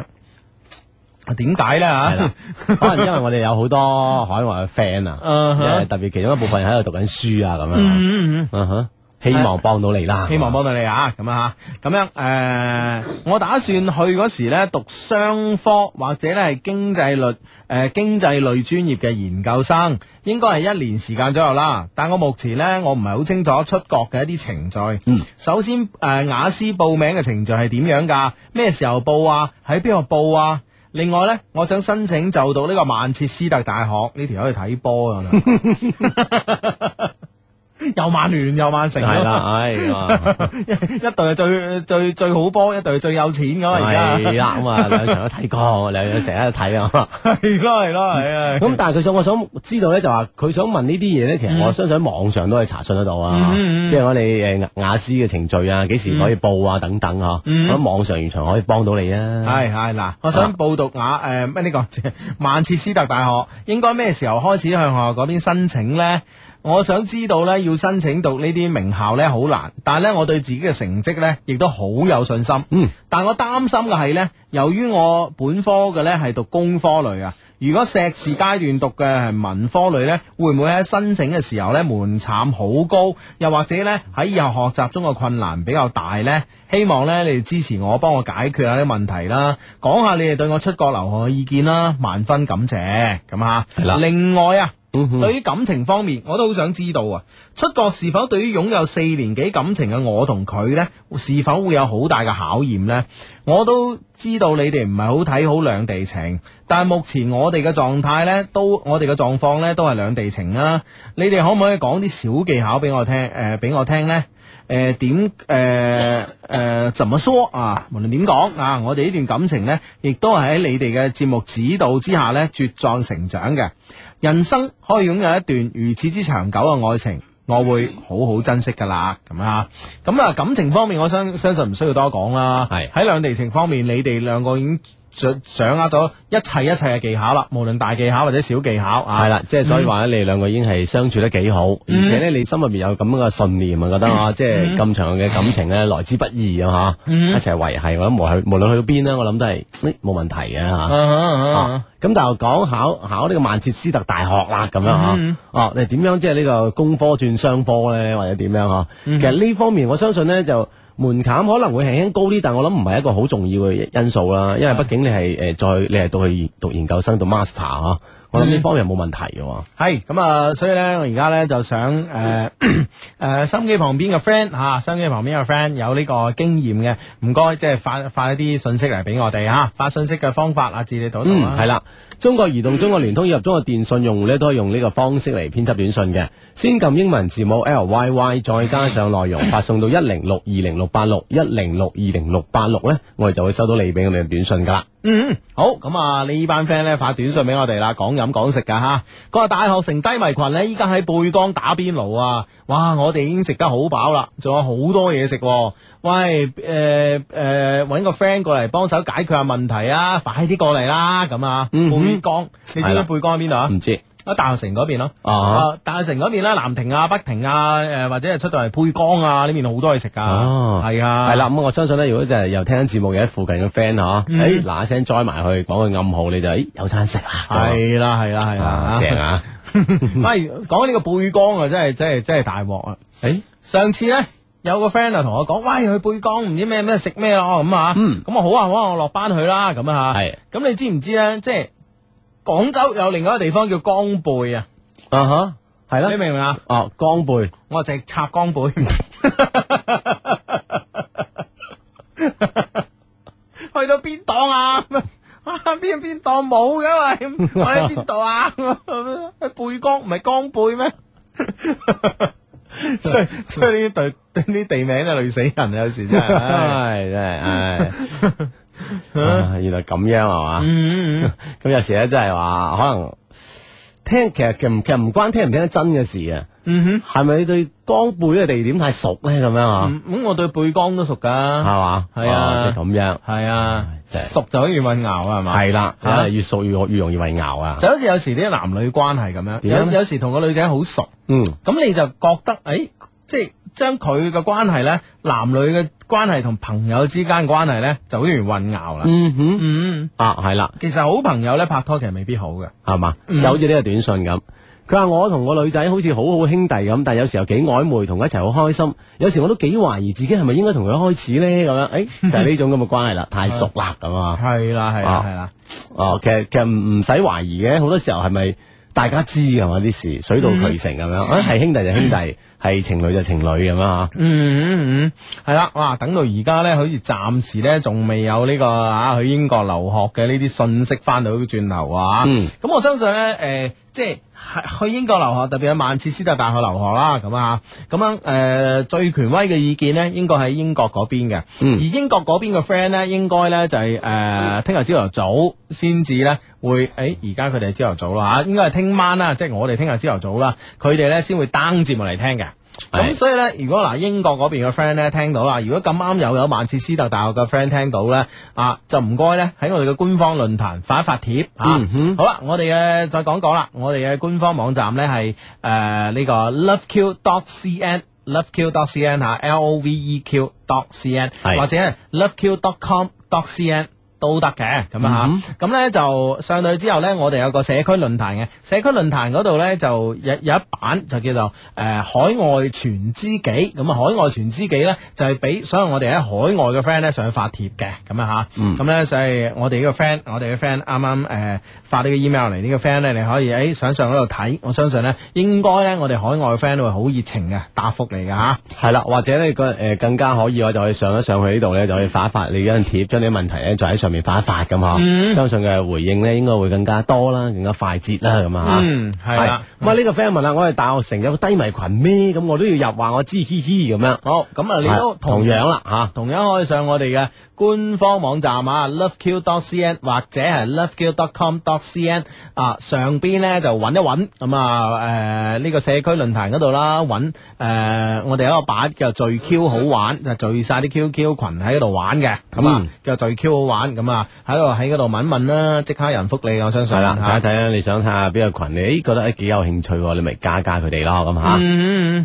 G: 啊點解
I: 係
G: 呢？
I: 啦，可能因為我哋有好多海外嘅 friend
G: 嗯
I: 啊，
G: 哼
I: 特別其中一部分喺度讀緊書啊咁樣，
G: 嗯嗯嗯。
I: 嗯哼，希望幫到你啦，
G: 希望幫到你啊，咁啊咁樣誒、呃我打算去嗰時咧讀商科或者咧係經濟類誒、經濟類專業嘅研究生，應該係一年時間左右啦。但我目前咧，我唔係好清楚出國嘅一啲程序。嗯，首先誒、雅思報名嘅程序係點樣㗎？咩時候報啊？喺邊度報啊？另外咧，我想申請就讀呢個曼徹斯特大學，呢條可以睇波啊！ 又曼聯又曼城，
I: 係啦，哎唉， 哇
G: 一一隊係最最最好波，一隊係最有錢咁嘛，而家
I: 係啦咁啊，兩場都睇過，兩樣成日都睇啊。
G: 係咯係咯係 啊，
I: 咁但係佢想，我想知道咧，就話佢想問呢啲嘢咧，其實我相信喺網上都可以查詢得到啊。
G: 嗯嗯嗯嗯
I: 譬如我哋誒雅思嘅程序啊，幾時可以報啊，等等啊。
G: 嗯
I: 我喺網上完全可以幫到你啊。
G: 係係嗱，我想報讀雅诶咩呢個 曼徹斯特大學，應該咩時候開始向學校嗰邊申請呢？我想知道呢，要申請讀呢啲名校呢好難，但係呢，我對自己嘅成績呢亦都好有信心。
I: 嗯，
G: 但我擔心嘅係呢，由於我本科嘅呢係讀工科類啊，如果碩士階段讀嘅係文科類呢，會唔會喺申請嘅時候呢門檻好高？又或者呢，喺以後學習中嘅困難比較大呢？希望呢，你哋支持我，幫我解決下啲問題啦，講下你哋對我出國留學嘅意見啦，萬分感謝咁啊！
I: 係啦
G: 另外啊。對於感情方面，我都好想知道啊！出國是否對於擁有四年幾感情嘅我同佢呢，是否會有好大嘅考驗呢？我都知道你哋唔係好睇好兩地情，但係目前我哋嘅狀態呢，都我哋嘅狀況呢，都係兩地情啊！你哋可唔可以講啲小技巧俾我聽？誒、俾我聽呢？誒點誒誒怎麼說啊？無論點講啊，我哋呢段感情呢，亦都係喺你哋嘅節目指導之下呢，茁壯成長嘅。人生可以擁有一段如此之長久嘅愛情，我會好好珍惜噶啦。咁啊，咁啊感情方面，我相相信唔需要多講啦。
I: 係
G: 喺兩地情方面，你哋兩個已經掌掌握咗一切一切嘅技巧啦，無論大技巧或者小技巧啊。
I: 系啦，即係所以話咧，你哋兩個已經係相處得幾好，
G: 嗯
I: 而且咧你心入边有咁樣嘅信念啊，覺得啊，即係咁長嘅感情咧來之不易啊，吓，
G: 嗯
I: 一齊維係，我諗無論無論去到邊咧，我諗都係咦冇問題嘅吓。
G: 啊啊啊啊
I: 啊咁但係講考考呢個曼徹斯特大學啦，咁樣
G: 嗯
I: 吓，哦，你點樣即係呢個工科轉商科咧，或者點樣吓？
G: 嗯
I: 其實呢方面我相信咧就。門檻可能會輕輕高啲，但我諗唔係一個好重要嘅因素啦，因為畢竟你係誒再你係到去讀研究生到 master 啊，我
G: 嗯
I: 諗呢方面冇問題嘅喎。
G: 系咁啊，所以咧，我而家咧就想诶诶、呃 心機旁邊嘅 friend 吓，心機旁邊嘅 friend 有呢個經驗嘅，唔該，即係發發一啲信息嚟俾我哋吓、發信息嘅方法啊，至你度度
I: 嗯，
G: 啊嗯
I: 系，啦。中國移動、中國聯通以及中國電信用户咧，都係用呢個方式嚟編輯短信嘅。先撳英文字母 L Y Y，再加上內 容，發送到一零六二零六八六一零六二零六八六咧，我哋就會收到你俾我哋嘅短信噶啦。
G: 嗯，好，咁啊，呢班 friend 咧發短信俾我哋啦，講飲講食噶吓，佢話大學城低迷群咧，依家喺貝江打邊爐啊，哇，我哋已經食得好飽啦，仲有好多嘢食、喎。喂，诶、诶，搵、個 friend 過嚟幫手解決下問題啊，快啲過嚟啦，咁啊，貝江，你知唔
I: 嗯係
G: 知
I: 啦
G: 貝江喺邊度啊？
I: 唔知
G: 喺大學城嗰邊咯，
I: 啊
G: 大學城嗰邊咧，南亭啊、北亭啊，誒、或者係出到嚟配江啊，呢邊好多嘢食噶，
I: 哦
G: 係啊，
I: 係啦，咁我相信咧，如果就係又聽緊節目嘅喺附近嘅 friend 嗬，
G: 嗯
I: 誒嗱一聲 join 埋去講個暗號，你就誒有餐食啦。
G: 係啦，係啦，係
I: 咁
G: 啦，
I: 啊啊，正啊！
G: 喂，講起呢個背江啊，真係真係真係大鑊啊！
I: 誒
G: 上次咧有個 friend 啊同我講，喂，去背江唔知咩咩食咩咯咁啊，咁啊好啊好啊，我落班去啦咁啊
I: 嗯係
G: 咁你知唔知咧？即係廣州有另外一個地方叫江背啊，
I: 啊哈，係
G: 你
I: 啦，
G: 明唔明啊？
I: 哦，江貝。
G: 我就係插江背。去到邊檔啊？啊邊邊檔冇嘅喂，我喺邊度啊？喺背江唔係江背咩？所以所以呢啲地呢啲地名真係累死人啊！有時 真係。唉
I: 唉，真系唉，啊原來咁樣係嘛？
G: 嗯
I: 咁有時咧，真係話可能聽其實其實其實唔關聽唔聽得真嘅事啊。嗯哼，係咪你對江背嘅地點太熟咧？咁樣啊，
G: 咁、我對背江都熟
I: 係
G: 噶，
I: 嘛？
G: 嗯係啊
I: 哦即係咁樣，
G: 係啊，
I: 真係
G: 熟就可以混淆啊，係嘛？
I: 係啦，
G: 嚇
I: 真係越熟越越容易為淆啊。
G: 就好似有時啲男女關係咁樣，
I: 點樣呢
G: 有有時同個女仔好熟。
I: 嗯，
G: 咁你就覺得，誒、即係將佢嘅關係呢，男女嘅關係同朋友之間嘅關係呢，就好容易混淆啦。
I: 嗯哼，
G: 嗯，
I: 啊，係啦。
G: 其實好朋友呢，拍拖其實未必好嘅。
I: 係嘛？就好似呢個短信咁。佢話我同個女仔好似好好兄弟咁，但有時候幾曖昧，同佢一齊好開心。有時我都幾懷疑自己係咪應該同佢開始咧咁樣。誒、就係、呢種咁嘅關係啦，太熟啦咁啊。
G: 係啦，係
I: 啊
G: 係啦。
I: 哦，其實其實唔唔使懷疑嘅，好多時候係咪大家知㗎嘛啲事，水到渠成咁樣。啊，係兄弟就兄弟，係情侶就情侶咁樣啊。
G: 嗯嗯嗯，係啦，哇！等到而家呢，好似暫時呢，仲未有呢、個啊去英國留學嘅呢啲信息翻到轉頭啊。
I: 嗯
G: 咁我相信呢，誒、即係係去英國留學，特別係曼徹斯特大學留學啦，咁啊，咁樣誒、最權威嘅意見呢，應該喺英國嗰邊嘅。
I: 嗯
G: 而英國嗰邊嘅 friend 呢，應該呢就係誒聽日朝頭早先至呢。會誒，而家佢哋係朝頭早啦啊嚇，應該係聽晚啦，即係我哋聽日朝頭早啦，佢哋呢先會 down 節目嚟聽嘅。咁
I: 係
G: 所以咧，如果嗱英國嗰邊嘅 friend 咧聽到啦，如果咁啱又有曼徹斯特大學嘅 friend 聽到咧，啊就唔該咧喺我哋嘅官方論壇發一發帖啊。
I: 嗯
G: 好啦，我哋嘅再講講啦，我哋嘅官方網站咧係呃誒呢個 loveq.cn。loveq.cn 嚇，L O V E Q dot C N，
I: 係
G: 或者係 loveq.com dot C N 都得嘅咁啊吓，咁咧就上到去之後咧，我哋有個社區論壇嘅，社區論壇嗰度咧就有有一版就叫做诶、呃海外傳知己，咁啊海外傳知己咧就係俾所有我哋喺海外嘅 friend 咧上去發帖嘅，咁啊吓，咁咧所以我哋呢個 friend，我哋嘅 friend 啱啱诶發呢個 email 嚟，呢、個 friend 咧你可以喺上上嗰度睇，我相信咧應該咧我哋海外嘅 friend 會好熱情嘅答覆你嘅吓，
I: 系啦，或者咧個誒更加可以，我就可以上一上去呢度咧，就可以發一發你嗰陣貼，將啲問題咧就喺上面發一發咁嚇。
G: 嗯
I: 相信嘅回應咧應該會更加多啦，更加快捷啦咁啊
G: 嗯
I: 嚇。
G: 係啦
I: 係咁啊呢個 friend 問下我哋大學城有個低迷群咩？咁我都要入話我知嘻嘻咁樣。
G: 好，咁啊你都
I: 係同樣啦嚇。
G: 同樣可以上我哋嘅官方網站啊，loveq.cn 或者係 loveq.com.cn 啊，上邊呢就揾一揾咁啊，誒、呢、個社區論壇嗰度啦，揾誒、我哋有一個版叫做聚 Q 好玩，就聚晒啲 QQ 群喺嗰度玩嘅，咁啊、
I: 嗯
G: 叫做聚 Q 好玩，咁啊喺度喺嗰度問一問啦，即刻有人覆你，我相信
I: 係啦，
G: 嚇
I: 睇一睇啦，你想睇下邊個群，你誒覺得誒幾有興趣喎，你咪加加佢哋咯咁嚇。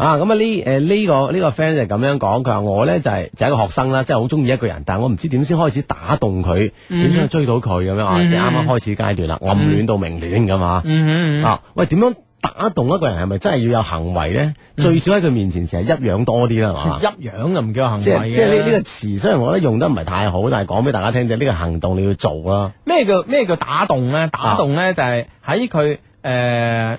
I: 啊，咁啊呢誒呢個呢個 friend 就咁樣講，佢話我咧就係就係一個學生啦，即係好中意一個人，但係我唔知點先開始打動佢，點先去追到佢咁樣啊，即係啱啱開始階段啦，暗戀到明戀咁啊。
G: 嗯
I: 啊，喂，點樣打動一個人係咪真係要有行為咧？最少喺佢面前成日一樣多啲啦，係嘛？
G: 一樣嗯就唔啊叫行
I: 即係
G: 為
I: 即係呢
G: 嘅
I: 呢個詞，雖然我覺得用得唔係太好，但係講俾大家聽就係呢個行動你要做啦。
G: 咩叫咩叫打動咧？打動
I: 啊
G: 咧就係喺佢诶，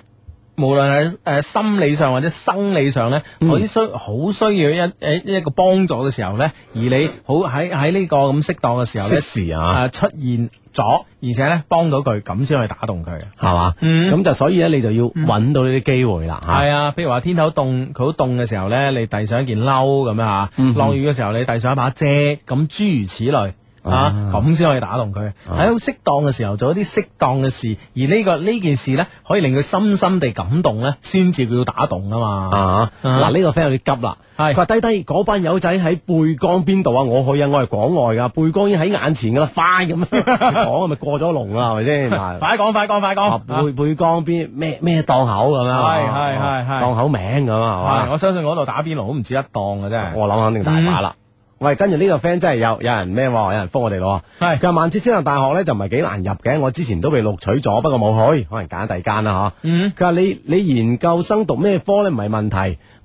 G: 無論係诶心理上或者生理上咧，
I: 嗯
G: 好需好需要一诶一個幫助嘅時候咧，而你好喺喺呢個咁適當嘅時候咧，
I: 適時啊
G: 誒出現咗，而且咧幫到佢，咁先可以打動佢。
I: 係嘛？
G: 嗯
I: 咁就所以咧，你就要揾到呢啲機會啦嚇。
G: 係啊，譬如話天頭凍，佢好凍嘅時候咧，你遞上一件褸咁樣吓；
I: 嗯
G: 落雨嘅時候，你遞上一把遮，咁諸如此類。
I: 哦
G: 啊，咁先可以打動佢。喺好適當嘅時候做一啲適當嘅事，而呢、個呢件事咧，可以令佢深深地感動咧，先至叫打動啊嘛。
I: 啊！
G: 啊
I: 嗱，呢個 friend 有啲急啦，
G: 係
I: 佢話低低嗰班友仔喺貝江邊度啊，我去啊，我係港外噶，貝江已經喺眼前噶啦，快咁 樣講啊，咪過咗龍啦，係咪先？嗱
G: 快講，快講，快講！
I: 啊貝貝江邊咩咩檔口咁樣啊，
G: 係係係係
I: 檔口名咁啊，係嘛
G: 係，？我相信嗰度打邊爐都唔止一檔嘅真係。
I: 我諗肯定大把啦。喂，跟住呢個 friend 真係有有人咩喎？有人覆我哋咯。
G: 係
I: 佢話萬千先生大學咧就唔係幾難入嘅，我之前都被錄取咗，不過冇去，可能揀第二間啦嚇。
G: 嗯
I: 佢話你你研究生讀咩科咧唔係問題，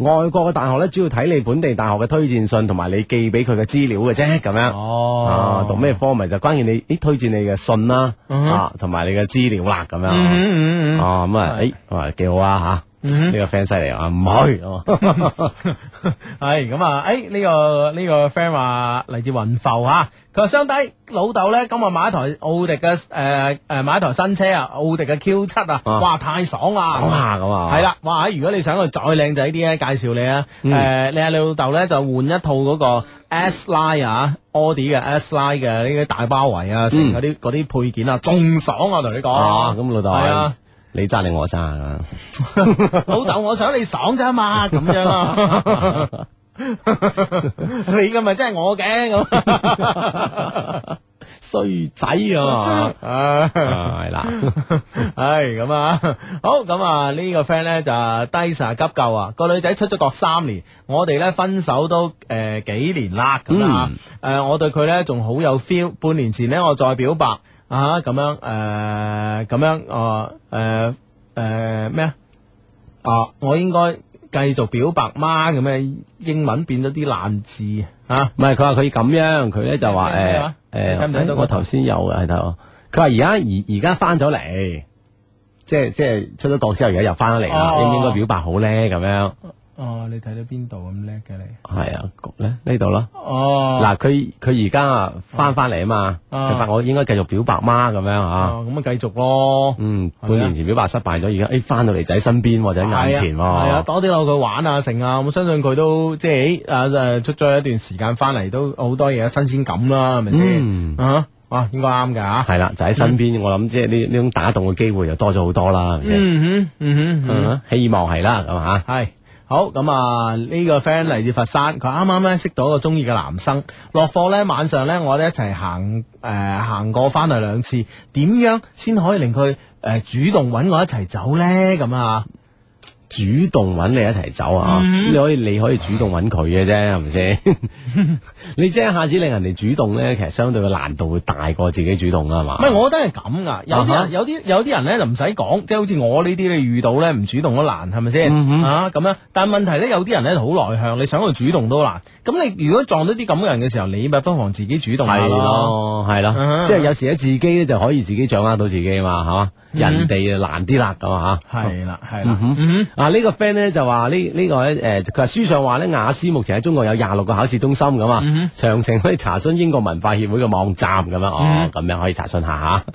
I: 外國嘅大學咧主要睇你本地大學嘅推薦信同埋你寄俾佢嘅資料嘅啫，咁樣。啊
G: 哦，
I: 讀咩科咪就關鍵你，咦推薦你嘅信啦，啊，同埋你嘅資料啦，咁樣。
G: 嗯嗯嗯嗯嗯
I: 哦，咁啊，誒，哇，幾好啊嚇！呢個 friend 犀利啊，唔 去。哦
G: 系咁啊！诶、呢、個呢、個 friend 話嚟自雲浮啊，佢話相低老豆咧今日買一台奧迪嘅诶诶買一台新車啊，奧迪嘅 Q 七啊，
I: 啊
G: 哇太爽啦！
I: 爽下咁啊
G: 係啦，哇！如果你想佢再靚仔啲咧，介紹你啊，诶、
I: 嗯
G: 你阿你老豆咧就換一套嗰個 S Line 啊。奧迪嘅 S Line 嘅呢啲大包圍啊，成嗰啲嗰啲配件啊，仲爽啊！我同你講
I: 嗯啊，咁老豆
G: 係啊，
I: 你揸定我揸啊？
G: 老豆，我想你爽啫 嘛，咁樣啊。你嘅咪真係我嘅咁，
I: 衰 仔 啊！係啦，
G: 唉咁啊，好咁啊呢個 friend 咧就低神急救啊，個女仔出咗國三年，我哋咧分手都诶、呃、幾年啦咁啊，诶、我對佢咧仲好有 feel，半年前咧我再表白啊咁樣诶咁、樣哦诶诶咩啊？啊，我應該繼續表白嗎？咁嘅英文變咗啲爛字啊！
I: 唔係佢話佢咁樣，佢咧就話
G: 咩咩
I: 誒
G: 話聽唔聽
I: 誒，
G: 到
I: 我頭先有啊嘅係頭，佢話而家而而家翻咗嚟，即係即係出咗國之後，而家又翻咗嚟啦，
G: 哦
I: 應唔應該表白好咧？咁樣
G: 哦，你睇到邊度咁叻嘅你？
I: 係啊，咧呢度咯。
G: 哦，
I: 嗱，佢佢而家啊翻翻嚟啊嘛，
G: 啊
I: 佢話我應該繼續表白嗎？咁樣啊，
G: 哦，咁啊繼續咯。
I: 嗯，半年前表白失敗咗，而家誒翻到嚟仔身邊或者眼前喎，
G: 係啊，係啊多啲留佢玩啊，成啊，我相信佢都即係誒誒出咗一段時間翻嚟，都好多嘢新鮮感啦，係咪
I: 嗯
G: 先？啊，哇，應該啱㗎啊嚇。
I: 系啦，就喺身邊，
G: 嗯
I: 我諗即係呢呢種打動嘅機會就多咗好多啦，係咪先？
G: 嗯哼，嗯哼。
I: 嗯希望係啦，咁啊
G: 系。好咁啊！呢、個 friend 嚟自佛山，佢啱啱咧識到一個中意嘅男生，落課咧晚上咧我哋一齊行誒、呃行過翻嚟兩次，點樣先可以令佢誒、呃主動揾我一齊走咧？咁啊，
I: 主動揾你一齊走啊，
G: 嗯
I: 你可以你可以主動揾佢嘅啫，係咪先？ 你即係一下子令人哋主動咧，其實相對嘅難度會大過自己主動啊啦，係嘛？
G: 唔係，我覺得係咁噶。有啲
I: 啊哈
G: 人有啲有啲人咧就唔使講，即係好似我呢啲你遇到咧唔主動都難，係咪先
I: 嗯
G: 啊咁樣？但係問題咧，有啲人咧就好內向，你想佢主動都難。咁你如果撞到啲咁嘅人嘅時候，你咪不妨自己主動下
I: 係。咯，係
G: 嗯
I: 咯，即係有時咧自己咧就可以自己掌握到自己嘛，係嘛？
G: 嗯
I: 人哋就難啲啦，咁啊嚇。
G: 係啦，嗯係啦，
I: 啊！呢、個 friend 咧就話呢呢個咧誒，佢、話書上話咧雅思目前喺中國有廿六個考試中心咁啊，詳情可以查詢英國文化協會嘅網站咁樣哦，咁、樣可以查詢下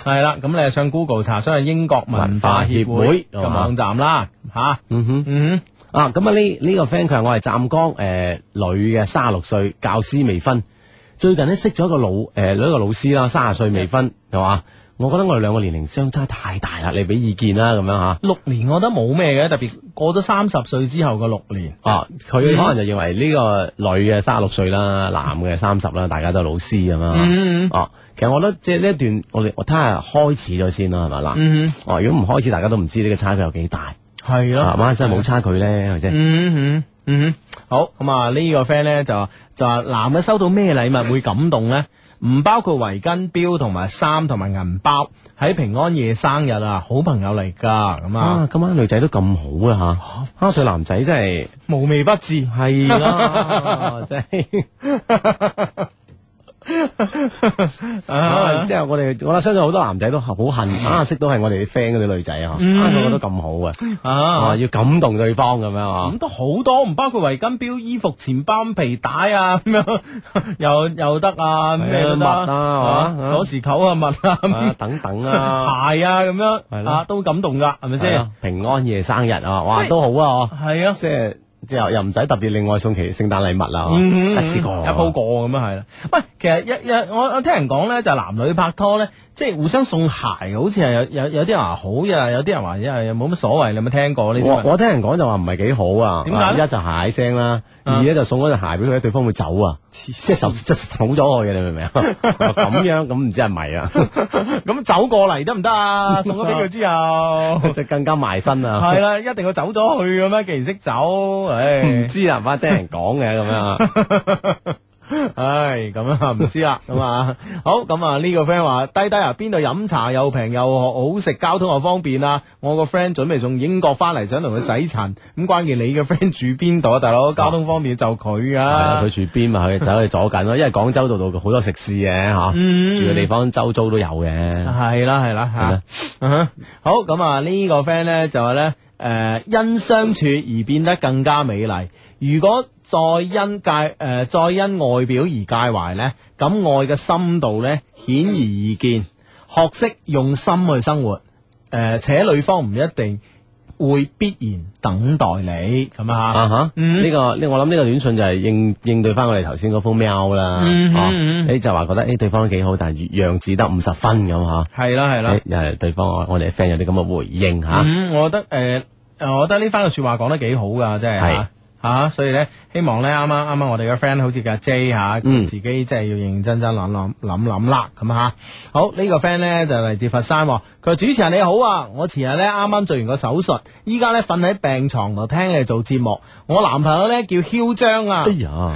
I: 吓。
G: 係啦。咁你係上 Google 查詢下英國文化協會嘅
I: 啊
G: 網站啦，吓。
I: 嗯哼，
G: 嗯
I: 啊咁啊呢呢、個 friend 佢話我係湛江誒、呃女嘅，三十六歲，教師未婚，最近咧識咗一個老誒、呃、一個老師啦，三十歲未婚，係嘛？我覺得我哋兩個年齡相差太大啦，你俾意見啦咁樣吓。
G: 六年我覺得冇咩嘅，特別過咗三十歲之後嘅六年。
I: 啊，佢可能就認為呢個女嘅三十六歲啦，男嘅三十啦，大家都係老師咁樣。
G: 嗯
I: 哦，其實我覺得即係呢一段，我哋我睇下開始咗先啦，係咪嗱？
G: 嗯，
I: 哦，如果唔開始，大家都唔知呢個差距有幾大。
G: 係咯。
I: 啊，萬一真係冇差距咧，係咪先？
G: 嗯哼嗯哼，好咁啊！呢個 friend 咧就話就話男嘅收到咩禮物會感動呢？唔包括圍巾、表同埋衫同埋銀包。喺平安夜生日啊，好朋友嚟噶咁啊，
I: 啊，今晚女仔都咁好啦吓，啊對男仔真 係
G: 無微不至。
I: 係啦，真係啊即係我哋我相信好多男仔都好恨
G: 嗯
I: 啊，識到係我哋啲 friend 嗰啲女仔啊，啊個個都咁好啊，
G: 啊
I: 啊要感動對方咁樣啊
G: 咁。都好多，唔包括圍巾、表、衣服、錢包、皮帶啊，咁樣 又又得啊，咩都得
I: 物啊係嘛
G: 鎖匙扣啊，物啊
I: 啊
G: 咁，
I: 等等啊，
G: 鞋 啊，咁
I: 係
G: 樣
I: 咯
G: 啊，都感動噶，係咪
I: 係
G: 先
I: 啊？平安夜生日啊，哇
G: 喂
I: 都好啊，哦
G: 係啊，
I: 即係即係又唔使特別另外送其聖誕禮物啦，
G: 嗯
I: 啊一次過
G: 一鋪過咁啊，係啦。喂，其實一一我我聽人講咧，就男女拍拖咧，即係互相送鞋，好似係有有有啲人話好，又有啲人話因為冇乜所謂，你有冇聽過呢
I: 我
G: 啲？
I: 我聽人講就話唔係幾好啊，
G: 點解咧
I: 啊一就鞋聲啦，
G: 啊
I: 二咧就送嗰隻鞋俾佢，對方會走啊，即係走即係走咗佢嘅，你明 唔明啊？咁樣咁唔知係咪啊？
G: 咁走過嚟得唔得啊？送咗俾佢之 後，
I: 即係更加埋身啊！
G: 係啦，一定要走咗去嘅咩？既然識走，
I: 唔
G: 唉
I: 知啊，反正聽人講嘅咁樣啊。
G: 唉，咁啊唔知 啦，咁啊好，咁啊呢個 friend 話低低啊，邊度飲茶又平又好食，交通又方便啊！我個 friend 準備從英國翻嚟，想同佢洗塵，咁關鍵你嘅 friend 住邊度啊，大佬？交通方便就佢
I: 係啊
G: 啊
I: 佢，住邊咪去走去左近咯，因為廣州度度好多食肆嘅吓，
G: 嗯
I: 住嘅地方周遭都有嘅。
G: 係啊啦係啦吓，嗯哼好咁啊呢呃個 friend 咧就話咧。誒、因相處而變得更加美麗。如果再因介誒、再因外表而介懷呢，咁愛嘅深度呢，顯而易見。學識用心去生活，誒、呃且女方唔一定會必然等待你咁
I: 啊
G: 啊。
I: 哈！
G: 嗯
I: 呢個呢，我諗呢個短信就係應應對翻我哋頭先嗰封 mail 啦。
G: 嗯
I: 哦
G: 嗯
I: 你就話覺得誒對方都幾好，但係樣子得五十分咁吓。
G: 係啦係啦
I: 誒，又係對方我我哋嘅 friend 有啲咁嘅回應吓。
G: 嗯，我覺得誒、呃我覺得呢番嘅説話講得幾好噶，真係
I: 係
G: 嚇嚇，所以咧，希望咧啱啱啱啱我哋嘅 friend 好似嘅 J 嚇、佢
I: 嗯
G: 自己真係要認認真真諗諗諗諗啦，咁嚇、好、呢個 friend 咧就嚟自佛山喎，佢話主持人你好啊，我前日咧啱啱做完個手術，依家咧瞓喺病床度聽你哋做節目，我男朋友咧叫囂張啊
I: 哎。呀，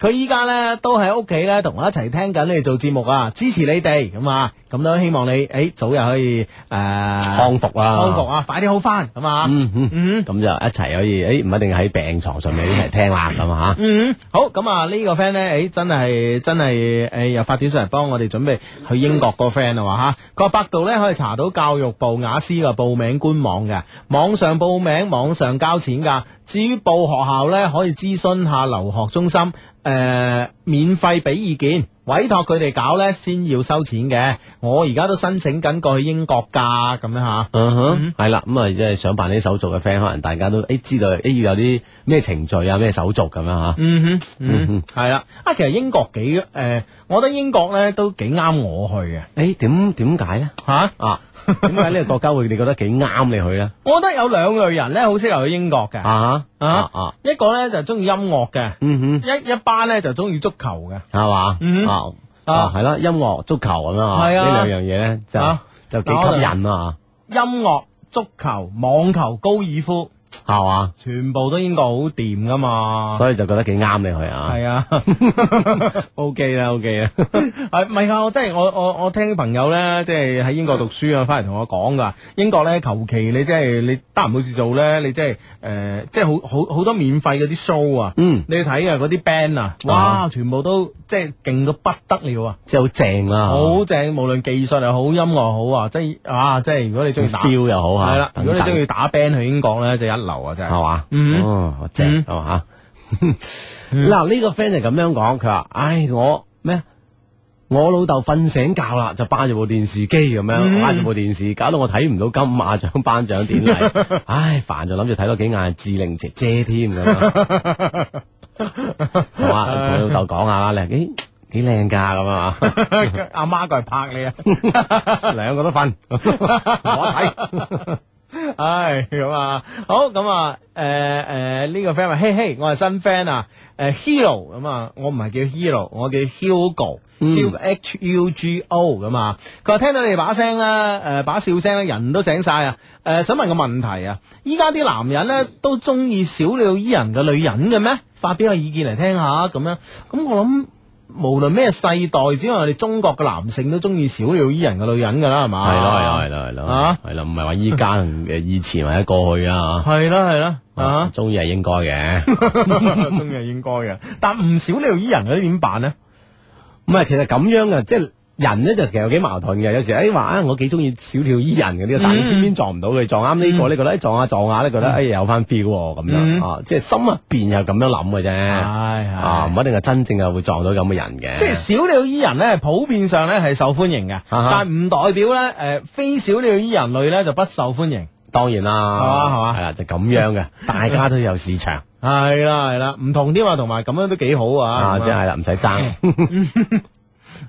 G: 佢依家咧都喺屋企咧同我一齊聽緊你哋做節目啊，支持你哋咁啊，咁都希望你誒早日可以誒、呃
I: 康復啊，
G: 康復！啊，快啲好翻，咁啊。
I: 嗯嗯，
G: 嗯
I: 咁就一齊可以誒，唔一定喺病床上面一齊聽啦咁吓。
G: 嗯，好咁啊！呢個 friend 咧，誒真係真係誒又發短信嚟幫我哋準備去英國個 friend 啊話嚇，佢話百度咧可以查到教育部雅思嘅報名官網嘅，網上報名網上交錢㗎。至於報學校咧，可以諮詢下留學中心，誒、免費俾意見。委託佢哋搞咧，先要收錢嘅。我而家都申請緊過去英國㗎，咁樣嚇。
I: 嗯哼，係啦，咁啊，即係想辦呢啲手續嘅 friend，可能大家都誒知道誒要有啲咩程序啊，咩手續咁樣吓。
G: 嗯哼，嗯哼，係啦。啊，其實英國幾誒、我覺得英國咧都幾啱我去嘅
I: 誒點點解咧？
G: 吓、
I: 啊，點解呢個國家會你覺得幾啱你去咧？
G: 我覺得有兩類人咧好適合去英國嘅，
I: 啊
G: 啊
I: 啊啊，
G: 一個咧就中意音樂嘅，
I: 嗯
G: 一一班咧就中意足球嘅。
I: 哼，係嘛
G: 嗯，
I: 啊啊係啦，音樂、足球咁樣啊，
G: 係啊
I: 呢兩樣嘢咧就
G: 啊
I: 就幾吸引啊，
G: 音樂、足球、網球、高爾夫，
I: 系嘛，
G: 全部都應該好掂噶嘛。
I: 所以就覺得幾啱你去啊。
G: 系 啊，OK 啦，OK 啊 啦，系唔系啊？我真系我我我听啲朋友咧，即系喺英國讀書啊，翻嚟同我講噶，英國咧求其你即係你得閒冇事做咧，你即係诶，即係好好好多免費嗰啲 show 啊，
I: 嗯，
G: 你睇啊嗰啲 band 啊，哇，全部都即係勁到不得了啊！
I: 即係好正啦，
G: 好正，無論技術又好，音樂好啊，即係啊，即係如果你中意打，係
I: feel 啊又好吓，
G: 啦，如果你中意打 band 去英國咧，就一流啊，真
I: 系
G: 係。
I: 嘛，
G: 嗯
I: 哦，正
G: 嗯
I: 系嘛。嗱呢個 friend 就咁樣講，佢話：，唉，我咩？我老豆瞓醒覺啦，就霸住部電視機咁
G: 嗯
I: 樣，霸住部電視，搞到我睇唔到金馬獎 頒獎 典禮。唉，煩就諗住睇多幾眼志玲姐姐添咁樣。 好啊，同老豆講下啦，你咦幾靚㗎咁啊，
G: 阿媽過嚟拍你啊！
I: 兩個都瞓，我睇。
G: 唉，咁啊，好咁啊，诶诶呢個 friend 話，嘿嘿，我係新 friend 啊，诶 Hero 咁啊，我唔係叫 Hero，我叫 Hugo。H
I: 嗯
G: U G O 咁啊，佢話聽到你把聲咧，诶、把笑聲咧，人都醒晒啊！诶、想問個問題啊，依家啲男人咧都中意小鳥依人嘅女人嘅咩？發表下意見嚟聽下咁樣。咁我諗無論咩世代，只要我哋中國嘅男性都中意小鳥依人嘅女人㗎啦，係嘛？
I: 係咯係咯係咯係咯
G: 啊，
I: 係咯，唔係話依家同誒以前或者過去啊，
G: 係啦係啦啊
I: 啊，！中意係應該嘅。
G: 中嘅應該嘅，但唔少你依人嗰啲點辦呢？
I: 唔係，其實咁樣嘅，即係人咧就其實有幾矛盾嘅。有時誒話啊，我幾中意小鳥依人嗰
G: 嗯
I: 啲，但係你偏偏撞唔到佢，撞啱呢個，你覺得誒撞下撞下咧，覺得誒有翻 feel 喎咁
G: 嗯
I: 樣啊，即係心入邊又咁樣諗嘅啫。啊，
G: 係
I: 唔一定係真正係會撞到咁嘅人嘅。
G: 即係小鳥依人咧，普遍上咧係受歡迎嘅，
I: 啊哈
G: 但唔代表咧誒、呃非小鳥依人類咧就不受歡迎。
I: 當然啦，係
G: 嘛係嘛嗯
I: 係啦，就咁樣嘅，大家都有市場
G: 係啦係啦，唔同啲嘛，同埋咁樣都幾好啊！
I: 啊，即係啦，唔使爭。
G: 嗯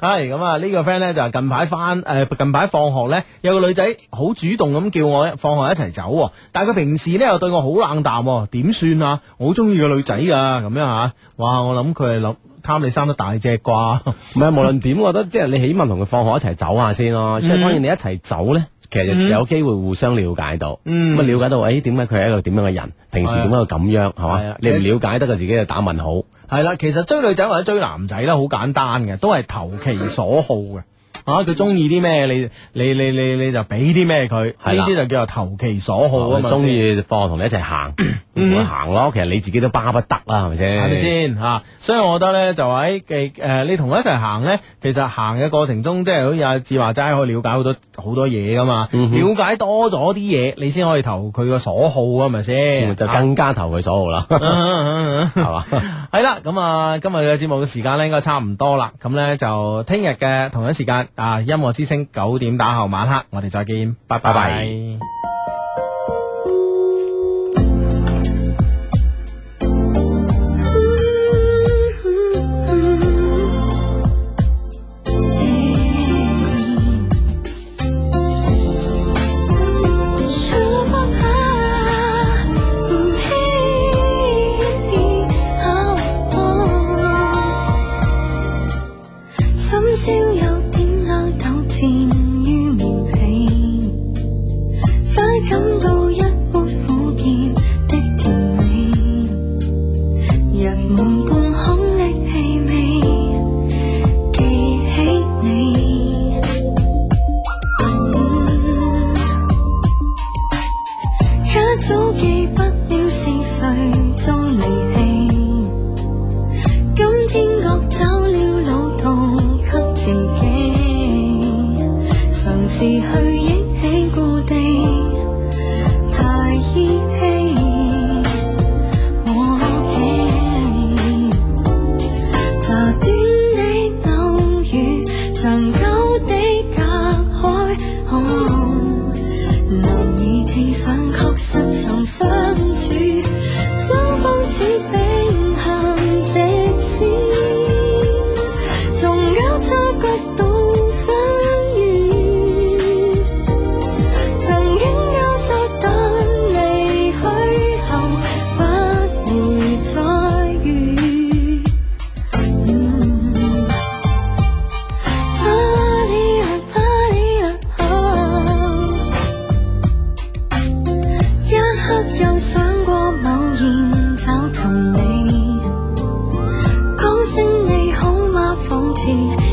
G: 係咁啊！呢個 friend 咧就係近排翻誒近排放學咧，有個女仔好主動咁叫我放學一齊走喎，但係佢平時咧又對我好冷淡喎，點算啊？我好中意個女仔噶咁樣嚇，哇！我諗佢係諗貪你生得大隻啩。
I: 唔係，無論點，我覺得即係你起碼同佢放學一齊走下
G: 嗯
I: 先咯。即係當然你一齊走咧，其實就有機會互相了解到，
G: 嗯啊
I: 咁啊了解到，誒點解佢係一個點樣嘅人，平時點解佢咁樣係
G: 係啊
I: 嘛？你唔了解得佢自己就打問號，
G: 系啦，其實追女仔或者追男仔咧，好簡單嘅，都係投其所好嘅。啊，佢中意啲咩，你你你你你就俾啲咩佢，呢
I: 係啦
G: 啲就叫做投其所好啊嘛。嗯
I: 佢中意放學同你一齊行，同佢行咯。其實你自己都巴不得啦，係咪
G: 係
I: 先？
G: 咪？先吓？所以我覺得咧，就喺嘅诶，你同佢一齊行咧，其實行嘅過程中，即係好似阿志華齋可以了解好多好多嘢噶嘛。
I: 嗯
G: 了解多咗啲嘢，你先可以投佢個所好啊，係咪先？
I: 嗯就更加投佢所 好啦，
G: 啊。
I: 係嘛？
G: 系啦，咁啊，今日嘅節目嘅時間咧，應該差唔多啦。咁咧就聽日嘅同一時間啊，音樂之星九點打後晚黑，我哋再見，拜
I: 拜
G: 拜
I: 拜
H: 數不下唔稀巧碰，深宵有點嬲抖戰於棉被，快感到一杯苦澀的甜美，人們共享的氣味，記起你。假早記不了是誰終離棄，今天惡找了老道給自己，嘗試去憶起故地，太依稀。我竟乍短的偶遇，長久的隔開看。難以置想，確實曾相處，雙方似並行直線，仲有察覺到相遇。曾經交錯，但離去後不會再遇。嗯 Party 啊 Party 啊啊！一刻又想過前，